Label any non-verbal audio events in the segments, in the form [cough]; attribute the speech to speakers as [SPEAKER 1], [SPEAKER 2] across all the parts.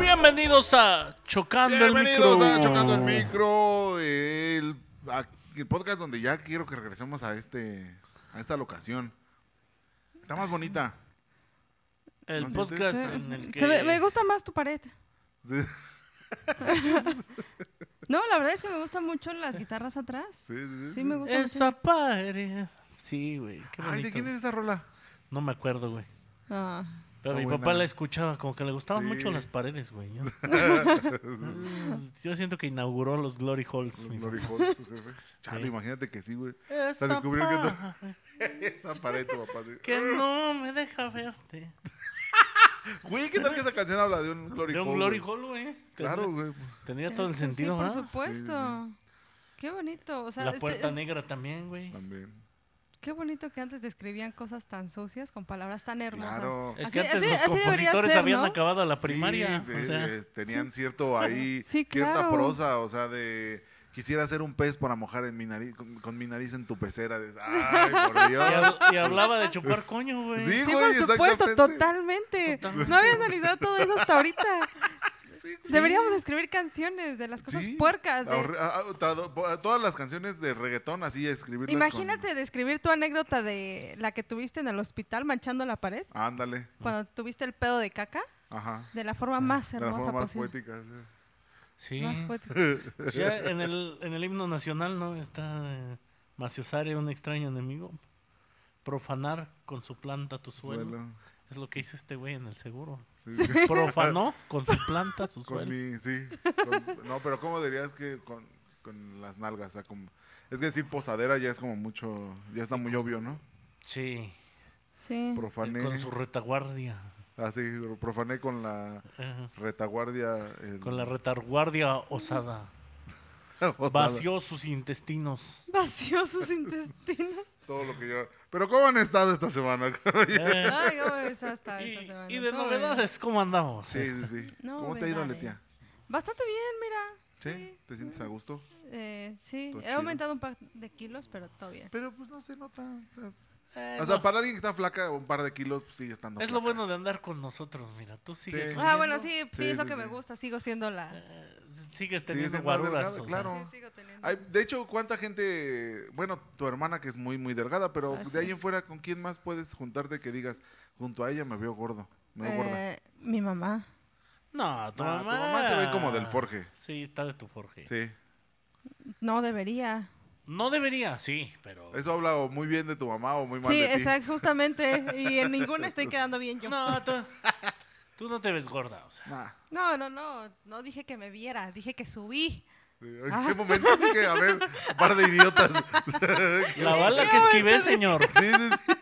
[SPEAKER 1] Bienvenidos a Chocando el Micro.
[SPEAKER 2] Bienvenidos a Chocando el Micro, el, a- el podcast donde ya quiero que regresemos a este a esta locación. Está más bonita.
[SPEAKER 1] El
[SPEAKER 2] ¿No sientes?
[SPEAKER 1] podcast en el que...
[SPEAKER 3] Se ve- me gusta más tu pared.
[SPEAKER 2] Sí,
[SPEAKER 3] [laughs] No, la verdad es que me gustan mucho las guitarras atrás.
[SPEAKER 2] sí, sí,
[SPEAKER 3] Sí, me
[SPEAKER 2] sí.
[SPEAKER 3] gusta.
[SPEAKER 1] Esa pared. Sí, güey. Qué
[SPEAKER 2] Ay, ¿de
[SPEAKER 1] bonito.
[SPEAKER 2] quién es esa rola?
[SPEAKER 1] No me acuerdo, güey.
[SPEAKER 3] Ah,
[SPEAKER 1] Pero
[SPEAKER 2] Está
[SPEAKER 1] mi
[SPEAKER 2] buena.
[SPEAKER 1] papá la escuchaba, como que le gustaban
[SPEAKER 2] Sí.
[SPEAKER 1] mucho las paredes, güey.
[SPEAKER 2] [laughs]
[SPEAKER 1] Yo, Mm, [laughs] yo siento que inauguró los Glory Halls. mi
[SPEAKER 2] Glory [laughs] Halls, tu jefe. Chale,
[SPEAKER 1] Sí.
[SPEAKER 2] imagínate que sí, güey. [laughs]
[SPEAKER 1] papá. Esa
[SPEAKER 2] descubrió que no-
[SPEAKER 1] pared
[SPEAKER 2] Esa pared de tu papá. sí.
[SPEAKER 1] que no me deja verte.
[SPEAKER 2] Güey, ¿qué tal que esa canción habla de un Glory
[SPEAKER 1] De un
[SPEAKER 2] Hall,
[SPEAKER 1] Glory
[SPEAKER 2] güey?
[SPEAKER 1] Hall, güey.
[SPEAKER 2] Claro,
[SPEAKER 1] Tendría-
[SPEAKER 2] güey. pues,
[SPEAKER 1] Tendría todo el
[SPEAKER 3] Eh, sí,
[SPEAKER 1] sentido,
[SPEAKER 3] por
[SPEAKER 1] ¿verdad?
[SPEAKER 3] supuesto. Qué bonito. O sea, eh.
[SPEAKER 1] La
[SPEAKER 3] se-
[SPEAKER 1] puerta negra también, güey.
[SPEAKER 2] También.
[SPEAKER 3] qué bonito que antes describían cosas tan sucias con palabras tan hermosas.
[SPEAKER 2] Claro.
[SPEAKER 1] Es que
[SPEAKER 3] Así-
[SPEAKER 1] antes los
[SPEAKER 3] así- así debería
[SPEAKER 1] compositores
[SPEAKER 3] ser,
[SPEAKER 1] habían
[SPEAKER 3] ¿no?
[SPEAKER 1] acabado la
[SPEAKER 2] Sí,
[SPEAKER 1] primaria.
[SPEAKER 2] sí,
[SPEAKER 1] o sea,
[SPEAKER 2] eh,
[SPEAKER 1] [laughs]
[SPEAKER 2] tenían cierto ahí,
[SPEAKER 3] Sí,
[SPEAKER 2] cierta
[SPEAKER 3] claro.
[SPEAKER 2] prosa, o sea, de quisiera ser un pez para mojar en mi nariz, con, con mi nariz en tu pecera. de- ay,
[SPEAKER 3] [laughs]
[SPEAKER 2] por
[SPEAKER 1] y,
[SPEAKER 2] Dios.
[SPEAKER 1] hab- y [laughs] hablaba de chupar coño, güey.
[SPEAKER 2] Sí,
[SPEAKER 3] Sí,
[SPEAKER 2] güey,
[SPEAKER 3] por supuesto,
[SPEAKER 2] exactamente.
[SPEAKER 3] totalmente.
[SPEAKER 1] Totalmente.
[SPEAKER 3] No había analizado todo eso hasta ahorita.
[SPEAKER 2] Sí, sí.
[SPEAKER 3] Deberíamos escribir canciones de las cosas
[SPEAKER 2] Sí.
[SPEAKER 3] puercas. de-
[SPEAKER 2] Ahorre- ah, ah, tado- po- ah, todas las canciones de reggaetón así escribirlas. con-
[SPEAKER 3] Imagínate describir tu anécdota de la que tuviste en el hospital manchando la pared
[SPEAKER 2] Ándale.
[SPEAKER 3] cuando tuviste el pedo de caca
[SPEAKER 2] Ajá.
[SPEAKER 3] de la forma más
[SPEAKER 2] De la
[SPEAKER 3] hermosa
[SPEAKER 2] forma más eh,
[SPEAKER 3] posible.
[SPEAKER 2] poética. sí.
[SPEAKER 1] Sí.
[SPEAKER 3] Más
[SPEAKER 2] [laughs]
[SPEAKER 3] poética.
[SPEAKER 1] Ya en el, en el himno nacional, ¿no? Está eh, maciosare un extraño enemigo. Profanar con su planta tu suelo.
[SPEAKER 2] Suelo.
[SPEAKER 1] Es lo que hizo este güey en el [laughs] seguro.
[SPEAKER 2] Sí, [laughs]
[SPEAKER 1] Profanó con su planta su
[SPEAKER 2] Con
[SPEAKER 1] suelo.
[SPEAKER 2] mi- sí. con- no, pero ¿cómo dirías que con, con las nalgas? O sea, como- es que decir posadera ya es como mucho, ya está muy obvio, ¿no?
[SPEAKER 1] Sí.
[SPEAKER 3] Sí.
[SPEAKER 2] Profané.
[SPEAKER 1] Eh, Con su retaguardia.
[SPEAKER 2] Así, lo profané con la
[SPEAKER 1] Ajá.
[SPEAKER 2] retaguardia. el-
[SPEAKER 1] Con la
[SPEAKER 2] [laughs]
[SPEAKER 1] retaguardia osada.
[SPEAKER 2] o sea,
[SPEAKER 1] Vació sus
[SPEAKER 2] [laughs]
[SPEAKER 1] intestinos.
[SPEAKER 3] Vació sus [laughs] intestinos.
[SPEAKER 2] Todo lo que yo... Pero ¿cómo han estado esta semana? [laughs]
[SPEAKER 1] Eh,
[SPEAKER 3] Ay, cómo es hasta
[SPEAKER 1] y,
[SPEAKER 3] esta semana.
[SPEAKER 1] y de
[SPEAKER 3] Todo
[SPEAKER 1] novedades, ¿cómo andamos?
[SPEAKER 2] sí, sí, sí.
[SPEAKER 3] No,
[SPEAKER 2] ¿Cómo te ha ido,
[SPEAKER 3] novedades.
[SPEAKER 2] Letia?
[SPEAKER 3] bien. Bastante bien, mira.
[SPEAKER 2] ¿Sí?
[SPEAKER 3] Sí.
[SPEAKER 2] ¿Te sientes a gusto?
[SPEAKER 3] Eh, sí,
[SPEAKER 2] Todo
[SPEAKER 3] he
[SPEAKER 2] chido.
[SPEAKER 3] aumentado un par de kilos, pero todo bien.
[SPEAKER 2] Pero pues no se nota. estás-
[SPEAKER 1] Eh,
[SPEAKER 2] O sea,
[SPEAKER 1] no.
[SPEAKER 2] para alguien que está flaca, un par de kilos pues, sigue estando
[SPEAKER 1] Es lo
[SPEAKER 2] flaca.
[SPEAKER 1] bueno de andar con nosotros, mira. Tú sigues,
[SPEAKER 2] Sí.
[SPEAKER 3] Ah, bueno, sí,
[SPEAKER 2] subiendo.
[SPEAKER 3] sí,
[SPEAKER 2] Sí,
[SPEAKER 3] es lo
[SPEAKER 2] sí,
[SPEAKER 3] que me
[SPEAKER 2] sí.
[SPEAKER 3] gusta. Sigo siendo la.
[SPEAKER 1] eh, sigues
[SPEAKER 2] Sigue
[SPEAKER 1] teniendo
[SPEAKER 2] siendo
[SPEAKER 1] guaruras.
[SPEAKER 2] delgada,
[SPEAKER 1] o sea.
[SPEAKER 2] claro.
[SPEAKER 3] Sí, sigo teniendo.
[SPEAKER 2] Ay, de hecho, ¿cuánta gente? Bueno, tu hermana que es muy, muy delgada, pero
[SPEAKER 3] Ah,
[SPEAKER 2] de
[SPEAKER 3] sí.
[SPEAKER 2] ahí en fuera, ¿con quién más puedes juntarte que digas, junto a ella me veo gordo, me veo gorda?
[SPEAKER 3] Eh, mi mamá.
[SPEAKER 1] No, tu
[SPEAKER 2] Ah,
[SPEAKER 1] mamá.
[SPEAKER 2] tu mamá se ve como del forje.
[SPEAKER 1] Sí, está de tu forje.
[SPEAKER 2] Sí.
[SPEAKER 3] No debería.
[SPEAKER 1] No debería, sí, pero.
[SPEAKER 2] Eso habla o muy bien de tu mamá o muy mal
[SPEAKER 3] Sí,
[SPEAKER 2] de ti. [laughs]
[SPEAKER 3] exacto, justamente. Y en ninguna estoy quedando bien yo. No,
[SPEAKER 1] No, tú, tú no te ves gorda, o sea.
[SPEAKER 2] Nah.
[SPEAKER 3] no, no. No, dije que me viera, dije que subí.
[SPEAKER 2] Sí, ¿En qué momento dije, a ver, par de idiotas?
[SPEAKER 1] [laughs] La bala que esquivé,
[SPEAKER 2] [laughs]
[SPEAKER 1] señor.
[SPEAKER 2] Sí, sí, sí.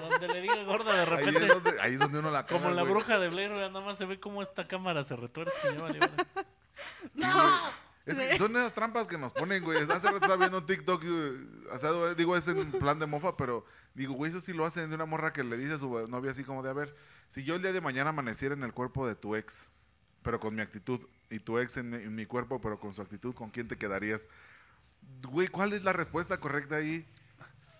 [SPEAKER 1] Donde le diga gorda de
[SPEAKER 2] Ahí,
[SPEAKER 1] repente.
[SPEAKER 2] es donde, ahí es donde uno la caga,
[SPEAKER 1] Como la
[SPEAKER 2] güey.
[SPEAKER 1] bruja de Blair, Witch, nada más se ve cómo esta cámara se retuerce. ya valió, ¿verdad?
[SPEAKER 3] ¡No!
[SPEAKER 2] Es que son esas trampas que nos ponen, güey. Hace rato estaba viendo un TikTok, güey, o sea, güey, digo, es en plan de mofa, pero digo, güey, eso sí lo hacen de una morra que le dice a su novia así como de, a ver, si yo el día de mañana amaneciera en el cuerpo de tu ex, pero con mi actitud, y tu ex en mi, en mi cuerpo, pero con su actitud, ¿con quién te quedarías? Güey, ¿cuál es la respuesta correcta ahí?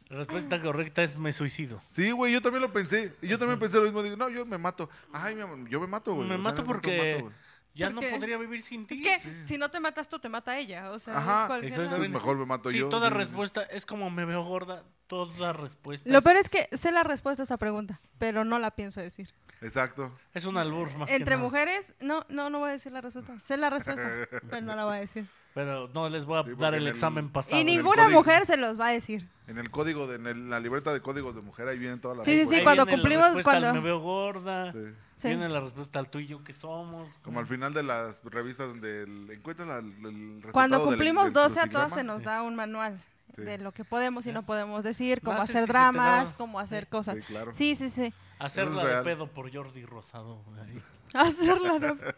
[SPEAKER 1] La respuesta correcta es me suicido.
[SPEAKER 2] Sí, güey, yo también lo pensé. Y yo también pensé lo mismo. Digo, no, yo me mato. Ay, mi amor, yo me mato, güey.
[SPEAKER 1] Me
[SPEAKER 2] O sea,
[SPEAKER 1] mato
[SPEAKER 2] neta,
[SPEAKER 1] porque-
[SPEAKER 2] güey.
[SPEAKER 1] Ya
[SPEAKER 3] ¿Por
[SPEAKER 1] no
[SPEAKER 3] qué?
[SPEAKER 1] podría vivir sin ti.
[SPEAKER 3] Es que si no te matas tú, te mata ella. O sea,
[SPEAKER 2] Ajá,
[SPEAKER 3] es cualquiera.
[SPEAKER 2] Pues
[SPEAKER 1] exactamente.
[SPEAKER 2] mejor me mato
[SPEAKER 1] sí,
[SPEAKER 2] yo.
[SPEAKER 1] toda
[SPEAKER 2] sí, sí, sí.
[SPEAKER 1] respuesta es como me veo gorda. Toda respuesta.
[SPEAKER 3] Lo
[SPEAKER 1] es,
[SPEAKER 3] peor es que sé la respuesta a esa pregunta, pero no la pienso decir.
[SPEAKER 2] Exacto.
[SPEAKER 1] es un albur más que
[SPEAKER 3] Entre
[SPEAKER 1] nada.
[SPEAKER 3] mujeres, no, no, no voy a decir la respuesta. Sé la respuesta, pero no la voy a decir.
[SPEAKER 1] Pero no les voy a
[SPEAKER 2] Sí, porque
[SPEAKER 1] dar
[SPEAKER 2] en
[SPEAKER 1] el
[SPEAKER 2] el-
[SPEAKER 1] examen pasado.
[SPEAKER 3] Y
[SPEAKER 2] en el
[SPEAKER 3] ninguna
[SPEAKER 2] código.
[SPEAKER 3] mujer se los va a decir.
[SPEAKER 2] En el código, de, en el- la libreta de códigos de mujer, ahí vienen todas las
[SPEAKER 3] Sí, sí,
[SPEAKER 1] Ahí
[SPEAKER 2] respuestas.
[SPEAKER 3] cuando
[SPEAKER 1] viene la
[SPEAKER 3] cumplimos,
[SPEAKER 1] respuesta al
[SPEAKER 3] cuando-
[SPEAKER 1] Me veo gorda.
[SPEAKER 2] Sí.
[SPEAKER 3] Sí.
[SPEAKER 1] Viene la respuesta al tú y yo que somos.
[SPEAKER 2] Como al final de las revistas donde el- encuentran la- el, resultado
[SPEAKER 3] Cuando
[SPEAKER 2] del-
[SPEAKER 3] cumplimos
[SPEAKER 2] del
[SPEAKER 3] 12 a todas
[SPEAKER 2] crucigrama.
[SPEAKER 3] se nos da un manual
[SPEAKER 2] Sí.
[SPEAKER 3] de lo que podemos y no podemos decir, cómo
[SPEAKER 1] Más si-
[SPEAKER 3] hacer
[SPEAKER 1] si te
[SPEAKER 3] dramas,
[SPEAKER 1] da-
[SPEAKER 3] cómo hacer
[SPEAKER 1] Sí.
[SPEAKER 3] cosas.
[SPEAKER 2] Sí, claro.
[SPEAKER 3] Sí, sí, sí. [laughs]
[SPEAKER 1] Hacerla
[SPEAKER 2] es
[SPEAKER 1] de
[SPEAKER 2] real.
[SPEAKER 1] pedo por Jordi Rosado. Ay.
[SPEAKER 3] Hacerla de...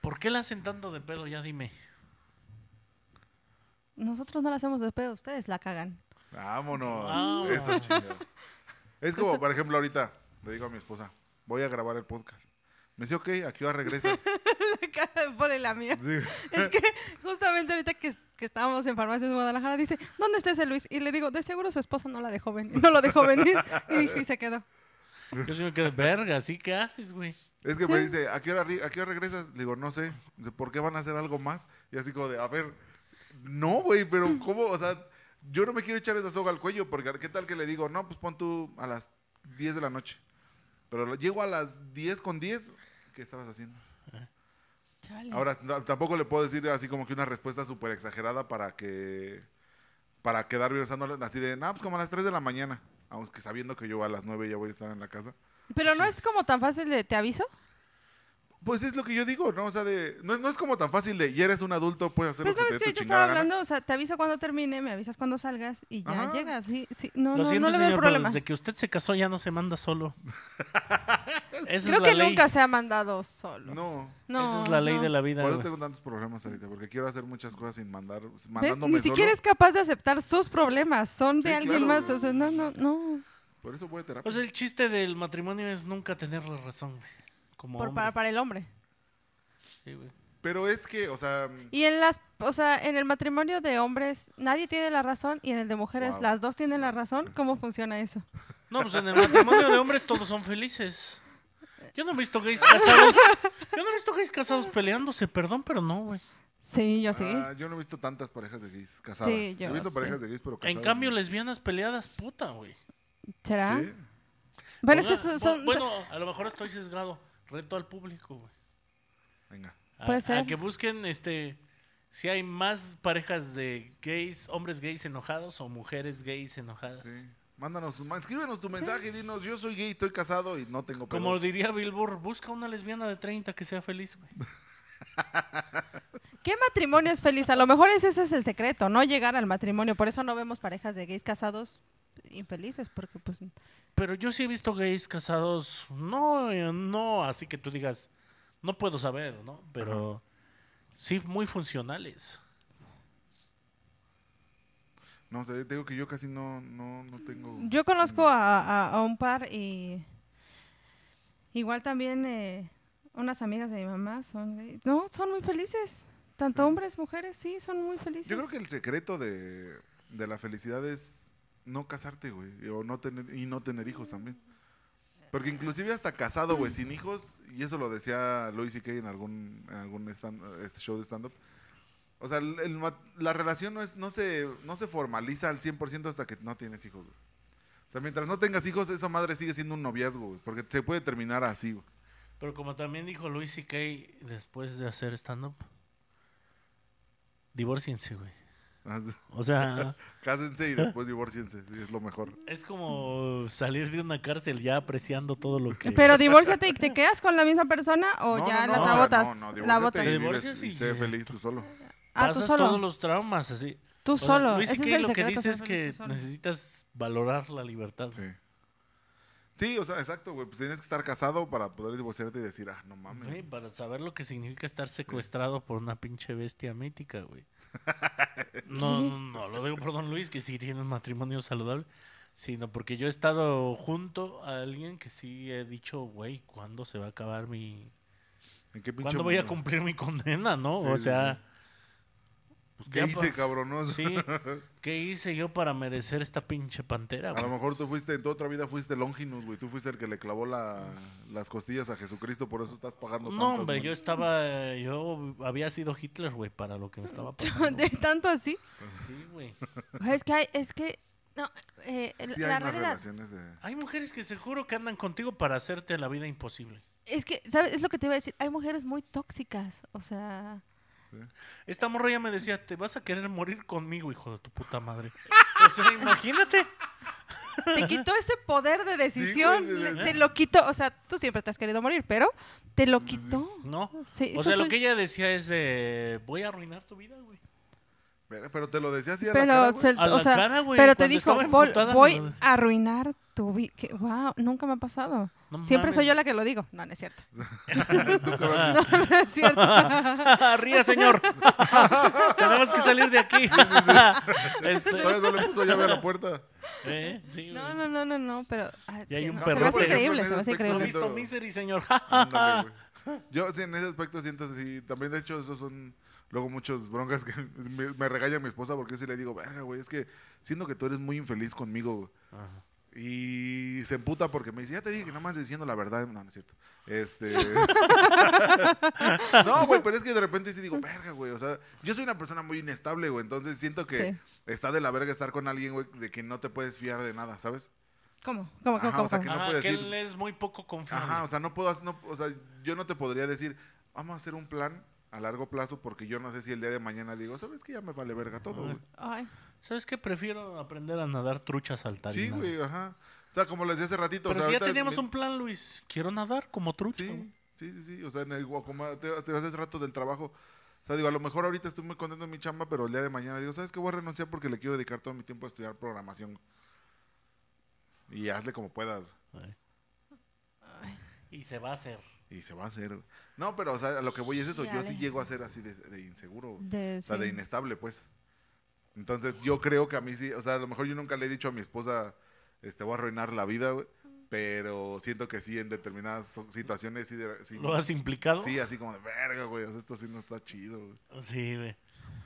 [SPEAKER 1] ¿Por qué la hacen tanto de pedo? Ya dime.
[SPEAKER 3] Nosotros no la hacemos de pedo, ustedes la cagan.
[SPEAKER 2] Vámonos.
[SPEAKER 1] Vámonos.
[SPEAKER 3] [laughs]
[SPEAKER 2] Eso, chingado. Es como,
[SPEAKER 3] Eso-
[SPEAKER 2] por ejemplo, ahorita le digo a mi esposa, voy a grabar el podcast. Me dice, ok, ¿a qué hora regresas?
[SPEAKER 3] [laughs] La cara de pobre la mía.
[SPEAKER 2] Sí.
[SPEAKER 3] Es que justamente ahorita que, que estábamos en farmacias de Guadalajara, dice, ¿dónde está ese Luis? Y le digo, de seguro su esposa no la dejó venir, no lo dejó venir. Y, dije, y se quedó.
[SPEAKER 1] Yo digo que verga, ¿sí qué haces, güey?
[SPEAKER 2] Es que me dice, ¿a qué hora, ri- a qué hora regresas? Le digo, no sé. Dice, ¿por qué van a hacer algo más? Y así como de, a ver, no, güey, pero ¿cómo? O sea, yo no me quiero echar esa soga al cuello, porque ¿qué tal que le digo? No, pues pon tú a las 10 de la noche. Pero lo- llego a las 10 con 10. ¿Qué estabas haciendo?
[SPEAKER 3] Chale.
[SPEAKER 2] Ahora, no, tampoco le puedo decir así como que una respuesta súper exagerada para que... Para quedar reversándole así de, no, pues como a las 3 de la mañana. Aunque sabiendo que yo a las 9 ya voy a estar en la casa.
[SPEAKER 3] Pero no es como tan fácil de, ¿te aviso?
[SPEAKER 2] Pues es lo que yo digo, ¿no? O sea, de, no, es- no es como tan fácil de, ya eres un adulto, puedes hacer
[SPEAKER 3] Pero
[SPEAKER 2] lo que
[SPEAKER 3] sabes
[SPEAKER 2] te dé
[SPEAKER 3] Pues,
[SPEAKER 2] tu
[SPEAKER 3] que yo estaba
[SPEAKER 2] chingada gana.
[SPEAKER 3] hablando, o sea, te aviso cuando termine, me avisas cuando salgas y ya
[SPEAKER 2] Ajá.
[SPEAKER 3] llegas. Sí, sí, no,
[SPEAKER 1] Lo
[SPEAKER 3] no,
[SPEAKER 1] siento,
[SPEAKER 3] no le veo
[SPEAKER 1] señor, pero
[SPEAKER 3] problema.
[SPEAKER 1] desde que usted se casó ya no se manda
[SPEAKER 2] [laughs]
[SPEAKER 1] solo. Esa es
[SPEAKER 3] Creo
[SPEAKER 1] la
[SPEAKER 3] que
[SPEAKER 1] ley.
[SPEAKER 3] nunca se ha mandado solo.
[SPEAKER 2] No,
[SPEAKER 3] No,
[SPEAKER 1] Esa es la ley
[SPEAKER 3] no.
[SPEAKER 1] de la vida,
[SPEAKER 2] por eso
[SPEAKER 1] güey.
[SPEAKER 2] tengo tantos problemas ahorita, porque quiero hacer muchas cosas sin mandar,
[SPEAKER 3] ¿Ves?
[SPEAKER 2] mandándome
[SPEAKER 3] Ni siquiera
[SPEAKER 2] solo.
[SPEAKER 3] es capaz de aceptar sus problemas, son de
[SPEAKER 2] Sí,
[SPEAKER 3] alguien
[SPEAKER 2] claro.
[SPEAKER 3] más, o sea, no, no, no.
[SPEAKER 2] Por eso voy a terapia.
[SPEAKER 1] O sea, el chiste del matrimonio es nunca tener la razón, güey. Como
[SPEAKER 3] Por-
[SPEAKER 1] hombre.
[SPEAKER 3] para, para el hombre.
[SPEAKER 1] Sí, güey.
[SPEAKER 2] Pero es que, o sea,
[SPEAKER 3] Y en las, o sea, en el matrimonio de hombres nadie tiene la razón y en el de mujeres
[SPEAKER 2] Wow.
[SPEAKER 3] las dos tienen la razón.
[SPEAKER 2] Sí.
[SPEAKER 3] ¿Cómo funciona eso?
[SPEAKER 1] No, pues en el matrimonio de hombres todos son felices. Yo no he visto gays casados. Yo no he visto gays casados peleándose, perdón, pero no, güey.
[SPEAKER 3] Sí, yo sí.
[SPEAKER 2] ah, yo no he visto tantas parejas de gays casadas.
[SPEAKER 3] Sí, yo
[SPEAKER 2] he visto
[SPEAKER 3] sé.
[SPEAKER 2] parejas de gays, pero casadas.
[SPEAKER 1] En cambio,
[SPEAKER 2] no.
[SPEAKER 1] lesbianas peleadas, puta, güey.
[SPEAKER 3] ¿Será?
[SPEAKER 2] Sí.
[SPEAKER 3] Bueno, es
[SPEAKER 1] Ponga-
[SPEAKER 3] que son,
[SPEAKER 1] pon-
[SPEAKER 3] son-
[SPEAKER 1] bueno, a lo mejor estoy sesgado. Reto al público, güey.
[SPEAKER 2] Venga.
[SPEAKER 1] A,
[SPEAKER 3] Puede
[SPEAKER 1] a
[SPEAKER 3] ser.
[SPEAKER 1] que busquen, este, si hay más parejas de gays, hombres gays enojados o mujeres gays enojadas.
[SPEAKER 2] Sí. Mándanos, un- escríbenos tu mensaje y dinos, yo soy gay, estoy casado y no tengo
[SPEAKER 1] Como
[SPEAKER 2] pedos.
[SPEAKER 1] diría Billboard, busca una lesbiana de 30 que sea feliz, güey.
[SPEAKER 3] ¿qué matrimonio es feliz? A lo mejor ese, ese es el secreto, no llegar al matrimonio. Por eso no vemos parejas de gays casados infelices, porque pues
[SPEAKER 1] Pero yo sí he visto gays casados, no, eh, no, así que tú digas, no puedo saber, ¿no? Pero sí muy funcionales.
[SPEAKER 2] No sé, te digo que yo casi no, no, no tengo...
[SPEAKER 3] yo
[SPEAKER 2] Mm.
[SPEAKER 3] conozco a, a- a un par y igual también eh, unas amigas de mi mamá son gays. No, son muy felices. Tanto hombres, mujeres, sí, son muy felices.
[SPEAKER 2] Yo creo que el secreto de, de la felicidad es no casarte, güey, o no tener, y no tener hijos también. Porque inclusive hasta casado, güey, sin hijos, y eso lo decía Louis C.K. en algún, en algún stand- este show de stand-up, o sea, el- el mat- la relación no, es, no, se, no se formaliza al 100% hasta que no tienes hijos, güey. O sea, mientras no tengas hijos, esa madre sigue siendo un noviazgo, güey, porque se puede terminar así, güey. [laughs]
[SPEAKER 1] Pero como también dijo Luis C.K. después de hacer stand-up, divórciense, güey. O sea,
[SPEAKER 2] Cásense y después divorciense, sí, es lo mejor.
[SPEAKER 1] es como salir de una cárcel ya apreciando todo lo que...
[SPEAKER 2] [laughs]
[SPEAKER 3] Pero divórciate y te quedas con la misma persona o
[SPEAKER 2] No,
[SPEAKER 3] ya
[SPEAKER 2] no,
[SPEAKER 3] la
[SPEAKER 2] no, o sea,
[SPEAKER 3] botas.
[SPEAKER 2] no, no,
[SPEAKER 3] la
[SPEAKER 2] divórciate
[SPEAKER 3] botas.
[SPEAKER 2] y
[SPEAKER 1] Te
[SPEAKER 2] vives
[SPEAKER 1] divorcias
[SPEAKER 2] y
[SPEAKER 1] y
[SPEAKER 2] sé
[SPEAKER 1] ya.
[SPEAKER 2] feliz tú solo.
[SPEAKER 3] Ah, tú
[SPEAKER 1] pasas
[SPEAKER 3] solo.
[SPEAKER 1] todos los traumas, así.
[SPEAKER 3] Tú
[SPEAKER 1] O sea,
[SPEAKER 3] solo.
[SPEAKER 1] Luis
[SPEAKER 3] Ese
[SPEAKER 1] C.K.
[SPEAKER 3] es el
[SPEAKER 1] lo que
[SPEAKER 3] secreto,
[SPEAKER 1] dice
[SPEAKER 3] ser
[SPEAKER 1] es
[SPEAKER 3] feliz
[SPEAKER 1] que
[SPEAKER 3] tú solo.
[SPEAKER 1] necesitas valorar la libertad.
[SPEAKER 2] Sí. Sí, o sea, exacto, güey. Pues tienes que estar casado para poder divorciarte y decir, ah, no mames.
[SPEAKER 1] Sí, para saber lo que significa estar secuestrado por una pinche bestia mítica,
[SPEAKER 2] [laughs]
[SPEAKER 1] güey. No, no, no, lo digo por don Luis, que sí tiene un matrimonio saludable, sino porque yo he estado junto a alguien que sí he dicho, güey, ¿cuándo se va a acabar mi...
[SPEAKER 2] ¿En qué pinche
[SPEAKER 1] ¿Cuándo voy a
[SPEAKER 2] mundo?
[SPEAKER 1] cumplir mi condena, no?
[SPEAKER 2] Sí,
[SPEAKER 1] o
[SPEAKER 2] sí,
[SPEAKER 1] sea,
[SPEAKER 2] Pues, ¿Qué
[SPEAKER 1] Ya,
[SPEAKER 2] hice,
[SPEAKER 1] pa-
[SPEAKER 2] cabrón? No?
[SPEAKER 1] sí, ¿qué hice yo para merecer esta pinche pantera,
[SPEAKER 2] [laughs] A lo
[SPEAKER 1] güey?
[SPEAKER 2] mejor tú fuiste, en toda otra vida fuiste Longinus, güey. Tú fuiste el que le clavó la- las costillas a Jesucristo, por eso estás pagando
[SPEAKER 1] No,
[SPEAKER 2] tantas,
[SPEAKER 1] hombre,
[SPEAKER 2] güey.
[SPEAKER 1] yo estaba, yo había sido Hitler, güey, para lo que me estaba
[SPEAKER 3] [laughs]
[SPEAKER 1] pasando.
[SPEAKER 3] De tanto así.
[SPEAKER 1] Sí, güey.
[SPEAKER 3] Es que hay, es que no, eh, el-
[SPEAKER 2] Sí, hay
[SPEAKER 3] la
[SPEAKER 2] unas
[SPEAKER 3] realidad
[SPEAKER 2] relaciones de...
[SPEAKER 1] Hay mujeres que se juro que andan contigo para hacerte la vida imposible.
[SPEAKER 3] es que sabes es lo que te iba a decir. Hay mujeres muy tóxicas, o sea,
[SPEAKER 1] Esta morra ya me decía, te vas a querer morir conmigo, hijo de tu puta madre. O
[SPEAKER 2] [laughs]
[SPEAKER 1] sea, imagínate.
[SPEAKER 3] te quitó ese poder de decisión,
[SPEAKER 2] güey, de-
[SPEAKER 3] le- te lo quitó, o sea, tú siempre te has querido morir, pero te lo quitó.
[SPEAKER 1] No.
[SPEAKER 3] Sí,
[SPEAKER 1] O
[SPEAKER 3] eso
[SPEAKER 1] sea, lo
[SPEAKER 2] [laughs]
[SPEAKER 3] soy-
[SPEAKER 1] que ella decía es de, voy a arruinar tu vida, güey.
[SPEAKER 2] Pero, pero te lo decía así a
[SPEAKER 3] Pero,
[SPEAKER 2] la cara, güey.
[SPEAKER 3] se-
[SPEAKER 1] A
[SPEAKER 3] o
[SPEAKER 1] la
[SPEAKER 3] sea,
[SPEAKER 1] cara, güey,
[SPEAKER 3] pero te
[SPEAKER 1] cuando
[SPEAKER 3] dijo,
[SPEAKER 1] estaba
[SPEAKER 3] "Vol-
[SPEAKER 1] emputada,
[SPEAKER 3] voy
[SPEAKER 1] cuando decía-
[SPEAKER 3] a arruinar tu vida. Wow, nunca me ha pasado.
[SPEAKER 1] No
[SPEAKER 3] Siempre
[SPEAKER 1] mames.
[SPEAKER 3] soy yo la que lo digo. No, no es cierto.
[SPEAKER 2] [laughs] Nunca me han
[SPEAKER 3] [laughs] No, no
[SPEAKER 1] [laughs]
[SPEAKER 3] es cierto.
[SPEAKER 1] Ría,
[SPEAKER 2] [laughs]
[SPEAKER 1] señor. Tenemos que salir de aquí.
[SPEAKER 2] dicho.
[SPEAKER 1] Este,
[SPEAKER 2] Todavía no le puso llave a la puerta.
[SPEAKER 1] eh, sí,
[SPEAKER 3] No,
[SPEAKER 1] güey.
[SPEAKER 3] no, no, no, no, pero... ah,
[SPEAKER 1] Y hay un
[SPEAKER 3] no,
[SPEAKER 1] perro
[SPEAKER 3] Se me hace
[SPEAKER 1] que-
[SPEAKER 3] increíble, se me
[SPEAKER 2] Lo
[SPEAKER 3] hace
[SPEAKER 1] Lo
[SPEAKER 3] increíble.
[SPEAKER 2] siento.
[SPEAKER 1] visto misery, señor.
[SPEAKER 2] Ándale, güey. Yo sí, en ese aspecto siento así. También, de hecho, esos son luego muchos broncas que [laughs] me, me regaña mi esposa porque yo sí le digo, verga, güey, es que siento que tú eres muy infeliz conmigo. güey".
[SPEAKER 1] Ajá.
[SPEAKER 2] Y se emputa porque me dice, ya te dije que nada más diciendo la verdad. No, no es cierto. Este... [laughs] no, güey, pero es que de repente sí digo, verga, güey. O sea, yo soy una persona muy inestable, güey. Entonces siento que
[SPEAKER 3] Sí.
[SPEAKER 2] está de la verga estar con alguien, güey, de quien no te puedes fiar de nada, ¿sabes?
[SPEAKER 3] ¿Cómo? ¿Cómo?
[SPEAKER 2] Ajá,
[SPEAKER 3] ¿Cómo? cómo,
[SPEAKER 2] o sea,
[SPEAKER 1] [laughs]
[SPEAKER 3] cómo?
[SPEAKER 2] no
[SPEAKER 1] Ajá,
[SPEAKER 2] puede
[SPEAKER 1] que
[SPEAKER 2] decir-
[SPEAKER 1] él es muy poco confiable.
[SPEAKER 2] Ajá, o sea, no puedo, hac- no, o sea, yo no te podría decir, vamos a hacer un plan a largo plazo porque yo no sé si el día de mañana digo, ¿sabes que Ya me vale verga todo,
[SPEAKER 1] Ah,
[SPEAKER 2] güey.
[SPEAKER 3] Ay,
[SPEAKER 1] ¿Sabes qué? Prefiero aprender a nadar trucha saltarina.
[SPEAKER 2] Sí, güey, ajá. O sea, como les decía hace ratito,
[SPEAKER 1] Pero
[SPEAKER 2] o sea,
[SPEAKER 1] si ya
[SPEAKER 2] ahorita
[SPEAKER 1] teníamos
[SPEAKER 2] mi-
[SPEAKER 1] un plan, Luis. Quiero nadar como trucha. güey.
[SPEAKER 2] Sí, sí, sí, sí, o sea, en el guacoma, te, te hace rato del trabajo. O sea, digo, a lo mejor ahorita estoy muy contento en mi chamba, pero el día de mañana digo, ¿sabes qué? Voy a renunciar porque le quiero dedicar todo mi tiempo a estudiar programación. Y hazle como puedas.
[SPEAKER 1] Ay. Y se va a hacer. [laughs]
[SPEAKER 2] Y se va a hacer. No, pero, o sea, a lo que voy es eso. Yo sí
[SPEAKER 3] Chale.
[SPEAKER 2] llego a ser así de, de inseguro. güey.
[SPEAKER 3] de,
[SPEAKER 2] O sea, de
[SPEAKER 3] sí.
[SPEAKER 2] inestable, pues. Entonces, yo creo que a mí sí, o sea, a lo mejor yo nunca le he dicho a mi esposa, este, voy a arruinar la vida, güey, pero siento que sí, en determinadas so- situaciones, sí, de- sí,
[SPEAKER 1] ¿Lo has implicado?
[SPEAKER 2] sí, así como de verga, güey, o sea, esto sí no está chido, güey".
[SPEAKER 1] Sí, güey.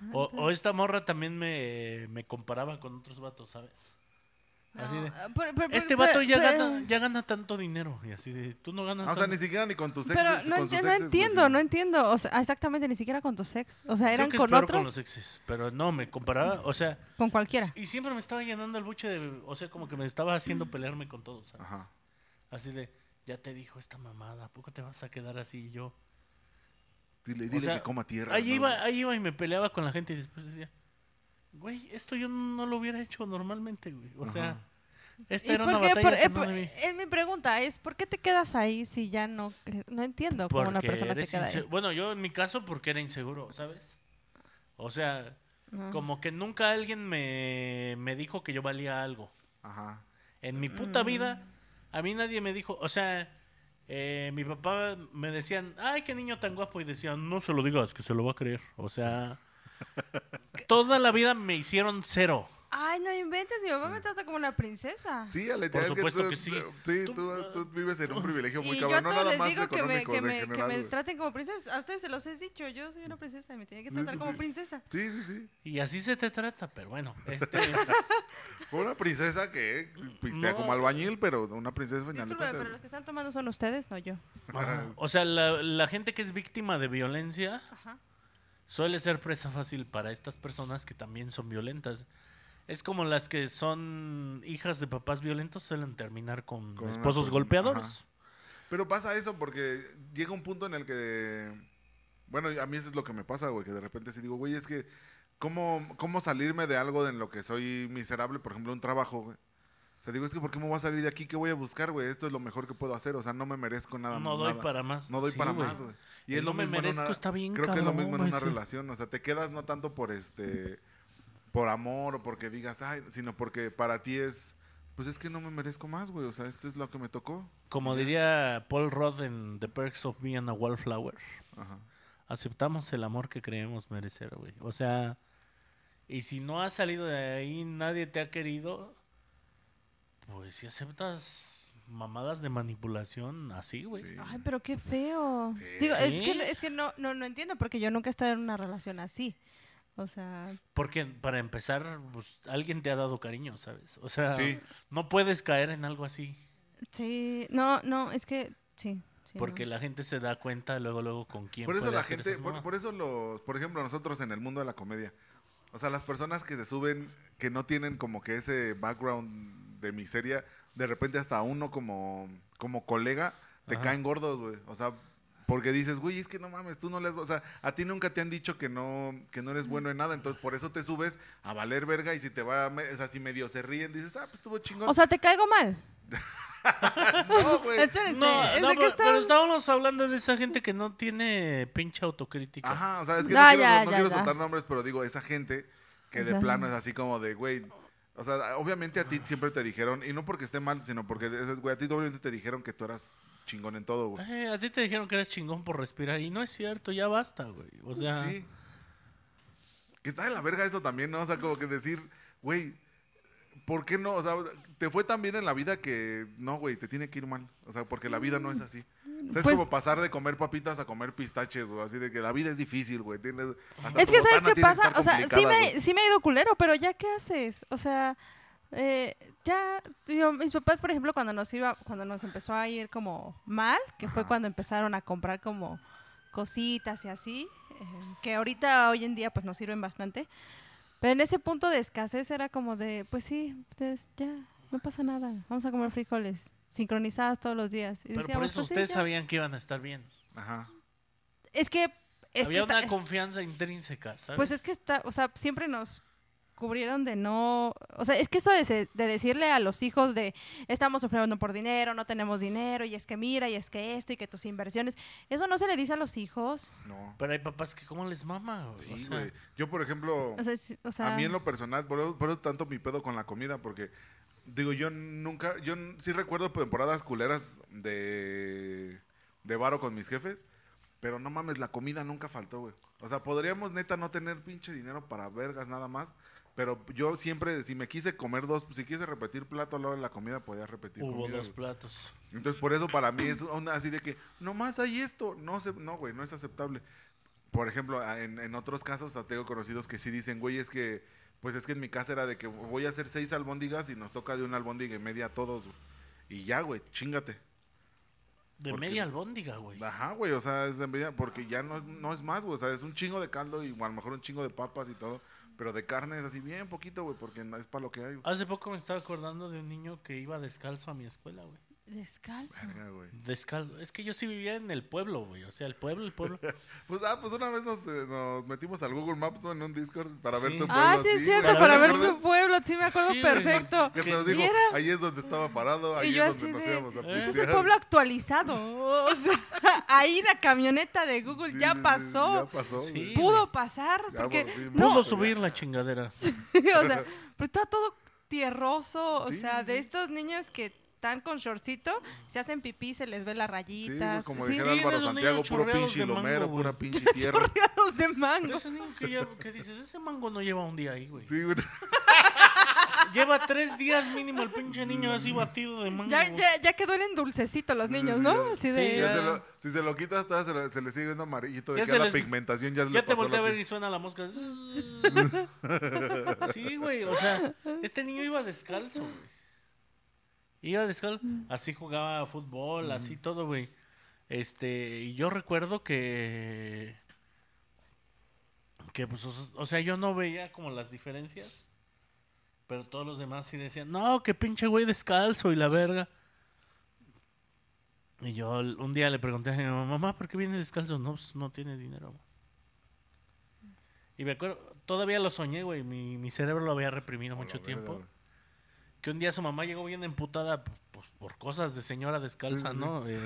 [SPEAKER 3] Ah,
[SPEAKER 1] O, o esta morra también me, me comparaba con otros vatos, ¿sabes? Así de,
[SPEAKER 3] No, eh, pero- pero-
[SPEAKER 1] Este
[SPEAKER 3] pero- pues,
[SPEAKER 1] vato ya
[SPEAKER 3] pero-
[SPEAKER 1] gana, ya gana tanto dinero. Y así de, tú no ganas
[SPEAKER 2] Ah, o sea,
[SPEAKER 1] tanto.
[SPEAKER 2] ni siquiera ni con tus
[SPEAKER 3] Pero
[SPEAKER 2] exes.
[SPEAKER 3] no,
[SPEAKER 2] con sus
[SPEAKER 3] enti- no
[SPEAKER 2] exes, güey,
[SPEAKER 3] entiendo,
[SPEAKER 2] sí.
[SPEAKER 3] no entiendo. O sea, exactamente, ni siquiera con tus ex. O sea,
[SPEAKER 1] Creo
[SPEAKER 3] eran
[SPEAKER 1] que es
[SPEAKER 3] con
[SPEAKER 1] peor
[SPEAKER 3] otros,
[SPEAKER 1] con los exes, pero no, me comparaba, o sea,
[SPEAKER 3] con cualquiera.
[SPEAKER 1] y siempre me estaba llenando el buche de, o sea, como que me estaba haciendo
[SPEAKER 3] Mm.
[SPEAKER 1] pelearme con todos, ¿sabes?
[SPEAKER 2] Ajá.
[SPEAKER 1] Así de, ya te dijo esta mamada, ¿a poco te vas a quedar así Y yo?
[SPEAKER 2] Dile,
[SPEAKER 1] O
[SPEAKER 2] dile
[SPEAKER 1] sea,
[SPEAKER 2] que coma tierra.
[SPEAKER 1] Ahí
[SPEAKER 2] ¿no?
[SPEAKER 1] iba, ahí iba y me peleaba con la gente y después decía, güey, esto yo no lo hubiera hecho normalmente, güey. O sea,
[SPEAKER 2] Ajá.
[SPEAKER 1] esta
[SPEAKER 3] ¿Y
[SPEAKER 1] era una
[SPEAKER 3] por qué?
[SPEAKER 1] batalla
[SPEAKER 3] Por-
[SPEAKER 1] que
[SPEAKER 3] eh,
[SPEAKER 1] no
[SPEAKER 3] por-
[SPEAKER 1] debí.
[SPEAKER 3] es mi pregunta, es ¿por qué te quedas ahí si ya no cre- no entiendo cómo una
[SPEAKER 1] Porque
[SPEAKER 3] persona se
[SPEAKER 1] eres
[SPEAKER 3] queda
[SPEAKER 1] inse-
[SPEAKER 3] ahí?
[SPEAKER 1] Bueno, yo en mi caso porque era inseguro, ¿sabes? O sea,
[SPEAKER 3] Ah.
[SPEAKER 1] como que nunca alguien me, me dijo que yo valía algo.
[SPEAKER 2] Ajá.
[SPEAKER 1] En mi
[SPEAKER 3] Mm.
[SPEAKER 1] puta vida, a mí nadie me dijo, o sea, eh, mi papá me decían, ay, qué niño tan guapo, y decían, no se lo digas, que se lo va a creer. O
[SPEAKER 3] [laughs]
[SPEAKER 1] sea, toda la vida me hicieron cero.
[SPEAKER 3] Ay, no inventes, mi mamá me trata como una princesa.
[SPEAKER 2] Sí, Ale,
[SPEAKER 1] Por
[SPEAKER 2] es
[SPEAKER 1] supuesto
[SPEAKER 2] tú-
[SPEAKER 1] que sí.
[SPEAKER 2] Sí,
[SPEAKER 1] Tú-
[SPEAKER 2] tú, tú vives en un privilegio muy
[SPEAKER 3] y yo a
[SPEAKER 2] cabrón, no
[SPEAKER 3] todos
[SPEAKER 2] nada
[SPEAKER 3] les
[SPEAKER 2] más
[SPEAKER 3] digo que me,
[SPEAKER 2] económico,
[SPEAKER 3] que,
[SPEAKER 2] de
[SPEAKER 3] me, que
[SPEAKER 2] general,
[SPEAKER 3] me
[SPEAKER 2] güey.
[SPEAKER 3] traten como princesa. A ustedes se los he dicho, yo soy una princesa y me tienen que
[SPEAKER 2] Sí,
[SPEAKER 3] tratar
[SPEAKER 2] sí,
[SPEAKER 3] como
[SPEAKER 2] sí.
[SPEAKER 3] princesa.
[SPEAKER 2] Sí, sí, sí.
[SPEAKER 1] Y así se te trata, pero bueno,
[SPEAKER 2] [laughs]
[SPEAKER 1] este,
[SPEAKER 2] Fue una princesa que eh, pistea
[SPEAKER 1] No.
[SPEAKER 2] como albañil, pero una princesa al final de
[SPEAKER 3] Disculpe,
[SPEAKER 2] cuentas,
[SPEAKER 3] pero los que están tomando son ustedes, no yo.
[SPEAKER 1] ajá, o sea, la, la gente que es víctima de violencia
[SPEAKER 3] Ajá.
[SPEAKER 1] suele ser presa fácil para estas personas que también son violentas. Es como las que son hijas de papás violentos suelen terminar con,
[SPEAKER 2] Con una
[SPEAKER 1] esposos
[SPEAKER 2] persona,
[SPEAKER 1] golpeadores.
[SPEAKER 2] ajá. Pero pasa eso porque llega un punto en el que. Bueno, a mí eso es lo que me pasa, güey, que de repente sí digo, güey, es que. ¿Cómo, cómo salirme de algo en lo que soy miserable? Por ejemplo, un trabajo, güey. O sea, digo, es que ¿por qué me voy a salir de aquí? ¿Qué voy a buscar, güey? Esto es lo mejor que puedo hacer. O sea, no me merezco nada
[SPEAKER 1] No doy
[SPEAKER 2] nada.
[SPEAKER 1] para más.
[SPEAKER 2] No doy
[SPEAKER 1] Sí,
[SPEAKER 2] para
[SPEAKER 1] güey.
[SPEAKER 2] más, güey. Y
[SPEAKER 1] El
[SPEAKER 2] es lo
[SPEAKER 1] no me
[SPEAKER 2] mismo en
[SPEAKER 1] merezco este
[SPEAKER 2] una-
[SPEAKER 1] está bien,
[SPEAKER 2] Creo que es lo mismo en
[SPEAKER 1] cabrón,
[SPEAKER 2] una
[SPEAKER 1] güey, sí.
[SPEAKER 2] relación. O sea, te quedas no tanto por este. por amor o porque digas, ay, sino porque para ti es. Pues es que no me merezco más, güey. O sea, esto es lo que me tocó.
[SPEAKER 1] Como diría Paul Rudd en The Perks of Being a Wallflower,
[SPEAKER 2] Ajá.
[SPEAKER 1] aceptamos el amor que creemos merecer, güey. O sea, y si no has salido de ahí, nadie te ha querido, pues si aceptas mamadas de manipulación así, güey.
[SPEAKER 2] Sí.
[SPEAKER 3] Ay, pero qué feo.
[SPEAKER 2] Sí.
[SPEAKER 3] Digo, es
[SPEAKER 1] Sí.
[SPEAKER 3] que, no- es que no, no, no entiendo porque yo nunca he estado en una relación así. O sea,
[SPEAKER 1] Porque para empezar, pues, alguien te ha dado cariño, ¿sabes? O sea,
[SPEAKER 2] Sí.
[SPEAKER 1] no puedes caer en algo así.
[SPEAKER 3] sí, no, no, es que sí. sí,
[SPEAKER 1] Porque
[SPEAKER 3] no.
[SPEAKER 1] la gente se da cuenta luego, luego con quién.
[SPEAKER 2] Por eso
[SPEAKER 1] puede
[SPEAKER 2] la
[SPEAKER 1] hacer
[SPEAKER 2] gente,
[SPEAKER 1] esas
[SPEAKER 2] por,
[SPEAKER 1] mamadas.
[SPEAKER 2] por eso los, por ejemplo, nosotros en el mundo de la comedia, o sea, las personas que se suben, que no tienen como que ese background de miseria, de repente hasta uno como, como colega te
[SPEAKER 1] Ajá.
[SPEAKER 2] caen gordos, güey. O sea, porque dices, güey, es que no mames, tú no les, o sea, a ti nunca te han dicho que no, que no eres bueno en nada, entonces por eso te subes a valer verga y si te va, me- o sea, si medio se ríen, dices, ah, pues estuvo chingón.
[SPEAKER 3] O sea, te caigo mal.
[SPEAKER 2] no,
[SPEAKER 3] [laughs]
[SPEAKER 2] güey.
[SPEAKER 3] Espérense,
[SPEAKER 1] No,
[SPEAKER 3] es
[SPEAKER 1] no,
[SPEAKER 3] de
[SPEAKER 1] pero,
[SPEAKER 3] que
[SPEAKER 1] pero
[SPEAKER 3] estamos-
[SPEAKER 1] estábamos hablando de esa gente que no tiene pinche autocrítica.
[SPEAKER 2] Ajá, o sea, es que
[SPEAKER 3] No,
[SPEAKER 2] no quiero,
[SPEAKER 3] ya,
[SPEAKER 2] no
[SPEAKER 3] ya,
[SPEAKER 2] quiero
[SPEAKER 3] ya.
[SPEAKER 2] soltar nombres, pero digo, esa gente que de
[SPEAKER 3] Ajá.
[SPEAKER 2] plano es así como de, güey. O sea, obviamente a ti siempre te dijeron, y no porque esté mal, sino porque, es- güey, a ti obviamente te dijeron que tú eras chingón en todo, güey.
[SPEAKER 1] Eh, a ti te dijeron que eres chingón por respirar y no es cierto, ya basta, güey. O sea,
[SPEAKER 2] Sí. Que está de la verga eso también, ¿no? O sea, como que decir, güey, ¿por qué no? O sea, te fue tan bien en la vida que no, güey, te tiene que ir mal. O sea, porque la vida no es así. O sea, es
[SPEAKER 3] Pues-
[SPEAKER 2] como pasar de comer papitas a comer pistaches, güey. Así de que la vida es difícil, güey. Tienes, hasta
[SPEAKER 3] Es
[SPEAKER 2] tu
[SPEAKER 3] que,
[SPEAKER 2] botana
[SPEAKER 3] ¿sabes
[SPEAKER 2] tiene
[SPEAKER 3] qué
[SPEAKER 2] que
[SPEAKER 3] pasa?
[SPEAKER 2] estar
[SPEAKER 3] O sea, sí
[SPEAKER 2] complicada, güey.
[SPEAKER 3] me, sí me ha ido culero, pero ¿ya qué haces? O sea, eh, ya, yo- mis papás, por ejemplo, cuando nos iba, cuando nos empezó a ir como mal, que fue
[SPEAKER 2] Ajá.
[SPEAKER 3] cuando empezaron a comprar como cositas y así, eh, que ahorita, hoy en día, pues nos sirven bastante. Pero en ese punto de escasez era como de, pues sí, pues, ya, no pasa nada, vamos a comer frijoles, sincronizadas todos los días. Y
[SPEAKER 1] pero por
[SPEAKER 3] decíamos,
[SPEAKER 1] eso
[SPEAKER 3] pues sí,
[SPEAKER 1] ustedes
[SPEAKER 3] ya.
[SPEAKER 1] sabían que iban a estar bien.
[SPEAKER 2] Ajá.
[SPEAKER 3] Es que... es que
[SPEAKER 1] Había
[SPEAKER 3] está-
[SPEAKER 1] una
[SPEAKER 3] es-
[SPEAKER 1] confianza intrínseca, ¿sabes?
[SPEAKER 3] Pues es que está, o sea, siempre nos cubrieron de no, o sea, es que eso de, se- de decirle a los hijos de estamos sufriendo por dinero, no tenemos dinero, y es que mira, y es que esto, y que tus inversiones, eso no se le dice a los hijos.
[SPEAKER 2] No.
[SPEAKER 1] Pero hay papás que cómo les mama, güey.
[SPEAKER 2] Sí,
[SPEAKER 1] O sea,
[SPEAKER 2] güey. Yo, por ejemplo.
[SPEAKER 3] O sea, es- o sea,
[SPEAKER 2] a mí en lo personal, por eso, por eso tanto mi pedo con la comida, porque digo, yo nunca, yo n- sí recuerdo temporadas culeras de, de varo con mis jefes, pero no mames, la comida nunca faltó, güey. O sea, podríamos neta no tener pinche dinero para vergas nada más, pero yo siempre, si me quise comer dos, si quise repetir plato a la hora de la comida, podía repetir
[SPEAKER 1] hubo
[SPEAKER 2] comida,
[SPEAKER 1] dos
[SPEAKER 2] güey.
[SPEAKER 1] platos.
[SPEAKER 2] Entonces, por eso para mí es una así de que, nomás hay esto, no, se, no güey, no es aceptable. Por ejemplo, a- en, en otros casos, a- tengo conocidos que sí dicen, güey, es que, pues es que en mi casa era de que voy a hacer seis albóndigas y nos toca de una albóndiga y media a todos, güey. Y ya, güey, chingate.
[SPEAKER 1] De
[SPEAKER 2] Porque-
[SPEAKER 1] media albóndiga, güey.
[SPEAKER 2] Ajá, güey, o sea, es de media, porque ya no es, no es más, güey, o sea, es un chingo de caldo y a lo mejor un chingo de papas y todo, pero de carne es así bien poquito, güey, porque no es para lo que hay, güey.
[SPEAKER 1] Hace poco me estaba acordando de un niño que iba descalzo a mi escuela, güey.
[SPEAKER 3] descalzo.
[SPEAKER 2] Verga, güey.
[SPEAKER 1] Descalzo. Es que yo sí vivía en el pueblo, güey. O sea, el pueblo, el
[SPEAKER 2] [laughs]
[SPEAKER 1] pueblo.
[SPEAKER 2] Pues, ah, pues una vez nos, eh, nos metimos al Google Maps ¿no? en un Discord para ver
[SPEAKER 1] Sí.
[SPEAKER 2] tu pueblo.
[SPEAKER 3] Ah, sí, es
[SPEAKER 2] así,
[SPEAKER 3] cierto,
[SPEAKER 2] güey.
[SPEAKER 1] ¿no
[SPEAKER 3] para
[SPEAKER 1] te
[SPEAKER 3] ver
[SPEAKER 2] acuerdas?
[SPEAKER 3] tu pueblo, sí me acuerdo
[SPEAKER 1] Sí, güey,
[SPEAKER 3] perfecto.
[SPEAKER 2] Que hasta nos
[SPEAKER 1] que-
[SPEAKER 2] dijo,
[SPEAKER 3] Y era-
[SPEAKER 2] ahí es donde estaba parado, ahí
[SPEAKER 3] Y yo
[SPEAKER 2] es donde
[SPEAKER 3] así
[SPEAKER 2] nos
[SPEAKER 3] de,
[SPEAKER 2] íbamos a
[SPEAKER 1] "Ese
[SPEAKER 3] Ese es
[SPEAKER 2] pistear".
[SPEAKER 3] un pueblo actualizado. O sea, [laughs] ahí la camioneta de Google
[SPEAKER 2] Sí,
[SPEAKER 3] ya
[SPEAKER 2] sí, sí,
[SPEAKER 3] pasó.
[SPEAKER 2] Ya pasó.
[SPEAKER 1] Sí.
[SPEAKER 2] güey.
[SPEAKER 3] Pudo pasar,
[SPEAKER 2] Ya
[SPEAKER 3] porque
[SPEAKER 2] volvimos.
[SPEAKER 1] Pudo
[SPEAKER 2] No.
[SPEAKER 1] subir la chingadera.
[SPEAKER 3] [laughs] o
[SPEAKER 2] [laughs]
[SPEAKER 3] sea, pero está todo tierroso, o
[SPEAKER 2] Sí,
[SPEAKER 3] sea,
[SPEAKER 2] sí,
[SPEAKER 3] de
[SPEAKER 2] sí.
[SPEAKER 3] estos niños que están con shortcito, se hacen pipí, se les ve las
[SPEAKER 2] Sí, güey,
[SPEAKER 3] rayitas,
[SPEAKER 2] pues, como
[SPEAKER 3] sí, [laughs]
[SPEAKER 2] dijera
[SPEAKER 1] Sí, de
[SPEAKER 2] Álvaro
[SPEAKER 1] esos
[SPEAKER 2] Santiago,
[SPEAKER 1] niños
[SPEAKER 2] puro
[SPEAKER 1] chorreados
[SPEAKER 2] pinche
[SPEAKER 1] de mango,
[SPEAKER 2] lomero,
[SPEAKER 1] güey.
[SPEAKER 2] pura
[SPEAKER 1] [laughs]
[SPEAKER 2] pinche tierra.
[SPEAKER 3] chorreados de mango.
[SPEAKER 1] Ese niño que, ya- que dices, ese mango no lleva un día ahí, güey.
[SPEAKER 2] Sí, güey.
[SPEAKER 1] Lleva tres días mínimo el pinche niño así batido de mango.
[SPEAKER 3] Ya,
[SPEAKER 1] güey.
[SPEAKER 3] ya, ya que duelen dulcecito los
[SPEAKER 2] Sí,
[SPEAKER 3] niños,
[SPEAKER 2] sí,
[SPEAKER 3] ¿no?
[SPEAKER 2] ya.
[SPEAKER 3] Así
[SPEAKER 1] Sí,
[SPEAKER 2] Ya
[SPEAKER 3] de...
[SPEAKER 2] se
[SPEAKER 3] [laughs]
[SPEAKER 2] lo- si se lo quitas, todavía se, lo- se le sigue viendo amarillito. De
[SPEAKER 1] Ya
[SPEAKER 2] que
[SPEAKER 1] se
[SPEAKER 2] a la
[SPEAKER 1] les-
[SPEAKER 2] pigmentación ya, le
[SPEAKER 1] Ya te
[SPEAKER 2] pasó
[SPEAKER 1] volteé
[SPEAKER 2] la
[SPEAKER 1] a ver
[SPEAKER 2] piel.
[SPEAKER 1] y suena la
[SPEAKER 2] [laughs]
[SPEAKER 1] mosca. Sí, güey. O sea, este niño iba descalzo, güey. Iba descalzo. Así jugaba fútbol, así
[SPEAKER 2] Mm.
[SPEAKER 1] todo, güey. Este, y yo recuerdo que. Que, pues, o, o sea, yo no veía como las diferencias. Pero todos los demás sí decían, no, que pinche güey descalzo y la verga. Y yo l- un día le pregunté a mi mamá, mamá, ¿por qué viene descalzo? No, pues, no tiene dinero. mamá". Y me acuerdo, todavía lo soñé, güey. Mi, mi cerebro lo había reprimido
[SPEAKER 2] Por la
[SPEAKER 1] mucho
[SPEAKER 2] verga,
[SPEAKER 1] tiempo.
[SPEAKER 2] güey.
[SPEAKER 1] Que un día su mamá llegó bien emputada p- pues, por cosas de señora descalza,
[SPEAKER 2] Sí, sí, sí.
[SPEAKER 1] ¿no?
[SPEAKER 2] [laughs]